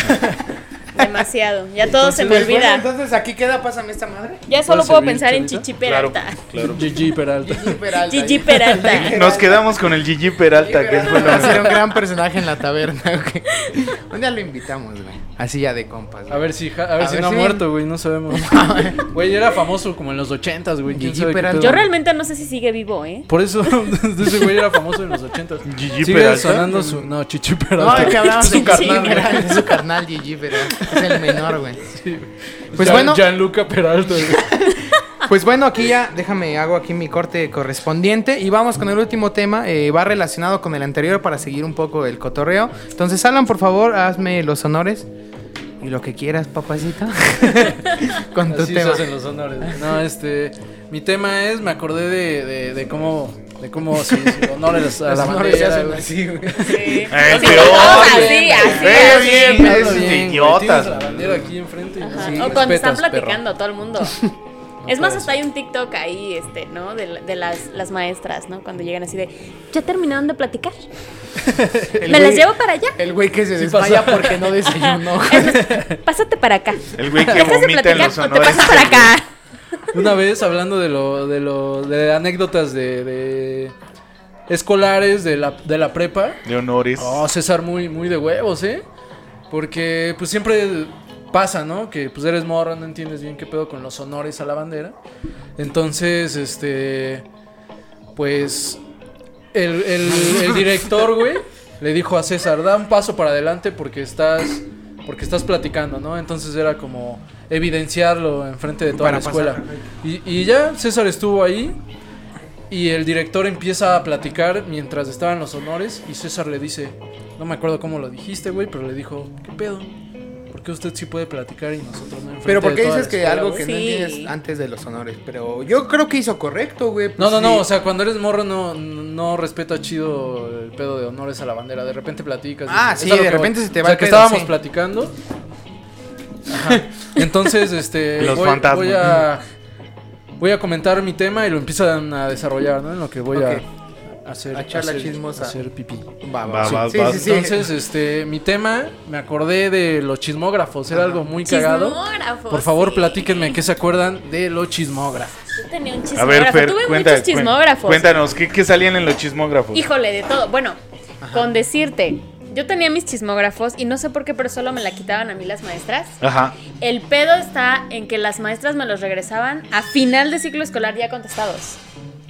Speaker 1: Demasiado. Ya todo se me
Speaker 2: Pues, bueno,
Speaker 1: olvida.
Speaker 2: entonces aquí queda, pásame esta madre.
Speaker 1: Ya solo
Speaker 4: ¿Puedes
Speaker 1: puedo
Speaker 4: servir
Speaker 1: pensar en
Speaker 4: chorizo?
Speaker 1: Chichi
Speaker 3: claro,
Speaker 1: Peralta.
Speaker 3: claro.
Speaker 4: Gigi Peralta.
Speaker 2: Gigi Peralta.
Speaker 1: Gigi Peralta.
Speaker 3: Nos quedamos con el Gigi Peralta, que es
Speaker 2: Peralta va a
Speaker 3: bueno.
Speaker 2: ser un gran personaje en la taberna, güey. Un día lo invitamos, güey. Así ya de compas.
Speaker 4: A ver si, ja- a ver
Speaker 2: A
Speaker 4: si
Speaker 2: ver
Speaker 4: no
Speaker 2: si-
Speaker 4: ha muerto, güey. No sabemos. Güey, era famoso como en los ochentas, güey. ¿Quién
Speaker 2: Gigi
Speaker 4: sabe qué
Speaker 2: Peralta.
Speaker 4: pedo?
Speaker 1: Yo realmente no sé si sigue vivo, ¿eh?
Speaker 4: Por eso ese güey era famoso en los ochentas.
Speaker 3: Gigi
Speaker 4: Sigue
Speaker 3: Peralta.
Speaker 4: sonando su. No, Chichi
Speaker 2: No,
Speaker 4: Peralta.
Speaker 2: es que hablamos de
Speaker 1: Su carnal,
Speaker 2: Gigi Peralta. Es su carnal Gigi Peralta. Es el menor, güey. Pues
Speaker 4: Gian-
Speaker 2: bueno.
Speaker 4: Gianluca Peralta, güey.
Speaker 2: Pues bueno, aquí ya déjame, hago aquí mi corte correspondiente y vamos con el último tema. eh, va relacionado con el anterior para seguir un poco el cotorreo. Entonces, Alan, por favor, hazme los honores y lo que quieras, papacito, con tu
Speaker 4: Así se
Speaker 2: tema.
Speaker 4: hacen los honores. güey. No, este. Mi tema es, me acordé de, de, de cómo. De cómo se hizo honor a la- a
Speaker 2: Los
Speaker 4: la
Speaker 2: honores se
Speaker 4: bandera.
Speaker 2: hacen
Speaker 4: güey.
Speaker 2: así, güey.
Speaker 1: Sí.
Speaker 3: Eh,
Speaker 1: Sí,
Speaker 3: te
Speaker 1: todos así,
Speaker 3: oyen.
Speaker 1: así,
Speaker 3: Eh,
Speaker 1: así.
Speaker 3: bien,
Speaker 4: Hablo
Speaker 3: esos
Speaker 4: bien, güey.
Speaker 3: idiotas.
Speaker 4: Tienes la bandera aquí enfrente. y
Speaker 1: Ajá.
Speaker 4: así
Speaker 1: o cuando están
Speaker 4: respetas, perro.
Speaker 1: platicando todo el mundo. Es
Speaker 4: puedes.
Speaker 1: más, hasta hay un TikTok ahí, este, ¿no? De, la- de las, las maestras, ¿no? Cuando llegan así de, ya terminaron de platicar.
Speaker 2: El
Speaker 1: Me
Speaker 2: güey-
Speaker 1: las llevo para allá.
Speaker 2: El güey que se
Speaker 4: Sí
Speaker 2: desmaya
Speaker 4: pasa.
Speaker 2: porque no desayunó. güey.
Speaker 1: Es más, pásate para acá.
Speaker 3: El güey que
Speaker 1: Dejas de
Speaker 3: vomita en
Speaker 1: platicar
Speaker 3: los
Speaker 1: o te
Speaker 3: honores.
Speaker 1: pasas para acá.
Speaker 4: Una vez hablando de lo, de lo, de anécdotas de, de escolares de la, de la prepa.
Speaker 3: De honores.
Speaker 4: Oh, César, muy, muy de huevos, ¿eh? Porque pues siempre pasa, ¿no? Que pues eres morro, no entiendes bien qué pedo con los honores a la bandera. Entonces, este, pues el, el- el director, güey, le dijo a César, da un paso para adelante porque estás, porque estás platicando, ¿no? Entonces era como evidenciarlo enfrente de toda
Speaker 2: Para
Speaker 4: la
Speaker 2: pasar,
Speaker 4: escuela. Y, y ya César estuvo ahí y el director empieza a platicar mientras estaban los honores y César le dice, no me acuerdo cómo lo dijiste, güey, pero le dijo, ¿qué pedo? ¿Por qué usted sí puede platicar y nosotros no? enfrente
Speaker 2: Pero ¿por
Speaker 4: de
Speaker 2: qué
Speaker 4: toda la
Speaker 2: dices que
Speaker 4: escuela,
Speaker 2: algo
Speaker 4: güey?
Speaker 2: que no
Speaker 1: Sí.
Speaker 2: entiendes antes de los honores? Pero yo creo que hizo correcto, güey. pues
Speaker 4: No, no, no,
Speaker 2: sí.
Speaker 4: o sea, cuando eres morro no, no respeta chido el pedo de honores a la bandera. De repente platicas.
Speaker 2: Ah,
Speaker 4: es
Speaker 2: sí,
Speaker 4: a lo
Speaker 2: de
Speaker 4: que
Speaker 2: repente se te
Speaker 4: O
Speaker 2: va
Speaker 4: sea,
Speaker 2: el
Speaker 4: que
Speaker 2: pedo,
Speaker 4: estábamos
Speaker 2: sí.
Speaker 4: platicando. Ajá. Entonces, este.
Speaker 5: Los
Speaker 4: voy,
Speaker 5: fantasmas.
Speaker 4: voy a, voy a comentar mi tema y lo empiezan a desarrollar, ¿no? En lo que voy
Speaker 2: Ok.
Speaker 4: a hacer.
Speaker 2: A charla
Speaker 4: hacer-
Speaker 2: chismosa.
Speaker 4: Hacer pipí.
Speaker 2: Va,
Speaker 3: Va,
Speaker 2: va, sí,
Speaker 3: va,
Speaker 2: sí,
Speaker 3: va.
Speaker 2: sí, sí.
Speaker 4: Entonces, este, mi tema, me acordé de los chismógrafos, era algo muy cagado.
Speaker 1: Chismógrafos,
Speaker 4: Por favor,
Speaker 1: sí.
Speaker 4: platíquenme qué se acuerdan de los chismógrafos.
Speaker 1: Yo tenía un
Speaker 3: A
Speaker 1: chismógrafo.
Speaker 3: ver, Fer,
Speaker 1: Tuve
Speaker 3: cuenta-
Speaker 1: muchos chismógrafos.
Speaker 3: cuen- Cuéntanos, ¿qué, qué salían en los chismógrafos?
Speaker 1: Híjole, de todo. Bueno, con decirte, yo tenía mis chismógrafos y no sé por qué, pero solo me la quitaban a mí las maestras.
Speaker 3: Ajá.
Speaker 1: El pedo está en que las maestras me los regresaban a final de ciclo escolar ya contestados.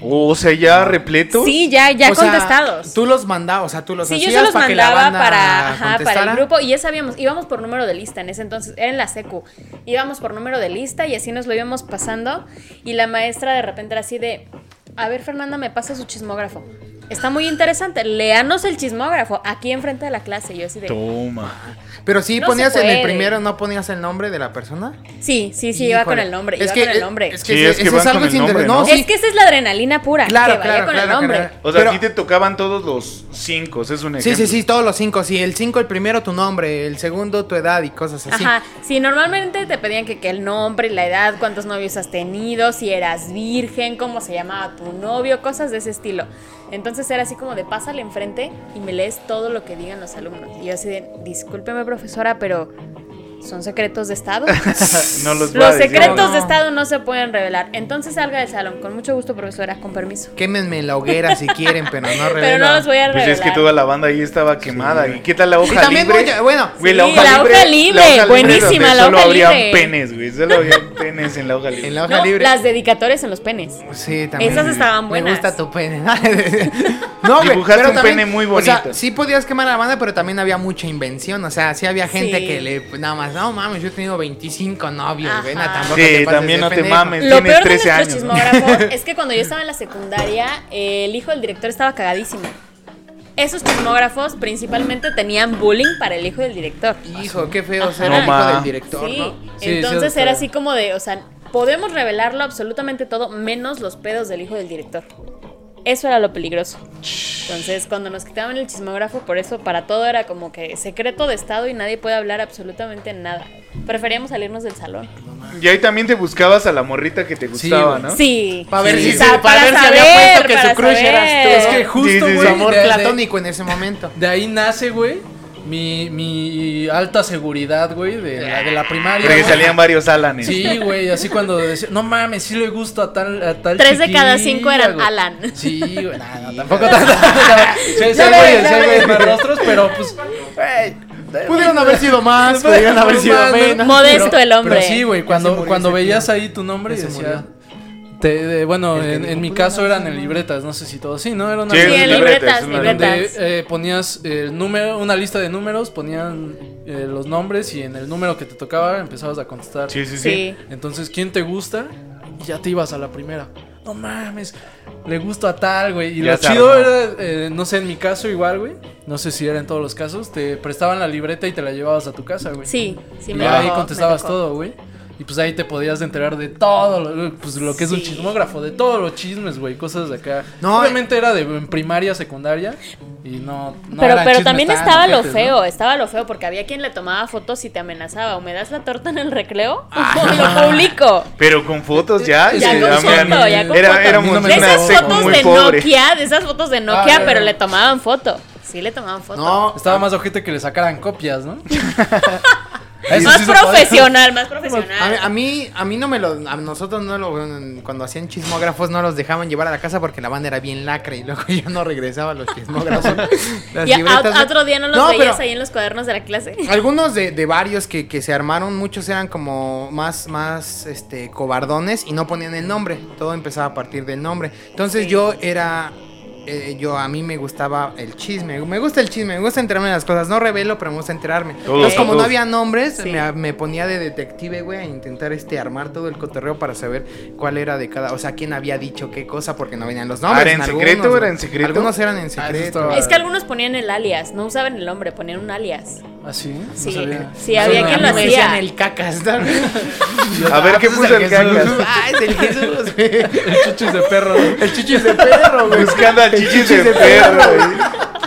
Speaker 3: O sea,
Speaker 2: Ah,
Speaker 3: ya repleto.
Speaker 1: Sí, ya, ya
Speaker 2: O sea,
Speaker 1: contestados.
Speaker 2: tú los mandabas, o sea, tú los
Speaker 1: Sí, yo
Speaker 2: hacías
Speaker 1: se los
Speaker 2: para que la
Speaker 1: mandaba
Speaker 2: banda
Speaker 1: para, ajá, para
Speaker 2: contestara.
Speaker 1: el grupo y ya sabíamos, íbamos por número de lista en ese entonces, era en la secu, íbamos por número de lista y así nos lo íbamos pasando y la maestra de repente era así de, a ver Fernanda, me pasa su chismógrafo, está muy interesante, leanos el chismógrafo aquí enfrente de la clase, Y yo así de,
Speaker 3: Toma.
Speaker 2: Pero sí
Speaker 1: No
Speaker 2: ponías
Speaker 1: se
Speaker 2: en el
Speaker 1: puede.
Speaker 2: primero, ¿no ponías el nombre de la persona?
Speaker 1: sí, sí, sí, iba con
Speaker 2: Híjole.
Speaker 1: el nombre,
Speaker 2: Es
Speaker 1: iba
Speaker 2: que,
Speaker 1: con el
Speaker 2: es-
Speaker 1: nombre.
Speaker 2: Es
Speaker 1: Es,
Speaker 2: que
Speaker 3: Sí,
Speaker 2: ese-
Speaker 3: es que
Speaker 2: ese
Speaker 3: van
Speaker 2: es algo
Speaker 3: con el
Speaker 2: sin
Speaker 3: nombre,
Speaker 2: interés. No,
Speaker 3: ¿no?
Speaker 2: sí.
Speaker 1: que esa es la adrenalina pura,
Speaker 2: Claro,
Speaker 1: que vaya
Speaker 2: claro,
Speaker 1: con el
Speaker 2: claro,
Speaker 1: nombre.
Speaker 2: claro.
Speaker 3: O sea,
Speaker 2: Pero-
Speaker 3: a ti te tocaban todos los cinco, ese es un
Speaker 2: Sí,
Speaker 3: ejemplo.
Speaker 2: sí, sí, todos los cinco. Sí, el cinco, el primero, tu nombre. El segundo, tu edad y cosas
Speaker 3: Pues
Speaker 2: así.
Speaker 1: Ajá, sí, normalmente te pedían que, que el nombre, la edad, cuántos novios has tenido, si eras virgen, cómo se llamaba tu novio, cosas de ese estilo. Entonces era así como de pásale enfrente y me lees todo lo que digan los alumnos. Y yo así de, discúlpeme profesora, pero son secretos de Estado.
Speaker 3: No los voy a
Speaker 1: Los
Speaker 3: decir.
Speaker 1: secretos
Speaker 2: No.
Speaker 1: de Estado no se pueden revelar. Entonces salga del salón. Con mucho gusto, profesora, con permiso.
Speaker 2: Quémenme en la hoguera si quieren, pero no revela.
Speaker 1: Pero no los voy a
Speaker 3: Pues
Speaker 1: revelar.
Speaker 3: es que toda la banda ahí estaba quemada. ¿Y qué tal la hoja
Speaker 2: Y también,
Speaker 3: libre?
Speaker 2: voy a- bueno,
Speaker 3: Güey,
Speaker 1: Sí, la hoja libre, buenísima,
Speaker 3: donde
Speaker 1: la
Speaker 3: solo
Speaker 1: hoja
Speaker 3: habrían
Speaker 1: libre.
Speaker 3: penes, güey. Solo habrían penes en la hoja libre.
Speaker 2: en la hoja
Speaker 1: No,
Speaker 2: libre.
Speaker 1: las dedicatorias en los penes.
Speaker 2: Sí, también.
Speaker 1: Esas estaban
Speaker 2: Me
Speaker 1: buenas.
Speaker 2: gusta tu pene. no, güey,
Speaker 3: Dibujaste
Speaker 2: pero
Speaker 3: un
Speaker 2: también,
Speaker 3: pene muy
Speaker 2: O sea,
Speaker 3: bonito.
Speaker 2: sí podías quemar a la banda, pero también había mucha invención. O sea, sí había gente
Speaker 1: Sí.
Speaker 2: que le. pues, Nada más, no mames, yo he tenido 25 novios,
Speaker 1: Ajá.
Speaker 2: güey. nada, tampoco
Speaker 3: Sí,
Speaker 2: Ah, te pases
Speaker 3: también
Speaker 2: de
Speaker 3: no te
Speaker 2: pendejo.
Speaker 3: mames.
Speaker 1: Lo
Speaker 3: Tienes
Speaker 1: peor de
Speaker 3: 13
Speaker 1: nuestro
Speaker 3: años, ¿no?
Speaker 1: chismógrafo es que cuando yo estaba en la secundaria, eh, el hijo del director estaba cagadísimo. Esos chismógrafos principalmente tenían bullying para el hijo del director.
Speaker 2: Hijo, qué feo ser
Speaker 3: No,
Speaker 2: el hijo
Speaker 3: ma.
Speaker 2: del director,
Speaker 1: sí,
Speaker 2: ¿no?
Speaker 4: Sí,
Speaker 1: entonces
Speaker 4: sí,
Speaker 1: era
Speaker 4: está.
Speaker 1: así como de, o sea, podemos revelarlo absolutamente todo menos los pedos del hijo del director. Eso era lo peligroso. Entonces, cuando nos quitaban el chismógrafo, por eso para todo era como que secreto de estado y nadie puede hablar absolutamente nada. Preferíamos salirnos del salón.
Speaker 3: Y ahí también te buscabas a la morrita que te
Speaker 4: Sí,
Speaker 3: gustaba,
Speaker 4: güey.
Speaker 3: ¿no?
Speaker 1: Sí.
Speaker 2: Pa' ver
Speaker 1: Sí.
Speaker 2: si-
Speaker 1: O sea,
Speaker 2: pa' ver si había puesto que su
Speaker 1: para
Speaker 2: crush eras tú.
Speaker 1: saber.
Speaker 4: Es que
Speaker 3: Sí, sí,
Speaker 4: justo,
Speaker 3: sí.
Speaker 4: güey.
Speaker 2: Su amor
Speaker 4: de- de-
Speaker 2: platónico en ese momento.
Speaker 4: De ahí nace, güey, mi, mi alta seguridad, güey, de la, de la primaria.
Speaker 3: Porque
Speaker 4: güey.
Speaker 3: salían varios Alanes.
Speaker 4: Sí, güey, así cuando decía, no mames, sí le gusto a tal, a tal
Speaker 1: Tres de cada
Speaker 4: chiquilla,
Speaker 1: cinco eran
Speaker 4: güey".
Speaker 1: Alan.
Speaker 4: Sí, güey, nada, no, tampoco tanto. Sí, sí,
Speaker 2: Ya
Speaker 4: hay
Speaker 2: ves,
Speaker 4: güeyes,
Speaker 2: ya
Speaker 4: sí, hay güeyes
Speaker 2: ves.
Speaker 4: más rostros, pero pues, güey,
Speaker 2: Pudieron haber sido más, pudieron haber sido
Speaker 4: Humano.
Speaker 2: menos.
Speaker 1: Modesto
Speaker 4: Pero-
Speaker 1: el hombre.
Speaker 4: Pero sí, güey,
Speaker 2: Ya se
Speaker 4: cuando,
Speaker 2: murió
Speaker 4: cuando
Speaker 2: ese
Speaker 4: veías
Speaker 2: tío.
Speaker 4: ahí tu nombre y
Speaker 2: Ya se
Speaker 4: decía.
Speaker 2: murió.
Speaker 4: te- de- bueno,
Speaker 2: El que
Speaker 4: en,
Speaker 2: dijo,
Speaker 4: en mi
Speaker 2: "Puta
Speaker 4: caso
Speaker 2: madre,
Speaker 4: eran en
Speaker 2: no".
Speaker 4: libretas, no sé si todos. Sí, ¿no? Era una
Speaker 3: Sí,
Speaker 1: Sí,
Speaker 4: libreta
Speaker 1: en
Speaker 3: libretas,
Speaker 1: libretas,
Speaker 3: es una-
Speaker 4: donde
Speaker 1: libretas.
Speaker 4: eh, ponías el número, una lista de números, ponían eh, los nombres y en el número que te tocaba empezabas a contestar.
Speaker 3: Sí, sí, sí.
Speaker 1: Sí.
Speaker 4: Entonces, ¿quién te gusta? Y ya te ibas a la primera. No mames, le gusto a tal, güey. Y
Speaker 3: Ya
Speaker 4: lo
Speaker 3: se
Speaker 4: chido
Speaker 3: armó.
Speaker 4: era, eh, no sé, en mi caso igual, güey. No sé si era en todos los casos. Te prestaban la libreta y te la llevabas a tu casa, güey.
Speaker 1: Sí, sí,
Speaker 4: Y
Speaker 1: me
Speaker 4: ahí
Speaker 1: tocó,
Speaker 4: contestabas
Speaker 1: me tocó.
Speaker 4: todo, güey. Y pues ahí te podías enterar de todo lo, pues, lo que es un
Speaker 1: Sí.
Speaker 4: chismógrafo, de todos los chismes, güey, cosas de acá.
Speaker 2: No, eh.
Speaker 4: Obviamente era de en primaria, secundaria y no. no
Speaker 1: pero
Speaker 4: eran
Speaker 1: pero
Speaker 4: chismes
Speaker 1: también
Speaker 4: tan
Speaker 1: estaba lo
Speaker 4: ojetes, ¿no?
Speaker 1: feo, estaba lo feo, porque había quien le tomaba fotos y te amenazaba. O me das la torta en el recreo
Speaker 4: Ah.
Speaker 1: o lo publico.
Speaker 3: Pero con fotos ya.
Speaker 4: Ya
Speaker 3: este,
Speaker 1: Ya con
Speaker 4: sí,
Speaker 1: foto,
Speaker 3: también,
Speaker 4: mí-
Speaker 1: ya con
Speaker 3: era,
Speaker 1: foto.
Speaker 3: Éramos
Speaker 4: me
Speaker 1: de
Speaker 3: una
Speaker 1: esas
Speaker 4: tocó.
Speaker 3: secu
Speaker 1: fotos
Speaker 3: muy
Speaker 1: de
Speaker 3: pobre.
Speaker 1: Nokia, de esas fotos de Nokia,
Speaker 4: Ah, ya,
Speaker 1: pero
Speaker 4: ya.
Speaker 1: le tomaban foto. Sí, le tomaban foto.
Speaker 2: No,
Speaker 4: Estaba más ojete que le sacaran copias, ¿no? Eso
Speaker 1: más
Speaker 4: sí se podía.
Speaker 1: profesional, más profesional.
Speaker 2: A, a mí, a mí no me lo, a nosotros no lo, cuando hacían chismógrafos no los dejaban llevar a la casa porque la banda era bien lacra y luego yo no regresaba a los chismógrafos. Las
Speaker 1: y a-
Speaker 2: libretas
Speaker 1: a-
Speaker 2: de-
Speaker 1: otro día no los
Speaker 2: No,
Speaker 1: veías
Speaker 2: pero-
Speaker 1: ahí en los cuadernos de la clase.
Speaker 2: Algunos de, de varios que, que se armaron, muchos eran como más, más este, cobardones y no ponían el nombre. Todo empezaba a partir del nombre. Entonces
Speaker 1: Sí.
Speaker 2: yo era. eh, yo a mí me gustaba el chisme. Me gusta el chisme, me gusta enterarme de las cosas. No revelo, pero me gusta enterarme.
Speaker 3: Todos,
Speaker 2: Entonces, como no
Speaker 3: todos.
Speaker 2: había nombres,
Speaker 1: Sí.
Speaker 2: me, me ponía de detective, güey, a intentar este armar todo el cotorreo para saber cuál era de cada. O sea, quién había dicho qué cosa, porque no venían los nombres.
Speaker 3: ¿Era en secreto?
Speaker 2: güey.
Speaker 3: ¿Era en secreto?
Speaker 1: Ah,
Speaker 2: Algunos eran en
Speaker 4: eso
Speaker 2: secreto.
Speaker 4: estaba-
Speaker 1: Es que algunos ponían el alias, no usaban el nombre, ponían un alias.
Speaker 4: Así.
Speaker 1: Sí,
Speaker 4: ¿Ah, sabía.
Speaker 1: sí, había quien lo
Speaker 5: me decían
Speaker 1: hacía.
Speaker 5: el cacas también.
Speaker 3: A ver, ¿qué puso el cacas?
Speaker 5: Ah, es el Jesús.
Speaker 4: El chuchis de perro.
Speaker 2: El chichis de perro, güey.
Speaker 3: Buscando al
Speaker 2: El
Speaker 3: chichis de perro, güey.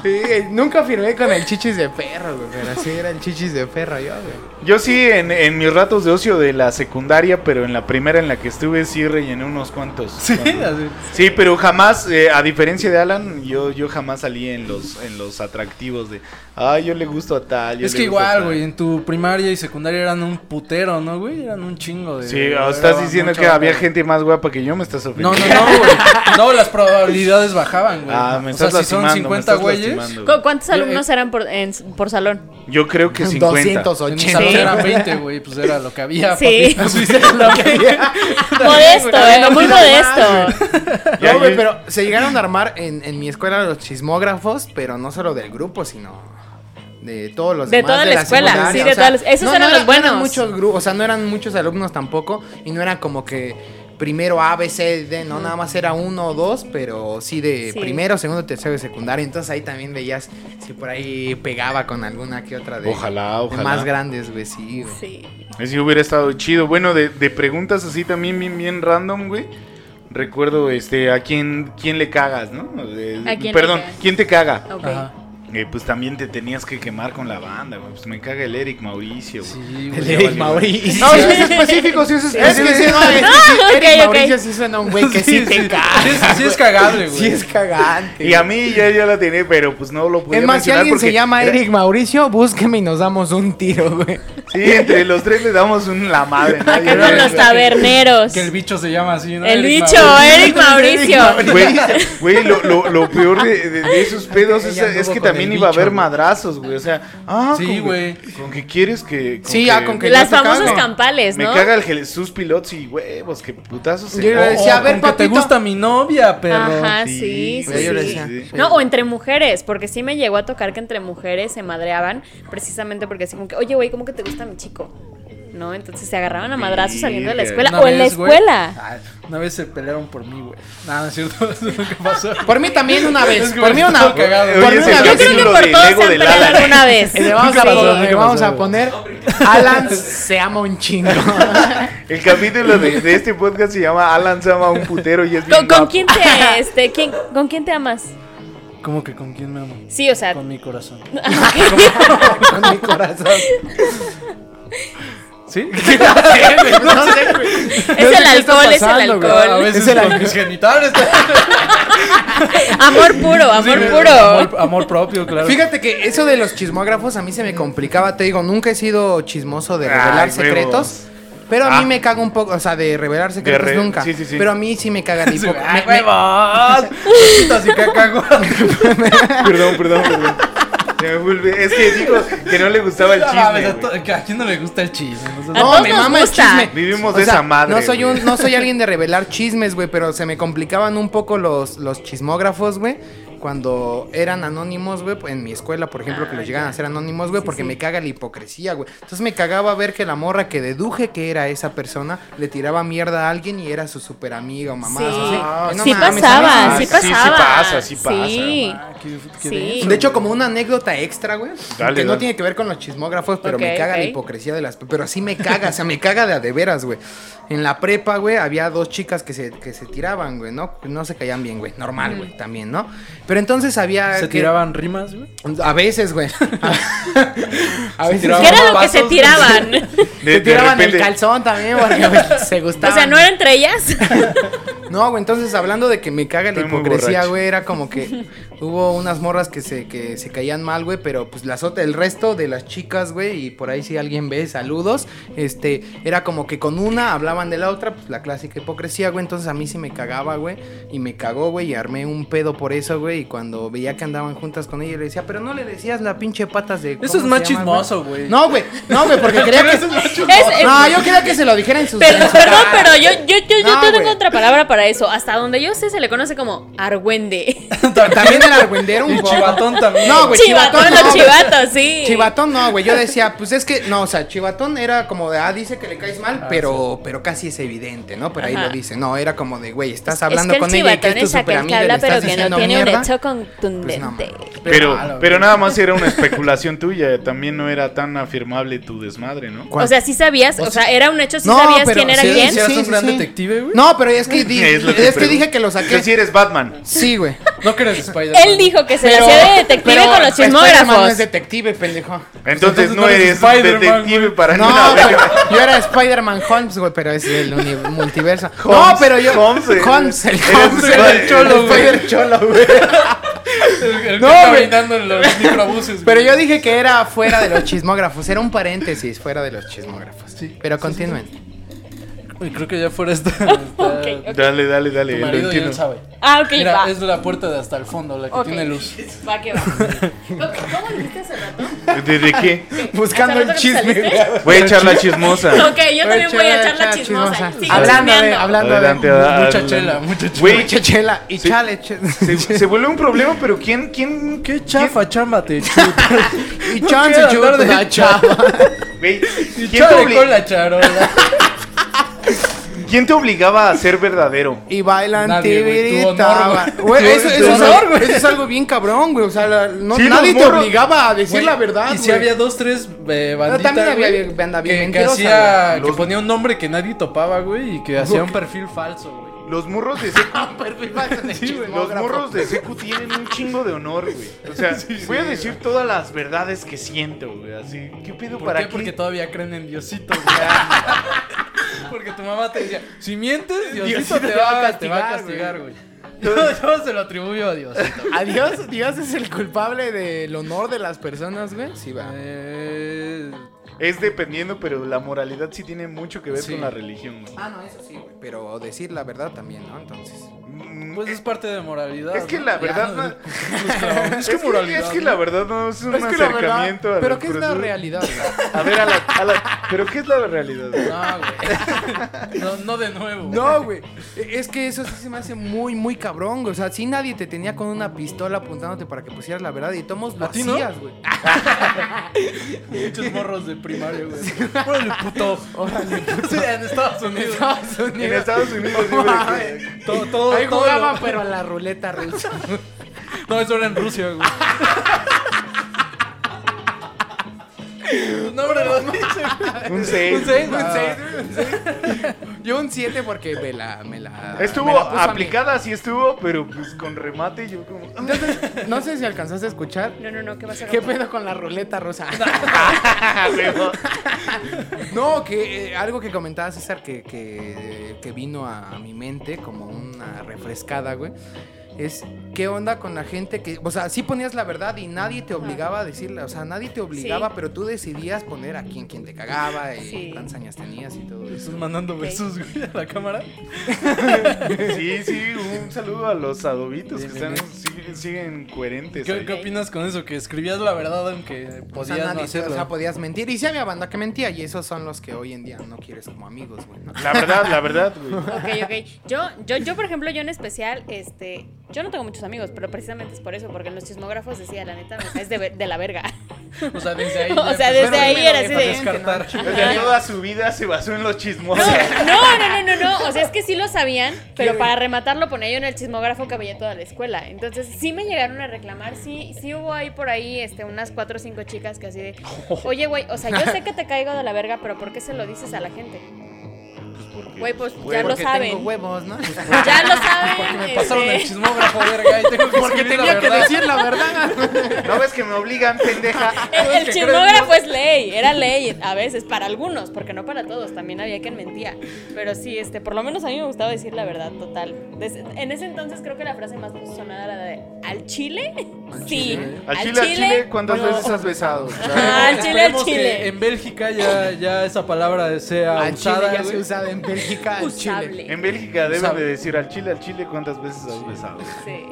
Speaker 2: Sí, eh, nunca firmé con el chichis de perro, güey. Pero así era el chichis de perro yo, güey.
Speaker 3: Yo sí, en, en mis ratos de ocio de la secundaria, pero en la primera en la que estuve sí rellené unos cuantos.
Speaker 4: Sí,
Speaker 3: Cuantos.
Speaker 4: así.
Speaker 3: Sí, pero jamás, eh, a diferencia de Alan, yo, yo jamás salí en los, en los atractivos de, ah, yo le gusto a tal. yo
Speaker 4: Es
Speaker 3: le
Speaker 4: que
Speaker 3: gusto a
Speaker 4: igual,
Speaker 3: tal".
Speaker 4: güey, en tu primaria y secundaria eran un putero, ¿no, güey? Eran un chingo de...
Speaker 3: Sí, o
Speaker 4: era
Speaker 3: estás diciendo
Speaker 4: mucha
Speaker 3: que había
Speaker 4: banda.
Speaker 3: gente más guapa que yo, me estás
Speaker 4: No, no,
Speaker 3: ofendiendo.
Speaker 4: no, güey. No, las probabilidades bajaban, güey.
Speaker 3: Ah, me
Speaker 4: o sea,
Speaker 3: estás
Speaker 4: si son
Speaker 3: lastimando,
Speaker 4: 50
Speaker 3: me estás
Speaker 4: güeyes,
Speaker 3: lastimando,
Speaker 1: ¿Cu-
Speaker 3: güey.
Speaker 1: ¿Cuántos alumnos eran por, en- por salón?
Speaker 3: Yo creo que 50.
Speaker 2: 280.
Speaker 4: en mi salón
Speaker 1: Sí.
Speaker 4: eran 20, güey, pues era lo que había.
Speaker 1: Sí.
Speaker 4: papi. Pues era lo que había.
Speaker 1: Modesto, eh, muy modesto.
Speaker 3: Ya,
Speaker 2: No, güey,
Speaker 3: yo-
Speaker 2: pero se llegaron a armar en, en mi escuela los chismógrafos, pero no solo del grupo, sino de todos los
Speaker 1: De
Speaker 2: demás,
Speaker 1: toda la escuela,
Speaker 2: secundaria,
Speaker 1: sí, de todas las- esos eran los
Speaker 2: era- no eran
Speaker 1: buenos.
Speaker 2: muchos grupos, o sea, no eran muchos alumnos tampoco y no era como que primero A, B, C, D, no, nada más era uno o dos, pero sí de
Speaker 1: Sí.
Speaker 2: primero, segundo, tercero y secundaria, entonces ahí también veías si por ahí pegaba con alguna que otra de
Speaker 3: Ojalá,
Speaker 2: de
Speaker 3: ojalá.
Speaker 2: más grandes, güey, sí. güey.
Speaker 1: Sí.
Speaker 3: Sí, hubiera estado chido. Bueno, de, de preguntas así también bien, bien random, güey. Recuerdo, este, a quién, quién le cagas, ¿no? Eh,
Speaker 1: ¿A quién le
Speaker 3: perdón,
Speaker 1: cagas?
Speaker 3: ¿quién te caga?
Speaker 1: Ok.
Speaker 4: Ajá.
Speaker 3: Eh, pues también te tenías que quemar con la banda, güey. Pues me caga el Eric Mauricio, güey.
Speaker 4: Sí,
Speaker 2: El
Speaker 4: güey.
Speaker 2: Eric Mauricio.
Speaker 3: No, sí es específico, sí es
Speaker 2: Es que
Speaker 3: específico.
Speaker 2: sí, no, es que sí,
Speaker 1: ok,
Speaker 2: Eric
Speaker 1: ok.
Speaker 2: Mauricio sí suena un güey que sí, te caga.
Speaker 4: Sí, es- sí es cagable, güey.
Speaker 2: Sí es cagante.
Speaker 3: Y a mí ya, ya la tenía, pero pues no lo podía
Speaker 2: es más, si
Speaker 3: mencionar
Speaker 2: alguien se
Speaker 3: porque
Speaker 2: llama
Speaker 3: era-
Speaker 2: Eric Mauricio, búsqueme y nos damos un tiro, güey.
Speaker 3: Sí, entre los tres le damos un la madre. ¿no?
Speaker 1: Acá con los taberneros.
Speaker 4: Que el bicho se llama así, ¿no?
Speaker 1: El
Speaker 4: Eric
Speaker 1: bicho, eh.
Speaker 4: Mauricio.
Speaker 1: Eric Mauricio.
Speaker 3: Güey, güey, lo, lo- lo peor de, de- de esos pedos es,
Speaker 2: Ella anduvo
Speaker 3: es que
Speaker 2: con
Speaker 3: también
Speaker 2: el
Speaker 3: iba a
Speaker 2: bicho,
Speaker 3: haber
Speaker 2: güey.
Speaker 3: madrazos, güey. O sea, ah,
Speaker 4: Sí,
Speaker 3: con que-
Speaker 4: güey.
Speaker 3: Con que quieres que.
Speaker 2: Sí, ya, con que-
Speaker 1: Las
Speaker 2: yo te
Speaker 1: famosas
Speaker 2: cago.
Speaker 1: campales,
Speaker 3: Me
Speaker 1: ¿no?
Speaker 3: caga el Jesús Pilots y huevos, que putazos. se- Oh,
Speaker 2: Yo iba a
Speaker 4: O-
Speaker 2: decir, decía,
Speaker 4: o
Speaker 2: a ver,
Speaker 4: con que te
Speaker 2: papito.
Speaker 4: gusta mi novia, pero...
Speaker 1: Ajá,
Speaker 3: Sí,
Speaker 1: sí, sí.
Speaker 3: güey,
Speaker 2: yo le
Speaker 1: sí.
Speaker 2: decía,
Speaker 1: No, o entre mujeres, porque sí me llegó a tocar que entre mujeres se madreaban, precisamente porque así como que, oye, güey, ¿cómo que te gusta mi chico? ¿No? Entonces se agarraban a madrazos saliendo de la escuela
Speaker 4: Una
Speaker 1: o en la
Speaker 4: vez, güey,
Speaker 1: escuela.
Speaker 4: ay, una vez se pelearon por mí, güey. Nada, no es cierto. Eso nunca pasó.
Speaker 2: Por mí también una vez.
Speaker 4: Es que
Speaker 2: Por mí
Speaker 4: me
Speaker 2: una
Speaker 4: estuvo cagado.
Speaker 2: Por mí
Speaker 3: Oye, ese
Speaker 2: una
Speaker 3: yo
Speaker 1: Yo
Speaker 2: vez.
Speaker 3: creo
Speaker 1: creo
Speaker 3: que
Speaker 1: que
Speaker 3: por
Speaker 1: por
Speaker 3: Lego
Speaker 1: todos se han
Speaker 3: del
Speaker 1: peleado
Speaker 3: Alan.
Speaker 1: alguna vez.
Speaker 2: Y le vamos a,
Speaker 1: Sí.
Speaker 2: poner, le
Speaker 4: ¿Qué
Speaker 2: vamos
Speaker 4: pasó?
Speaker 2: a poner Alan se ama un chingo.
Speaker 3: oh. El capítulo de, de este podcast se llama Alan se ama un putero y es bien
Speaker 1: ¿Con, con
Speaker 3: guapo.
Speaker 1: quién te, este, quién- ¿Con quién te amas?
Speaker 4: ¿Cómo que con quién me amo?
Speaker 1: Sí, o sea,
Speaker 4: Con mi corazón.
Speaker 2: Con mi corazón.
Speaker 4: ¿Sí?
Speaker 2: No sé, güey.
Speaker 1: es el alcohol, es el
Speaker 4: A
Speaker 1: alcohol.
Speaker 4: veces
Speaker 2: Es el
Speaker 4: con mis genitales.
Speaker 1: Amor puro, amor
Speaker 4: Sí,
Speaker 1: puro.
Speaker 4: Amor, amor propio, claro.
Speaker 2: Fíjate que eso de los chismógrafos a mí se me complicaba, te digo, nunca he sido chismoso de
Speaker 3: Ay,
Speaker 2: revelar
Speaker 3: huevos.
Speaker 2: secretos. Pero a
Speaker 3: Ah.
Speaker 2: mí me caga un poco, o sea, de revelar secretos
Speaker 3: re-
Speaker 2: nunca.
Speaker 3: sí, sí, sí.
Speaker 2: Pero a mí sí me caga el hipo-
Speaker 4: ¡Ay,
Speaker 2: me- me-
Speaker 4: huevos! Así que cago.
Speaker 3: Perdón, perdón, perdón. Se me vuelve- Es que dijo que no le gustaba el
Speaker 4: No mames,
Speaker 3: chisme.
Speaker 4: a,
Speaker 3: güey.
Speaker 4: to- que a quién no le gusta el chisme? No seas-
Speaker 1: A
Speaker 2: No,
Speaker 1: todos
Speaker 2: me
Speaker 1: nos
Speaker 2: mama el
Speaker 1: gusta.
Speaker 2: chisme.
Speaker 3: Vivimos
Speaker 2: O
Speaker 3: de
Speaker 2: sea,
Speaker 3: esa madre.
Speaker 2: No soy,
Speaker 3: güey.
Speaker 2: un, no soy alguien de revelar chismes, güey, pero se me complicaban un poco los, los chismógrafos, güey. Cuando eran anónimos, güey, en mi escuela, por ejemplo, que los llegan a ser anónimos, güey, porque me caga la hipocresía, güey. Entonces me cagaba ver que la morra que deduje que era esa persona le tiraba mierda a alguien y era su super amiga o mamá.
Speaker 1: Sí.
Speaker 3: Ah,
Speaker 2: así. No
Speaker 1: sí
Speaker 2: mames, a mí
Speaker 1: pasaba, sí
Speaker 3: sí, sí
Speaker 1: pasaba.
Speaker 3: pasa, sí pasa,
Speaker 1: Sí.
Speaker 4: Ah, qué- qué
Speaker 1: Sí.
Speaker 4: denso.
Speaker 2: De hecho, como una anécdota extra, güey,
Speaker 3: Dale,
Speaker 2: que
Speaker 3: dale.
Speaker 2: no tiene que ver con los chismógrafos, pero me
Speaker 1: Ok,
Speaker 2: caga
Speaker 1: ok.
Speaker 2: la hipocresía de las... Pero sí me caga, o sea, me caga de a de veras, güey. En la prepa, güey, había dos chicas que se, que se tiraban, güey, ¿no? No se caían bien, güey, normal, güey, también, ¿no? Pero entonces había...
Speaker 4: ¿Se
Speaker 2: que-
Speaker 4: tiraban rimas, güey?
Speaker 2: A veces, güey. a veces...
Speaker 4: tiraban
Speaker 1: ¿Qué era lo que
Speaker 4: Vasos,
Speaker 1: se
Speaker 4: ¿no?
Speaker 1: tiraban?
Speaker 3: De-
Speaker 2: se
Speaker 3: de
Speaker 2: tiraban
Speaker 3: repente-
Speaker 2: el calzón también, porque güey, se
Speaker 1: O
Speaker 2: gustaban.
Speaker 1: sea, ¿no era entre ellas?
Speaker 2: No, güey, entonces hablando de que me caga la
Speaker 3: Estoy muy
Speaker 2: hipocresía,
Speaker 3: borracho.
Speaker 2: güey, era como que hubo unas morras que se, que se caían mal, güey, pero pues las ot- el resto de las chicas, güey, y por ahí si alguien ve, saludos, este, era como que con una hablaban de la otra, pues la clásica hipocresía, güey, entonces a mí sí me cagaba, güey, y me cagó, güey, y armé un pedo por eso, güey, y cuando veía que andaban juntas con ella, yo le decía, pero no le decías la pinche patas de...
Speaker 4: Eso
Speaker 2: ¿cómo
Speaker 4: es
Speaker 2: se
Speaker 4: más
Speaker 2: llama,
Speaker 4: chismoso, güey.
Speaker 2: No, güey, no, güey, porque quería que...
Speaker 1: Es- es-
Speaker 2: No, yo quería que se lo dijera en sus...
Speaker 1: Pero-
Speaker 2: en su
Speaker 1: perdón,
Speaker 2: cara.
Speaker 1: pero yo, yo, yo, yo
Speaker 2: No,
Speaker 1: tengo
Speaker 2: güey.
Speaker 1: otra palabra para eso. Hasta donde yo sé, se le conoce como Argüende.
Speaker 2: También el argüendero un
Speaker 4: Y
Speaker 2: poco.
Speaker 4: Chivatón también.
Speaker 2: No, güey,
Speaker 1: Chivatón,
Speaker 2: chivatón.
Speaker 1: los
Speaker 2: no, güey.
Speaker 1: chivatos, sí.
Speaker 2: Chivatón no, güey. Yo decía, pues es que, no, o sea, Chivatón era como de, ah, dice que le caes mal, pero, pero casi es evidente, ¿no? Pero ahí
Speaker 1: Ajá.
Speaker 2: lo dice. No, era como de, güey, estás
Speaker 1: Es
Speaker 2: hablando
Speaker 1: que el
Speaker 2: con ella y que
Speaker 1: chivatón
Speaker 2: es tu
Speaker 1: es
Speaker 2: super
Speaker 1: aquel que
Speaker 2: amiga y le
Speaker 1: habla,
Speaker 2: estás
Speaker 1: pero que no
Speaker 2: diciendo
Speaker 1: tiene un
Speaker 2: mierda.
Speaker 1: hecho
Speaker 2: Pues no,
Speaker 1: contundente.
Speaker 2: mames.
Speaker 3: Pero,
Speaker 2: malo,
Speaker 3: pero
Speaker 2: güey.
Speaker 3: nada más era una especulación tuya, también no era tan afirmable tu desmadre, ¿no?
Speaker 2: ¿Cuál?
Speaker 1: o sea, sí sabías, o sea, era un hecho, sí
Speaker 2: No,
Speaker 1: sabías
Speaker 2: pero
Speaker 1: quién era
Speaker 2: sí,
Speaker 1: quién.
Speaker 2: sí,
Speaker 4: ¿Eres
Speaker 2: sí,
Speaker 4: un
Speaker 2: sí,
Speaker 4: gran
Speaker 2: sí.
Speaker 4: detective, güey?
Speaker 2: No, pero es que, di-
Speaker 3: Es
Speaker 2: es,
Speaker 3: lo
Speaker 2: que,
Speaker 3: pregunto.
Speaker 2: dije que lo
Speaker 3: Que si
Speaker 2: saqué.
Speaker 3: eres Batman.
Speaker 2: Sí, güey.
Speaker 4: No que eres Spider-Man.
Speaker 1: Él dijo que se le
Speaker 2: Pero-
Speaker 1: hacía de detective
Speaker 2: pero
Speaker 1: con los
Speaker 2: Spider-Man no es
Speaker 1: chismógrafos.
Speaker 2: detective, pendejo.
Speaker 3: Entonces,
Speaker 4: entonces
Speaker 3: no
Speaker 4: no eres
Speaker 3: eres
Speaker 4: Spider-Man,
Speaker 3: detective para
Speaker 2: No,
Speaker 3: nada.
Speaker 2: pero yo era Spider-Man Holmes, güey, pero es el uni- multiverso.
Speaker 3: Holmes,
Speaker 2: no, pero yo.
Speaker 3: Holmes, eh.
Speaker 2: Holmes, el
Speaker 3: Eres
Speaker 2: Holmes,
Speaker 3: Spider-
Speaker 2: el cholo,
Speaker 4: eres
Speaker 2: güey.
Speaker 4: Spider
Speaker 2: cholo, güey.
Speaker 4: no,
Speaker 2: No,
Speaker 4: está
Speaker 2: güey.
Speaker 4: brindando en los microbuses.
Speaker 2: Pero
Speaker 4: güey.
Speaker 2: yo dije que era fuera de los chismógrafos, era un paréntesis fuera de los chismógrafos. pero continúen.
Speaker 4: Uy, creo que ya fuera esta. está-
Speaker 1: ok.
Speaker 3: Dale, dale,
Speaker 4: Tu
Speaker 3: dale. Lo
Speaker 4: marido ya
Speaker 3: entiendo.
Speaker 4: lo sabe.
Speaker 1: Ah, ok,
Speaker 4: Mira,
Speaker 1: va.
Speaker 4: es la puerta de hasta el fondo, la que
Speaker 1: Ok.
Speaker 4: tiene luz.
Speaker 1: Va que va. ¿Cómo dijiste hace rato?
Speaker 3: ¿Desde qué?
Speaker 2: Buscando el
Speaker 1: ¿Hace rato que
Speaker 2: chisme.
Speaker 1: te saliste?
Speaker 3: Voy a echar la chismosa.
Speaker 1: Ok, yo también voy a echar la chismosa. Sigue
Speaker 2: Hablando de,
Speaker 1: chismeando.
Speaker 2: hablando
Speaker 3: Adelante,
Speaker 2: de.
Speaker 3: adelante.
Speaker 4: Mucha chela, mucha chela.
Speaker 3: Güey,
Speaker 2: Mucha chela y
Speaker 3: Sí.
Speaker 2: chale, che-
Speaker 3: se, se vuelve un problema, pero ¿quién? ¿Quién?
Speaker 4: Qué chafa, chámbate, chuta.
Speaker 2: Y
Speaker 4: No
Speaker 2: chance,
Speaker 4: quiero
Speaker 2: chulo,
Speaker 4: hablar de
Speaker 2: la chava.
Speaker 3: güey,
Speaker 4: Y
Speaker 3: ¿quién, te
Speaker 4: chale
Speaker 3: obli-
Speaker 4: con la charola.
Speaker 3: quién te obligaba a ser verdadero?
Speaker 2: Y bailan
Speaker 4: Nadie, güey, tu honor,
Speaker 2: tibirita.
Speaker 4: güey.
Speaker 2: Güey,
Speaker 4: Tu-
Speaker 2: eso,
Speaker 4: tu
Speaker 2: eso es
Speaker 4: honor,
Speaker 2: algo- eso es algo bien cabrón, güey. O sea, la- no-
Speaker 3: Sí, los
Speaker 2: nadie te
Speaker 3: morros-
Speaker 2: obligaba a decir la verdad.
Speaker 4: Y si
Speaker 2: güey.
Speaker 4: había dos, tres eh, banditas.
Speaker 2: también había
Speaker 4: güey,
Speaker 2: banda bien
Speaker 4: que, que
Speaker 2: mentirosa,
Speaker 4: hacía.
Speaker 3: güey.
Speaker 4: Que ponía un nombre que nadie topaba, güey. Y que hacía un perfil falso, güey.
Speaker 3: Los morros de secu,
Speaker 2: Sí, güey,
Speaker 3: los morros de secu tienen un chingo de honor, güey. O sea, voy a decir todas las verdades que siento, güey. Así, ¿qué pedo
Speaker 4: ¿Por
Speaker 3: para
Speaker 4: qué?
Speaker 3: qué?
Speaker 4: Porque todavía creen en Diosito, güey. Porque tu mamá te decía, si mientes, Diosito, te, va, a te va a castigar, güey. Yo, yo se lo atribuyo a Dios.
Speaker 2: Adiós, Dios es el culpable del honor de las personas, güey. Sí, va.
Speaker 4: Eh,
Speaker 3: Es dependiendo, pero la moralidad sí tiene mucho que ver
Speaker 4: Sí.
Speaker 3: con la religión, güey.
Speaker 2: Ah, no, eso sí, güey. Pero decir la verdad también, ¿no? Entonces.
Speaker 3: Mm,
Speaker 4: pues es parte de moralidad.
Speaker 3: Es que
Speaker 4: ¿no?
Speaker 3: la
Speaker 4: Ya,
Speaker 3: verdad
Speaker 4: no-
Speaker 3: no-
Speaker 4: pues, cabrón, es que
Speaker 3: es que,
Speaker 4: moralidad.
Speaker 3: es que
Speaker 4: ¿no?
Speaker 3: la verdad no es un acercamiento a
Speaker 2: Pero ¿qué es la
Speaker 3: procesos.
Speaker 2: realidad, güey?
Speaker 3: A ver, a la, a la- Pero ¿qué es la realidad? güey?
Speaker 4: No, güey. No, no de nuevo.
Speaker 2: No, güey. E- Es que eso sí se me hace muy, muy cabrón, güey. O sea, si nadie te tenía con una pistola apuntándote para que pusieras la verdad y tomos lo
Speaker 4: ¿A ti no?
Speaker 2: hacías, güey.
Speaker 4: Muchos morros de primario, güey. Órale, puto. Órale, puto. Sí, en Estados Unidos.
Speaker 2: Estados
Speaker 3: En
Speaker 2: Unidos.
Speaker 3: Estados Unidos sí, güey.
Speaker 4: Todo, todo,
Speaker 2: Ahí
Speaker 4: todo
Speaker 2: jugaban,
Speaker 4: lo-
Speaker 2: pero a la ruleta rusa.
Speaker 4: No, eso era en Rusia, güey. No, hombre, lo dice.
Speaker 3: Un seis.
Speaker 4: Un seis,
Speaker 2: Un
Speaker 4: un
Speaker 2: seis,
Speaker 4: seis.
Speaker 2: Ah. Yo un 7 porque me la. Me la me
Speaker 3: Estuvo
Speaker 2: la puso a mí.
Speaker 3: aplicada, sí estuvo, pero pues con remate yo como... "Ah,
Speaker 2: Entonces, no sé si alcanzaste a escuchar.
Speaker 1: No, no, no, ¿qué vas a
Speaker 2: ¿Qué
Speaker 1: hacer?
Speaker 2: pedo con la ruleta rusa?
Speaker 3: "Ah, huevo".
Speaker 2: No, que eh, algo que comentaba César que, que, que vino a mi mente como una refrescada, güey. Es qué onda con la gente que, o sea, sí ponías la verdad y nadie te obligaba a decirla, o sea, nadie te obligaba,
Speaker 1: Sí.
Speaker 2: pero tú decidías poner a quién quien te cagaba y
Speaker 1: Sí.
Speaker 2: cuántas añas tenías y todo eso.
Speaker 4: Estás mandando besos, güey, a la cámara.
Speaker 3: Sí, sí, un saludo a los adobitos que
Speaker 4: Bien,
Speaker 3: están,
Speaker 4: bien,
Speaker 3: siguen, siguen coherentes.
Speaker 4: ¿Qué,
Speaker 3: ahí.
Speaker 4: qué opinas con eso? Que escribías la verdad aunque
Speaker 2: O
Speaker 4: Pues, podías
Speaker 2: sea,
Speaker 4: no
Speaker 2: nadie-
Speaker 4: hacerlo.
Speaker 2: o sea, podías mentir. Y sí había banda que mentía y esos son los que hoy en día no quieres como amigos, güey. ¿no?
Speaker 3: La verdad, la verdad, güey.
Speaker 1: Ok, ok. Yo, yo, yo, por ejemplo, yo en especial, este, yo no tengo muchos amigos, pero precisamente es por eso, porque en los chismógrafos decía, la neta, es de, ver- de la verga.
Speaker 4: pues, O sea, desde ahí.
Speaker 1: O
Speaker 4: ya
Speaker 1: sea,
Speaker 4: empezaron
Speaker 1: desde ahí
Speaker 4: primero
Speaker 1: era
Speaker 2: eh,
Speaker 1: así
Speaker 4: a
Speaker 1: de-
Speaker 4: Descartar.
Speaker 3: O sea, toda su vida se basó en los chismosos.
Speaker 1: No, no, no, no, no. O sea, es que sí lo sabían, pero para rematarlo ponía yo en el chismógrafo que veía toda la escuela. Entonces sí me llegaron a reclamar, sí, sí hubo ahí por ahí este, unas cuatro o cinco chicas que así de, oye, güey, o sea, yo sé que te caigo de la verga, pero ¿por qué se lo dices a la gente? Güey, pues ya lo
Speaker 2: Porque tengo
Speaker 1: saben.
Speaker 2: huevos, ¿no?
Speaker 1: Ya lo
Speaker 4: Porque
Speaker 1: saben.
Speaker 4: me pasaron el
Speaker 1: este,
Speaker 4: chismógrafo, verga. Y tengo que
Speaker 2: Porque
Speaker 4: escribir la
Speaker 2: tenía que
Speaker 4: verdad.
Speaker 2: decir la verdad.
Speaker 3: No ves que me obligan, pendeja.
Speaker 1: el-
Speaker 4: Es
Speaker 1: el
Speaker 4: que
Speaker 1: chismógrafo es ley, era ley a veces, para algunos, porque no para todos, también había quien mentía. Pero sí, este, por lo menos a mí me gustaba decir la verdad total. Des- en ese entonces creo que la frase más sonada era la de ¿al chile? sí.
Speaker 4: chile?
Speaker 3: Al chile, al chile, ¿cuántas
Speaker 1: No.
Speaker 3: veces has besado?
Speaker 1: Ajá, ah, al chile, al
Speaker 4: Esperemos que
Speaker 1: chile.
Speaker 4: En Bélgica ya, ya esa palabra sea
Speaker 2: Al Chile
Speaker 4: usada.
Speaker 2: ya se
Speaker 4: güey.
Speaker 2: usaba en Bélgica. al Chile.
Speaker 1: Usable.
Speaker 3: En Bélgica deben
Speaker 4: Sabe.
Speaker 3: de decir al chile, al chile, ¿cuántas veces has besado?
Speaker 1: Sí.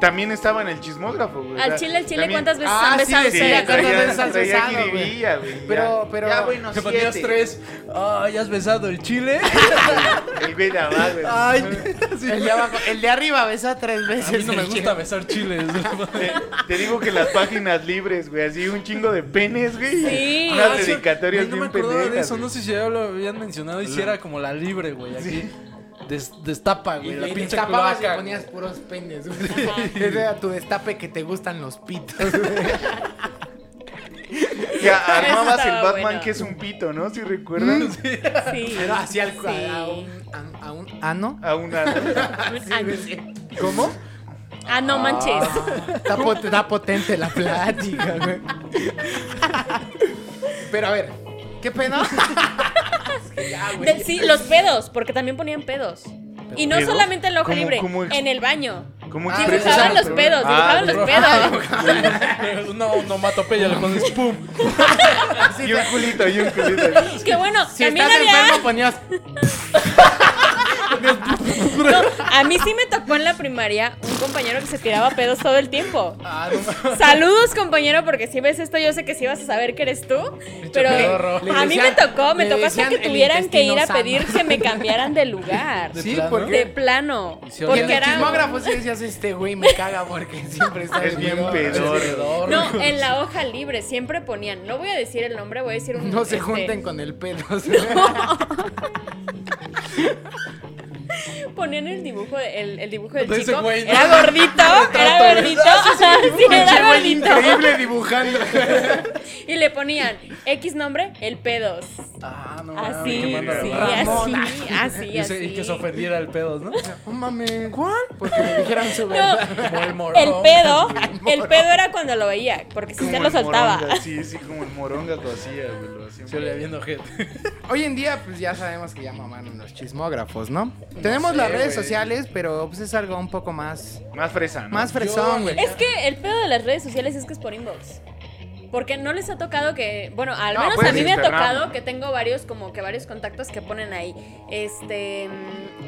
Speaker 3: también estaba en el chismógrafo, güey. o
Speaker 1: Al
Speaker 3: sea,
Speaker 1: chile, al chile,
Speaker 3: también-
Speaker 1: ¿cuántas veces
Speaker 6: Ah,
Speaker 1: han
Speaker 6: sí,
Speaker 1: besado?
Speaker 6: sí,
Speaker 3: Sí,
Speaker 1: Estoy de acuerdo.
Speaker 6: traía-
Speaker 3: traía,
Speaker 6: Estás
Speaker 3: traía
Speaker 6: besado, güey.
Speaker 3: jiribilla, güey,
Speaker 6: Pero,
Speaker 3: ya.
Speaker 6: pero.
Speaker 2: Ya, bueno,
Speaker 4: Que ponías
Speaker 2: siete.
Speaker 4: tres. Ay, ¿ya has besado el chile?
Speaker 3: El güey de abajo, güey.
Speaker 1: Ah.
Speaker 4: Ay, sí.
Speaker 2: El de abajo, el de arriba besa tres
Speaker 4: A
Speaker 2: veces.
Speaker 4: mí no me
Speaker 2: el
Speaker 4: gusta besar chiles.
Speaker 3: Te, te digo que las páginas libres, güey, así un chingo de penes, güey.
Speaker 1: Sí.
Speaker 3: Unas
Speaker 1: Ah, sí.
Speaker 3: dedicatorias
Speaker 4: Ay, no me
Speaker 3: bien
Speaker 4: acordaba de
Speaker 3: pendejas.
Speaker 4: eso. No
Speaker 3: güey.
Speaker 4: sé si ya lo habían mencionado. Y si era como la libre, güey. Aquí. Des- destapa,
Speaker 2: Y
Speaker 4: güey. La
Speaker 2: le
Speaker 4: pinche
Speaker 2: destapabas y
Speaker 4: cloaca,
Speaker 2: ponías puros penes. güey. Ese era tu destape que te gustan los pitos.
Speaker 3: Que armabas el
Speaker 1: estaba
Speaker 3: Batman
Speaker 1: bueno.
Speaker 3: que es un pito, ¿no? Si
Speaker 4: Mm,
Speaker 3: recuerdas.
Speaker 1: Sí.
Speaker 2: Pero así al
Speaker 1: Sí.
Speaker 2: a un, a, a un ano.
Speaker 3: A una.
Speaker 1: Ah,
Speaker 2: ¿Cómo?
Speaker 1: Ah, no manches.
Speaker 2: Está, pot- está potente la plática, güey. Pero a ver, ¿qué pedo?
Speaker 1: De- sí, los pedos, porque también ponían pedos. Y no
Speaker 3: ¿Pedos?
Speaker 1: solamente en el ojo
Speaker 3: ¿Cómo-
Speaker 1: libre,
Speaker 3: cómo ex-
Speaker 1: en el baño.
Speaker 3: ¿Cómo
Speaker 2: Ah,
Speaker 3: expresas
Speaker 1: Dibujaban
Speaker 3: eso,
Speaker 1: los
Speaker 3: güey?
Speaker 1: pedos,
Speaker 3: Ah,
Speaker 1: dibujaban los pedos.
Speaker 4: güey. Una onomatopeya le pones pum.
Speaker 3: Y un culito, y un culito.
Speaker 1: Que bueno,
Speaker 2: Si
Speaker 1: también
Speaker 2: estás
Speaker 1: había.
Speaker 2: enfermo ponías
Speaker 1: No, a mí sí me tocó en la primaria un compañero que se tiraba pedos todo el tiempo.
Speaker 4: Ah,
Speaker 1: Saludos, compañero, porque si ves esto, yo sé que sí vas a saber que eres tú. Pero
Speaker 4: pedorro.
Speaker 1: a
Speaker 2: Le
Speaker 1: mí me
Speaker 2: decían-
Speaker 1: tocó, me
Speaker 2: le
Speaker 1: tocó hasta
Speaker 2: decían
Speaker 1: que
Speaker 2: el
Speaker 1: tuvieran que ir a
Speaker 2: intestino
Speaker 1: pedir
Speaker 2: sano.
Speaker 1: que me cambiaran de lugar.
Speaker 4: De
Speaker 2: Sí,
Speaker 4: plano.
Speaker 2: porque-
Speaker 1: De plano.
Speaker 4: Y se
Speaker 2: Y
Speaker 1: Porque
Speaker 4: olía
Speaker 2: en el
Speaker 1: era.
Speaker 2: chismógrafo sí decías, este güey me caga porque siempre está
Speaker 3: Es bien
Speaker 2: dormido".
Speaker 3: pedorro.
Speaker 1: No, en la hoja libre siempre ponían. No voy a decir el nombre, voy a decir un.
Speaker 2: No se
Speaker 1: este,
Speaker 2: junten con el pedo.
Speaker 1: Ponían el dibujo, de- el, el dibujo del
Speaker 4: De ese
Speaker 1: chico.
Speaker 4: güey, ¿no?
Speaker 1: Era gordito, era gordito.
Speaker 2: Ah,
Speaker 1: Sí, era gordito.
Speaker 2: Increíble dibujando.
Speaker 1: Y le ponían X nombre, el pedos.
Speaker 4: Ah, no mames, qué
Speaker 1: Así,
Speaker 4: mala
Speaker 1: sí,
Speaker 4: onda.
Speaker 2: Ramona.
Speaker 1: así, así,
Speaker 4: Y se- y que
Speaker 1: así.
Speaker 4: se ofendiera el pedos, ¿no?
Speaker 2: No mames. ¿Cuál? Porque me dijeron su
Speaker 1: No,
Speaker 2: verdad.
Speaker 4: Como el morón.
Speaker 1: el pedo, el pedo era cuando lo veía, porque si
Speaker 3: Como
Speaker 1: se lo
Speaker 3: el
Speaker 1: soltaba.
Speaker 3: moronga, Sí, sí, como el moronga lo hacía, güey. Lo hacía
Speaker 4: Se olía bien ojete.
Speaker 2: Hoy en día, pues ya sabemos que ya mamaron los chismógrafos, ¿no? Tenemos
Speaker 4: sé,
Speaker 2: las redes
Speaker 4: güey.
Speaker 2: sociales, pero pues es algo un poco más.
Speaker 3: Más fresa, ¿no?
Speaker 2: Más fresón,
Speaker 4: Yo-
Speaker 2: güey.
Speaker 1: Es que el pedo de las redes sociales es que es por inbox. Porque no les ha tocado que, bueno, al
Speaker 3: No,
Speaker 1: menos
Speaker 3: pues,
Speaker 1: a mí me ha
Speaker 3: Instagram.
Speaker 1: tocado que tengo varios como que varios contactos que ponen ahí este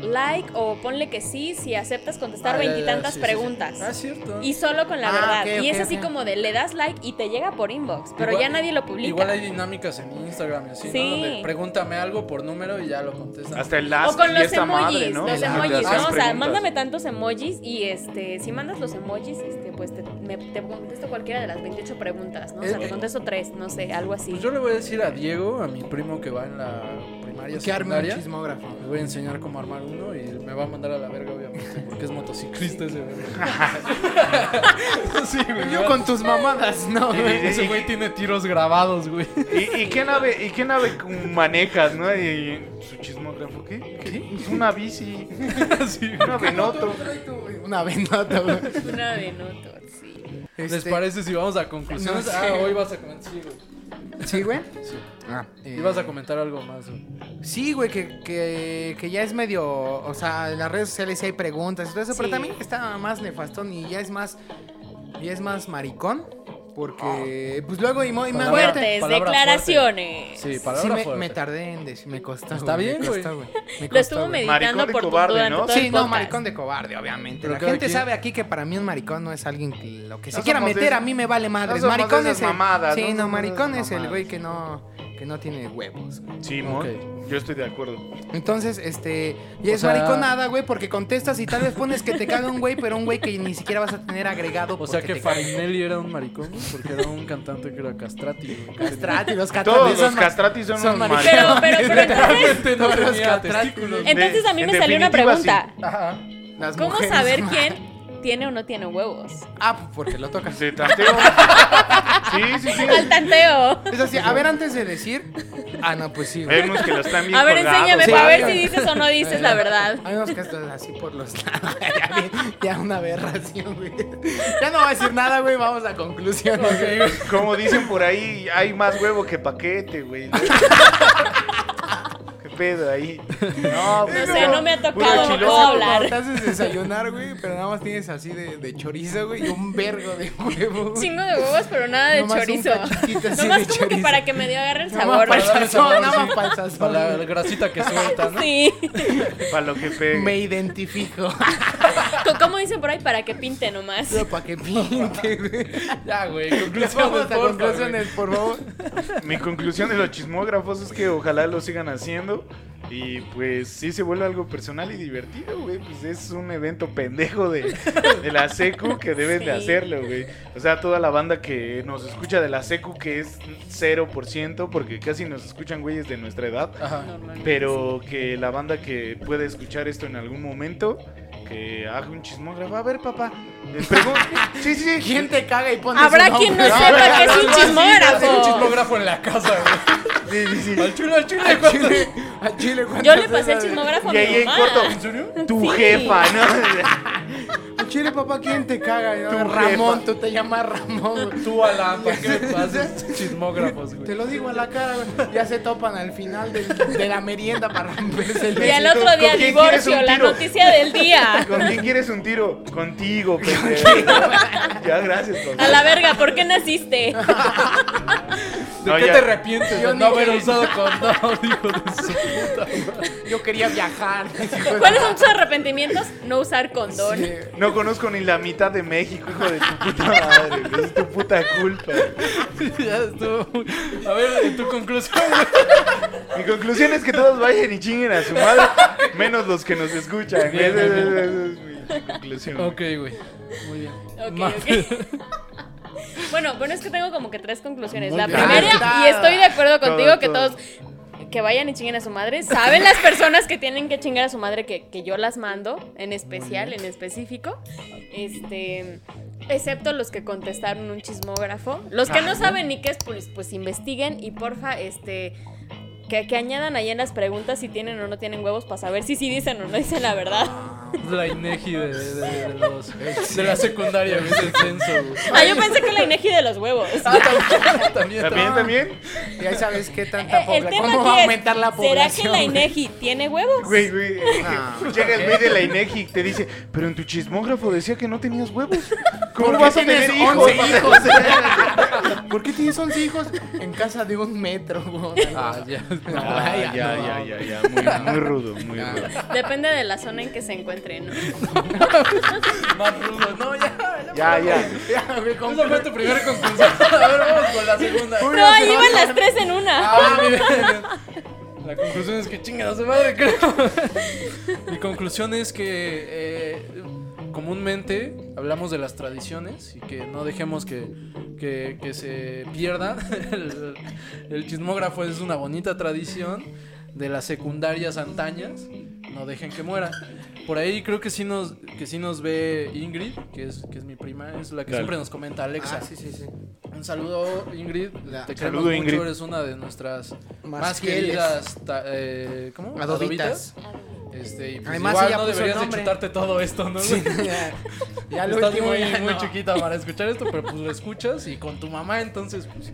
Speaker 1: mm, like o ponle que sí si aceptas contestar
Speaker 4: Ah, ya, ya,
Speaker 1: veintitantas
Speaker 4: sí, sí, sí.
Speaker 1: preguntas.
Speaker 4: Ah, cierto.
Speaker 1: Y solo con la
Speaker 2: Ah,
Speaker 1: verdad.
Speaker 2: ok,
Speaker 1: y es
Speaker 2: ok,
Speaker 1: así
Speaker 2: ok.
Speaker 1: como de le das like y te llega por inbox, pero
Speaker 4: Igual-
Speaker 1: ya nadie lo publica.
Speaker 4: Igual hay dinámicas en Instagram y así,
Speaker 1: Sí.
Speaker 4: ¿no? Donde pregúntame algo por número y ya lo contestan.
Speaker 3: Hasta el
Speaker 1: o
Speaker 3: last
Speaker 1: con
Speaker 3: y
Speaker 1: los
Speaker 3: esta
Speaker 1: emojis,
Speaker 3: madre, ¿no?
Speaker 1: los
Speaker 3: Que te
Speaker 1: emojis,
Speaker 3: hacían
Speaker 1: ¿no? O sea,
Speaker 3: preguntas.
Speaker 1: mándame tantos emojis y este, si mandas los emojis, este, pues te, me- te contesto cualquiera de las 28 preguntas, ¿no? O sea,
Speaker 4: Eh,
Speaker 1: te contesto tres, no sé, algo así.
Speaker 4: Pues yo le voy a decir a Diego, a mi primo que va en la primaria
Speaker 2: Que arme un
Speaker 4: secundaria.
Speaker 2: chismógrafo.
Speaker 4: Le voy a enseñar cómo armar uno y me va a mandar a la verga, obviamente, porque es motociclista ese güey. sí, güey. Eh,
Speaker 2: Yo con tus mamadas, no, güey.
Speaker 4: Ese güey tiene tiros grabados, güey.
Speaker 3: ¿Y, y qué nave, y qué nave manejas, no? Y su chismógrafo, ¿qué? ¿Qué? Es una bici,
Speaker 4: Sí, güey.
Speaker 3: una venoto.
Speaker 2: Una venota, güey.
Speaker 1: Una de notas, sí.
Speaker 4: ¿Les
Speaker 2: Este,
Speaker 4: parece si vamos a conclusiones?
Speaker 2: No sé.
Speaker 4: Ah, hoy vas a comentar, sí, güey.
Speaker 2: ¿Sí, güey?
Speaker 4: Sí.
Speaker 2: Ah, eh,
Speaker 4: Ibas a comentar algo más, güey.
Speaker 2: Sí, güey, que, que, que ya es medio. O sea, en las redes sociales sí hay preguntas y todo eso, pero
Speaker 1: Sí.
Speaker 2: también está más nefastón y ya es más. Ya es más maricón. Porque.
Speaker 3: Ah.
Speaker 2: Pues luego, y mo-
Speaker 4: Palabra-
Speaker 2: imagínate.
Speaker 1: Fuertes
Speaker 4: palabra
Speaker 1: declaraciones.
Speaker 4: Sí,
Speaker 2: Sí,
Speaker 4: palabra
Speaker 2: me,
Speaker 4: fuerte.
Speaker 2: me tardé en decir, me costó.
Speaker 4: Está bien,
Speaker 2: me
Speaker 4: güey.
Speaker 2: costó, Me
Speaker 1: Lo
Speaker 2: costó,
Speaker 1: estuvo
Speaker 2: güey.
Speaker 1: meditando
Speaker 3: Maricón de
Speaker 1: por
Speaker 3: cobarde,
Speaker 1: durante
Speaker 3: ¿no?
Speaker 1: todo el
Speaker 2: Sí, no,
Speaker 1: podcast.
Speaker 2: maricón de cobarde, obviamente.
Speaker 4: Pero
Speaker 2: La
Speaker 4: cada
Speaker 2: gente
Speaker 4: quien-
Speaker 2: sabe aquí que para mí un maricón no es alguien que lo que se
Speaker 3: No
Speaker 2: quiera
Speaker 3: somos de
Speaker 2: meter,
Speaker 3: esas-
Speaker 2: a mí me vale madres.
Speaker 3: somos de
Speaker 2: maricón
Speaker 3: esas
Speaker 2: es el...
Speaker 3: mamadas, no
Speaker 2: Sí, no,
Speaker 3: somos de
Speaker 2: maricón
Speaker 3: esas
Speaker 2: es el
Speaker 3: mamadas.
Speaker 2: güey que no, que no tiene huevos. güey.
Speaker 3: Sí, mo,
Speaker 4: Ok.
Speaker 3: yo estoy de acuerdo.
Speaker 2: Entonces, este, y
Speaker 4: O
Speaker 2: es
Speaker 4: sea-
Speaker 2: mariconada, güey, porque contestas y tal vez pones que te caga un güey, pero un güey que ni siquiera vas a tener agregado.
Speaker 4: O sea que
Speaker 2: fue
Speaker 4: Farinelli era un maricón, güey, porque era un cantante que era castrati, güey.
Speaker 2: los
Speaker 3: Todos
Speaker 2: castratis
Speaker 3: los
Speaker 2: son ma-
Speaker 3: castratis son,
Speaker 2: son
Speaker 3: unos
Speaker 2: maricones.
Speaker 1: Pero,
Speaker 3: maricones.
Speaker 1: pero, pero entonces,
Speaker 4: Realmente Este no
Speaker 2: Todos los
Speaker 4: tenía
Speaker 2: catratis.
Speaker 4: testículos.
Speaker 1: entonces a mí
Speaker 3: En
Speaker 1: me salió una
Speaker 3: definitiva, sí.
Speaker 1: pregunta.
Speaker 4: Ajá.
Speaker 2: las
Speaker 1: ¿Cómo
Speaker 2: mujeres
Speaker 1: saber
Speaker 2: son ma-
Speaker 1: quién tiene o no tiene huevos?
Speaker 2: Ah, pues porque lo tocas.
Speaker 3: Se tanteo. Sí, sí, sí.
Speaker 1: Al tanteo.
Speaker 2: Es así, a ver, antes de decir. Ah, no, pues sí, güey.
Speaker 3: Vemos que lo están bien
Speaker 1: A ver,
Speaker 3: colgados.
Speaker 1: enséñame
Speaker 2: sí,
Speaker 1: para ver
Speaker 2: ya.
Speaker 1: si dices o no dices la verdad.
Speaker 2: Hay unos castos así por los lados. ya, vi- ya una aberración, güey. Ya no va a decir nada, güey. Vamos a conclusiones, güey.
Speaker 3: Como dicen por ahí, hay más huevo que paquete, güey. ¿no? ¿Qué pedo ahí.
Speaker 1: No
Speaker 2: No, güey,
Speaker 1: sé,
Speaker 2: pero-
Speaker 1: no me ha
Speaker 2: puro
Speaker 1: tocado, no
Speaker 2: chiloso,
Speaker 1: puedo
Speaker 2: como Te
Speaker 1: hablar.
Speaker 2: haces desayunar, güey, pero nada más tienes así de, de chorizo, güey, y un vergo de huevo. güey.
Speaker 1: Chingo de huevos, pero nada de
Speaker 2: Nomás un
Speaker 1: chorizo.
Speaker 2: cachitito así
Speaker 1: Nomás
Speaker 2: de
Speaker 1: como que
Speaker 2: chorizo.
Speaker 1: para que me dio agarre el
Speaker 2: Nada más
Speaker 1: sabor.
Speaker 2: para el
Speaker 1: ¿verdad?
Speaker 2: sazón, nada más para el sazón.
Speaker 4: Para la grasita que suelta, ¿no?
Speaker 1: Sí.
Speaker 3: Para lo que pegue.
Speaker 2: Me identifico.
Speaker 1: Co- ¿Cómo dicen por ahí? Para que pinte nomás.
Speaker 2: Pero para que pinte, güey.
Speaker 4: Ya, güey.
Speaker 2: Las
Speaker 4: Conclusiones,
Speaker 2: vamos a
Speaker 4: por
Speaker 2: conclusiones, por favor.
Speaker 3: Mi conclusión de los chismógrafos es que ojalá lo sigan haciendo. Y pues sí se vuelve algo personal y divertido, güey. Pues es un evento pendejo de, de la secu que deben de
Speaker 1: Sí.
Speaker 3: hacerlo, güey. O sea, toda la banda que nos escucha de la secu que es 0%, porque casi nos escuchan güeyes de nuestra edad.
Speaker 1: Normalmente,
Speaker 3: Pero que la banda que puede escuchar esto en algún momento, que haga un chismógrafo. A ver, papá. les pregun- sí, sí, sí.
Speaker 2: ¿Quién te caga y pone
Speaker 1: Habrá
Speaker 2: su nombre?
Speaker 1: quien no sepa que es un
Speaker 4: Tengo un
Speaker 1: chismógrafo.
Speaker 4: chismógrafo en la casa, güey.
Speaker 3: Sí, sí, sí.
Speaker 4: Al chulo, al chulo.
Speaker 2: A Chile, a Chile,
Speaker 1: Yo
Speaker 2: ¿cuántas
Speaker 1: le pasé el
Speaker 2: veces?
Speaker 1: chismógrafo a
Speaker 3: Y ahí
Speaker 1: mi
Speaker 3: en
Speaker 1: mamá.
Speaker 3: corto, tu
Speaker 1: Sí.
Speaker 3: jefa, ¿no?
Speaker 2: A Ah, Chile, papá, ¿quién te caga? Y,
Speaker 3: Tu
Speaker 2: Ramón,
Speaker 3: jefa.
Speaker 2: tú te llamas Ramón, güey.
Speaker 4: Tú, Alan, ¿para qué me pasas chismógrafos,
Speaker 2: Te
Speaker 4: güey?
Speaker 2: lo digo a la cara, güey. Ya se topan al final del- de la merienda para romperse el
Speaker 1: Y al
Speaker 2: hocico.
Speaker 1: otro día,
Speaker 3: ¿Con quién quieres
Speaker 1: divorcio,
Speaker 3: un
Speaker 1: la
Speaker 3: tiro?
Speaker 1: noticia del día.
Speaker 3: ¿Con quién quieres un tiro? Contigo, pendejo. ya, gracias, papá.
Speaker 1: A la verga, ¿por qué naciste?
Speaker 4: ¿De
Speaker 3: No,
Speaker 4: qué
Speaker 3: ya.
Speaker 4: te arrepientes
Speaker 2: Yo
Speaker 4: de no
Speaker 2: ni-
Speaker 4: haber usado condón, hijo de su puta?
Speaker 2: Yo quería viajar.
Speaker 1: ¿Cuáles son tus arrepentimientos? No usar condón.
Speaker 2: Sí.
Speaker 3: No conozco ni la mitad de México, hijo de tu puta madre. güey. Es tu puta culpa.
Speaker 4: Ya estuvo. muy- A ver, en tu conclusión, güey.
Speaker 3: Mi conclusión es que todos vayan y chinguen a su madre, menos los que nos escuchan. güey. Esa es, esa es mi conclusión.
Speaker 4: Ok, güey. Muy bien.
Speaker 1: Ok,
Speaker 4: Ma-
Speaker 1: ok. Bueno, bueno, es que tengo como que tres conclusiones.
Speaker 4: Muy
Speaker 1: La
Speaker 4: bien.
Speaker 1: primera,
Speaker 2: Ahí
Speaker 1: y
Speaker 2: está.
Speaker 1: estoy de acuerdo contigo,
Speaker 3: Todo,
Speaker 1: que
Speaker 3: todo.
Speaker 1: todos que vayan y chinguen a su madre. Saben las personas que tienen que chingar a su madre que, que yo las mando, en especial, en específico. Este. Excepto los que contestaron un chismógrafo. Los que no saben ni qué es, pues, pues investiguen y porfa, este. Que, que añadan ahí en las preguntas si tienen o no tienen huevos para saber si sí dicen o no dicen la verdad.
Speaker 4: La Inegi de, de, de los, de la secundaria, güey, del censo, güey.
Speaker 1: Ah, yo pensé que la Inegi de los huevos.
Speaker 4: También, también.
Speaker 3: ¿También, también?
Speaker 2: Ya sabes qué tanta
Speaker 1: Eh,
Speaker 2: pobreza.
Speaker 1: El
Speaker 2: ¿Cómo
Speaker 1: tema
Speaker 2: va a
Speaker 1: aquí
Speaker 2: aumentar la
Speaker 1: es, ¿será
Speaker 2: población?
Speaker 1: que la
Speaker 2: güey?
Speaker 1: INEGI tiene huevos?
Speaker 3: Güey, güey. Ah. Llega el güey de la INEGI y te dice, pero en tu chismógrafo decía que no tenías huevos. ¿Cómo
Speaker 2: ¿Por
Speaker 3: vas
Speaker 2: qué
Speaker 3: a tener
Speaker 2: tienes
Speaker 3: hijos?
Speaker 2: 11
Speaker 3: hijos?
Speaker 2: ¿Por qué tienes 11 hijos en casa de un metro, güey?
Speaker 4: Ah, ya.
Speaker 3: Ah, ya, ya, ya, ya. Muy, muy rudo, muy rudo.
Speaker 1: Depende de la zona en que se encuentre, ¿no?
Speaker 4: Más rudo. No, ya.
Speaker 3: Ya, ya.
Speaker 2: Ya, güey, con-
Speaker 4: Esa fue tu primera conclusión. A ver, vamos con la segunda.
Speaker 1: No, ahí iban las tres en una.
Speaker 4: Ah, muy bien. La conclusión es que chingan a su madre, creo. Mi conclusión es que eh, comúnmente hablamos de las tradiciones y que no dejemos que, que- que se pierda. El, el chismógrafo es una bonita tradición de las secundarias antañas. No dejen que muera. Por ahí creo que sí nos, que sí nos ve Ingrid, que es, que es mi prima, es la que
Speaker 3: Dale.
Speaker 4: siempre nos comenta Alexa.
Speaker 2: Ah, sí, sí, sí.
Speaker 4: Un saludo, Ingrid.
Speaker 2: Ya.
Speaker 4: Te
Speaker 3: Saludo,
Speaker 4: queremos mucho.
Speaker 3: Ingrid.
Speaker 4: Eres una de nuestras más,
Speaker 2: Más fieles.
Speaker 4: queridas. ta- eh, ¿Cómo?
Speaker 2: Adobitas.
Speaker 4: Adobitas. Este, y pues
Speaker 2: Además,
Speaker 4: igual
Speaker 2: ella
Speaker 4: no
Speaker 2: puso el
Speaker 4: deberías de
Speaker 2: nombre.
Speaker 4: chutarte todo esto, ¿no?
Speaker 2: Sí,
Speaker 4: güey?
Speaker 2: ya, ya lo
Speaker 4: Estás
Speaker 2: último
Speaker 4: muy,
Speaker 2: ya
Speaker 4: muy
Speaker 2: no.
Speaker 4: chiquita para escuchar esto, pero pues lo escuchas y con tu mamá, entonces, pues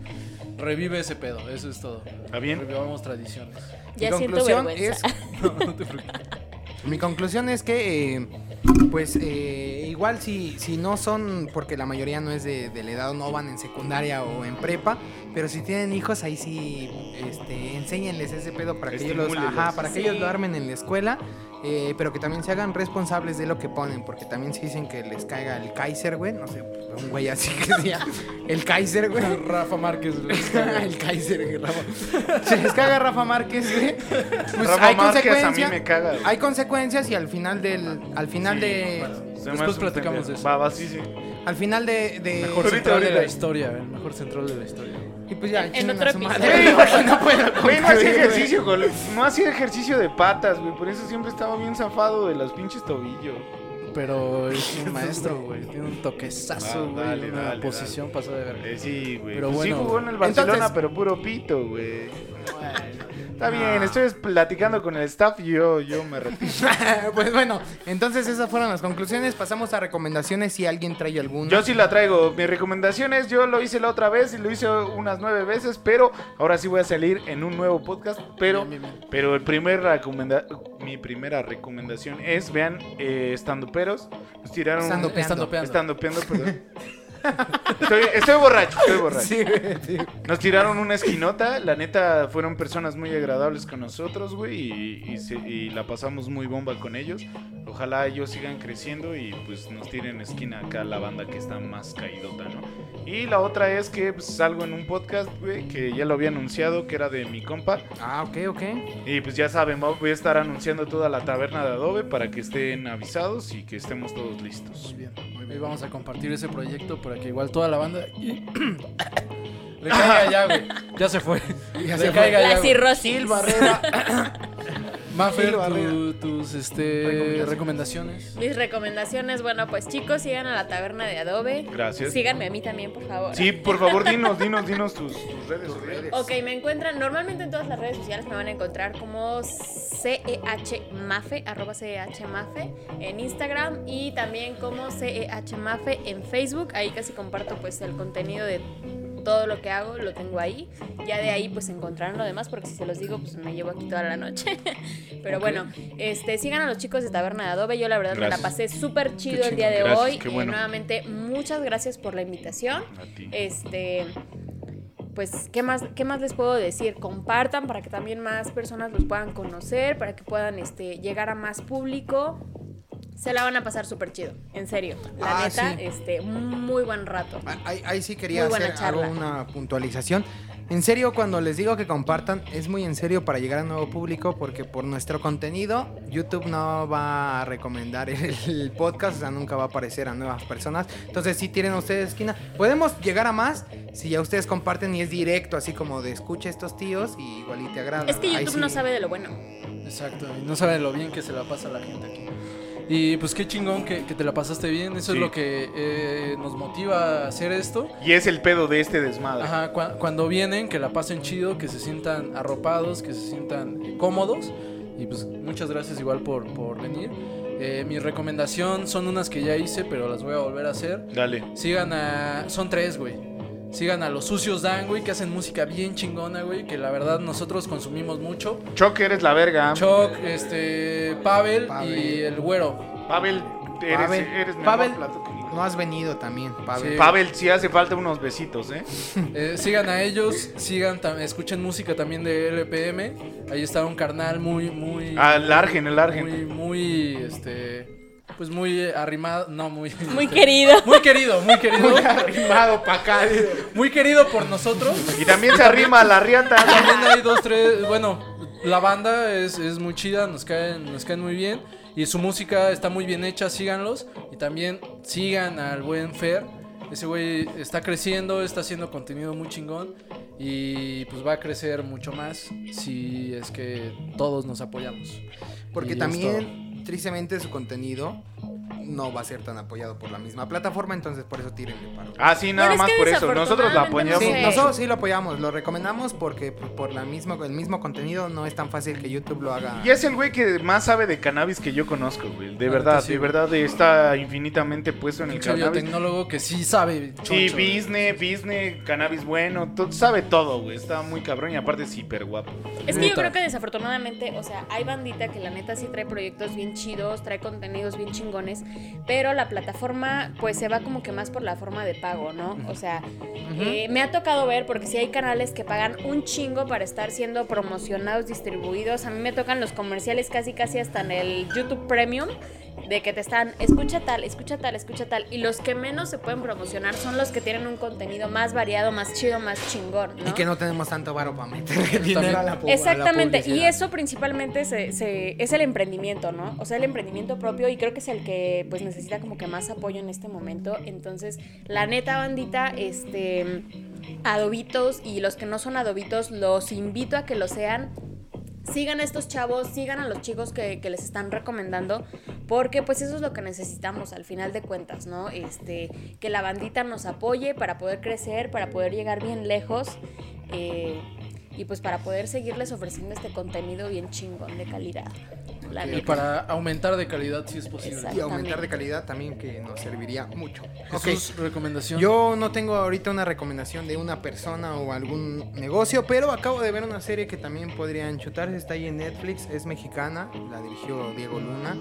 Speaker 4: revive ese pedo. Eso es todo.
Speaker 3: ¿Está bien?
Speaker 4: Revivamos tradiciones.
Speaker 1: Ya
Speaker 2: Mi
Speaker 1: siento
Speaker 2: conclusión
Speaker 1: vergüenza.
Speaker 4: No, no te preocupes.
Speaker 2: Mi conclusión es que, eh, pues, eh, igual si, si no son, porque la mayoría no es de, de la edad, no van en secundaria o en prepa, pero si tienen hijos, ahí sí, este, enséñenles ese pedo para que ellos, los,
Speaker 3: Estimúlenlos.
Speaker 2: ajá, para que
Speaker 1: Sí.
Speaker 2: ellos lo armen en la escuela, eh, pero que también se hagan responsables de lo que ponen, porque también si dicen que les caiga el Kaiser, güey, no sé, un güey así que sea el Kaiser, güey.
Speaker 4: Rafa Márquez.
Speaker 2: el Kaiser, güey, Rafa. Si les caga Rafa Márquez, güey, pues
Speaker 3: Rafa
Speaker 2: hay
Speaker 3: Márquez a mí
Speaker 2: consecuencia.
Speaker 3: me caga, güey.
Speaker 2: Hay consecuencias y al final del. Al final
Speaker 3: Sí,
Speaker 2: de.
Speaker 3: Se me
Speaker 4: Después
Speaker 3: hace un
Speaker 4: platicamos de
Speaker 3: pendejo.
Speaker 4: eso.
Speaker 3: Va, va, sí, sí.
Speaker 2: Al final de. de-
Speaker 4: Mejor
Speaker 3: Ahorita,
Speaker 4: central de
Speaker 3: ahorita.
Speaker 4: la historia. El mejor central de la historia.
Speaker 2: Y pues ya,
Speaker 1: En
Speaker 2: chingan
Speaker 1: otro
Speaker 2: a su madre.
Speaker 1: episodio.
Speaker 2: Güey, no puedo
Speaker 3: Güey, no
Speaker 2: concluir,
Speaker 3: hacía
Speaker 2: güey.
Speaker 3: ejercicio, con- no hacía ejercicio de patas, güey. Por eso siempre estaba bien zafado de los pinches tobillos.
Speaker 4: Pero es un maestro, güey. Tiene un toquezazo,
Speaker 3: Ah,
Speaker 4: güey.
Speaker 3: dale,
Speaker 4: una
Speaker 3: dale,
Speaker 4: posición pasada de verga.
Speaker 3: Eh, sí, güey.
Speaker 4: Pero
Speaker 3: Pues sí
Speaker 4: bueno,
Speaker 3: jugó en el
Speaker 2: güey.
Speaker 3: Barcelona,
Speaker 2: Entonces-
Speaker 3: pero puro pito, güey.
Speaker 4: Ah.
Speaker 3: Está bien, estoy platicando con el staff y yo, yo me retiro.
Speaker 2: pues bueno, entonces esas fueron las conclusiones. Pasamos a recomendaciones si alguien trae alguna.
Speaker 3: Yo sí la traigo. Mi recomendación es, yo lo hice la otra vez y lo hice unas nueve veces, pero ahora sí voy a salir en un nuevo podcast. Pero,
Speaker 2: Bien, bien, bien.
Speaker 3: pero el primer recomenda- mi primera recomendación es, vean, eh, estanduperos. Nos tiraron...
Speaker 2: Estando-
Speaker 4: Estando peando.
Speaker 3: Estandupeando, perdón. Estoy, estoy borracho, estoy borracho.
Speaker 2: Sí, güey, sí.
Speaker 3: Nos tiraron una esquinota, la neta fueron personas muy agradables con nosotros, güey, y, y se- y la pasamos muy bomba con ellos. Ojalá ellos sigan creciendo y pues nos tiren esquina acá la banda que está más caidota, ¿no? Y la otra es que pues, salgo en un podcast, güey, que ya lo había anunciado, que era de mi compa.
Speaker 2: Ah, ok, ok.
Speaker 3: Y pues ya saben, va- voy a estar anunciando toda la taberna de Adobe para que estén avisados y que estemos todos listos.
Speaker 4: Hoy vamos a compartir ese proyecto para que igual toda la banda. Le caiga ya, güey. Ya se fue. Le
Speaker 2: Ya se fue.
Speaker 4: caiga ya,
Speaker 1: La
Speaker 4: güey.
Speaker 1: cirrosis.
Speaker 4: Mafer,
Speaker 2: Gil Barrera.
Speaker 4: tu- tus este, recomendaciones.
Speaker 1: Mis recomendaciones, bueno, pues chicos, sigan a la taberna de Adobe.
Speaker 3: Gracias.
Speaker 1: Síganme a mí también, por favor.
Speaker 3: Sí, por favor, dinos, dinos, dinos tus, tus redes. sociales.
Speaker 1: Ok, me encuentran, normalmente en todas las redes sociales me van a encontrar como CEHMAFE, arroba CEHMAFE en Instagram y también como CEHMAFE en Facebook. Ahí casi comparto pues el contenido de todo lo que hago, lo tengo ahí. Ya de ahí pues encontrarán lo demás porque si se los digo pues me llevo aquí toda la noche. Pero bueno, este sigan a los chicos de Taberna de Adobe. Yo la verdad
Speaker 3: Gracias.
Speaker 1: me la pasé súper chido el día de
Speaker 3: Gracias,
Speaker 1: hoy.
Speaker 3: qué
Speaker 1: Eh,
Speaker 3: bueno.
Speaker 1: nuevamente, muchas gracias por la invitación.
Speaker 3: A ti.
Speaker 1: Este, pues, ¿qué más, ¿qué más les puedo decir? Compartan para que también más personas los puedan conocer, para que puedan este, llegar a más público. Se la van a pasar súper chido, en serio. La
Speaker 2: Ah,
Speaker 1: neta,
Speaker 2: sí.
Speaker 1: este, muy buen rato.
Speaker 2: Ah, Ahí, ahí sí quería
Speaker 1: Muy buena
Speaker 2: hacer algo,
Speaker 1: charla.
Speaker 2: una puntualización. En serio, cuando les digo que compartan, es muy en serio para llegar a nuevo público porque por nuestro contenido, YouTube no va a recomendar el, el podcast, o sea, nunca va a aparecer a nuevas personas. Entonces, si tienen ustedes esquina, podemos llegar a más si ya ustedes comparten y es directo, así como de escucha a estos tíos y igual y te agrada.
Speaker 1: Es que
Speaker 2: Ahí
Speaker 1: YouTube
Speaker 2: sí.
Speaker 1: no sabe de lo bueno.
Speaker 4: Exacto, y no saben lo bien que se la pasa a la gente aquí. Y pues qué chingón que, que te la pasaste bien. Eso
Speaker 3: Sí.
Speaker 4: es lo que eh, nos motiva a hacer esto.
Speaker 3: Y es el pedo de este desmadre.
Speaker 4: Ajá, cua- cuando vienen, que la pasen chido, que se sientan arropados, que se sientan eh, cómodos. Y pues muchas gracias igual por, por venir. Eh, mi recomendación son unas que ya hice, pero las voy a volver a hacer.
Speaker 3: Dale.
Speaker 4: Sigan a. Son tres, güey. Sigan a los sucios Dan, güey, que hacen música bien chingona, güey, que la verdad nosotros consumimos mucho.
Speaker 3: Choc, eres la verga.
Speaker 4: Choc, este, Pavel,
Speaker 2: Pavel.
Speaker 4: y el güero.
Speaker 3: Pavel, eres,
Speaker 2: Pavel,
Speaker 3: eres mejor
Speaker 2: Pavel,
Speaker 3: plato que ningún-
Speaker 2: No has venido también, Pavel.
Speaker 4: Sí.
Speaker 3: Pavel, sí hace falta unos besitos, ¿eh?
Speaker 4: Eh, sigan a ellos, sigan, tam- escuchen música también de LPM. Ahí está un carnal muy, muy.
Speaker 3: Al Argen, el
Speaker 4: muy,
Speaker 3: Argen.
Speaker 4: muy, este, pues muy arrimado, no, muy... este,
Speaker 1: Muy querido.
Speaker 4: Muy querido, muy querido.
Speaker 2: Arrimado pa' acá.
Speaker 4: muy querido por nosotros.
Speaker 3: Y también se arrima a la riata.
Speaker 4: También hay dos, tres, bueno, la banda es, es muy chida, nos caen, nos caen muy bien. Y su música está muy bien hecha, síganlos. Y también sigan al buen Fer. Ese güey está creciendo, está haciendo contenido muy chingón. Y pues va a crecer mucho más si es que todos nos apoyamos. Y
Speaker 2: Porque
Speaker 4: es
Speaker 2: también, tristemente, su contenido no va a ser tan apoyado por la misma plataforma, entonces por eso tírenle paro.
Speaker 3: Ah, sí, nada
Speaker 1: Bueno,
Speaker 3: más
Speaker 1: es que
Speaker 3: por eso. Nosotros la
Speaker 1: desafortunadamente
Speaker 3: apoyamos.
Speaker 2: Sí,
Speaker 1: sé.
Speaker 2: nosotros sí lo apoyamos, lo recomendamos porque p- por la misma, el mismo contenido no es tan fácil que YouTube lo haga.
Speaker 3: Y es el güey que más sabe de cannabis que yo conozco, güey. De
Speaker 4: La
Speaker 3: verdad,
Speaker 4: neta, sí,
Speaker 3: de
Speaker 4: güey.
Speaker 3: verdad está infinitamente puesto en el
Speaker 4: Pinche
Speaker 3: cannabis.
Speaker 4: biotecnólogo que sí sabe.
Speaker 3: Sí,
Speaker 4: choncho, güey.
Speaker 3: business, business, cannabis bueno, to- sabe todo, güey. Está muy cabrón y aparte es hiper guapo.
Speaker 1: Es que yo
Speaker 4: Neta.
Speaker 1: creo que desafortunadamente, o sea, hay bandita que la neta sí trae proyectos bien chidos, trae contenidos bien chingones, pero la plataforma pues se va como que más por la forma de pago, ¿no? O sea, eh, me ha tocado ver porque sí hay canales que pagan un chingo para estar siendo promocionados, distribuidos. A mí me tocan los comerciales casi casi hasta en el YouTube Premium. De que te están, escucha tal, escucha tal, escucha tal. Y los que menos se pueden promocionar son los que tienen un contenido más variado, más chido, más chingón. ¿no?
Speaker 2: Y que no tenemos tanto varo para meter
Speaker 4: También.
Speaker 2: dinero a la pu- a la
Speaker 1: Exactamente, y
Speaker 2: publicidad.
Speaker 1: eso principalmente se- se- es el emprendimiento, ¿no? O sea, el emprendimiento propio y creo que es el que pues necesita como que más apoyo en este momento. Entonces, la neta bandita, este, adobitos y los que no son adobitos, los invito a que lo sean. Sigan a estos chavos, sigan a los chicos que, que les están recomendando, porque pues eso es lo que necesitamos al final de cuentas, ¿no? Este, que la bandita nos apoye para poder crecer, para poder llegar bien lejos. eh,
Speaker 7: y pues para poder seguirles ofreciendo este contenido bien chingón de calidad. La
Speaker 4: eh, Y
Speaker 7: neta.
Speaker 4: para aumentar de calidad si es posible.
Speaker 7: Exacto.
Speaker 2: Y aumentar de calidad también que nos serviría mucho. Ok.
Speaker 4: Jesús, recomendación.
Speaker 2: Yo no tengo ahorita una recomendación de una persona o algún negocio, pero acabo de ver una serie que también podrían chutarse. Está ahí en Netflix, es mexicana, la dirigió Diego Luna.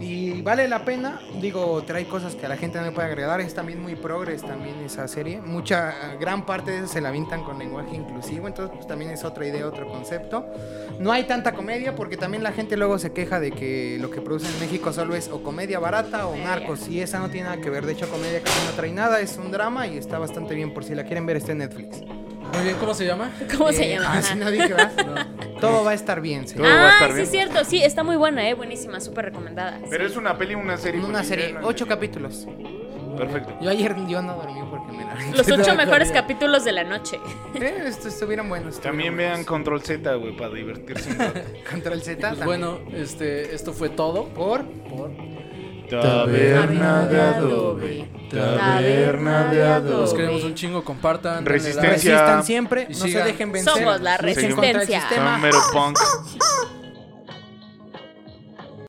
Speaker 2: Y vale la pena, digo, trae cosas que a la gente no le puede agradar. Es también muy progres también esa serie. Mucha, gran parte de eso se la avientan con lenguaje inclusivo, entonces pues también es otra idea, otro concepto. No hay tanta comedia porque también la gente luego se queja de que lo que produce en México solo es o comedia barata o narcos. Y esa no tiene nada que ver, de hecho comedia casi no trae nada, es un drama y está bastante bien por si la quieren ver, está en Netflix.
Speaker 4: Muy bien, ¿cómo se llama?
Speaker 7: ¿Cómo se
Speaker 2: Eh,
Speaker 7: llama?
Speaker 2: ah, sí, no dije, ¿verdad? Todo va a estar bien, señor.
Speaker 8: Todo va a
Speaker 7: Ah,
Speaker 8: estar
Speaker 7: sí
Speaker 8: bien.
Speaker 7: es cierto, sí, está muy buena, eh, buenísima, súper recomendada.
Speaker 3: Pero es una peli, una serie.
Speaker 2: Una
Speaker 3: pues, sí,
Speaker 2: serie,
Speaker 3: una
Speaker 2: ocho capítulos.
Speaker 3: Perfecto.
Speaker 2: Yo ayer yo no dormí porque me la...
Speaker 7: Los ocho mejores capítulos de la noche.
Speaker 2: Eh, estu- estuvieron buenos.
Speaker 3: También vean Control Z, güey, para divertirse un rato.
Speaker 2: Contra el Z.
Speaker 4: Pues
Speaker 2: también.
Speaker 4: bueno, este, esto fue todo.
Speaker 2: Por
Speaker 4: Por...
Speaker 8: Taberna de adobe. Taberna de
Speaker 4: Los
Speaker 8: adobe.
Speaker 4: queremos un chingo, compartan. denle like.
Speaker 3: Resistencia.
Speaker 2: resistan siempre,
Speaker 4: Y
Speaker 2: no se
Speaker 4: sigan.
Speaker 2: dejen vencer.
Speaker 7: Somos la
Speaker 2: Luchen contra el
Speaker 7: resistencia.
Speaker 2: sistema.
Speaker 3: Son mero punk.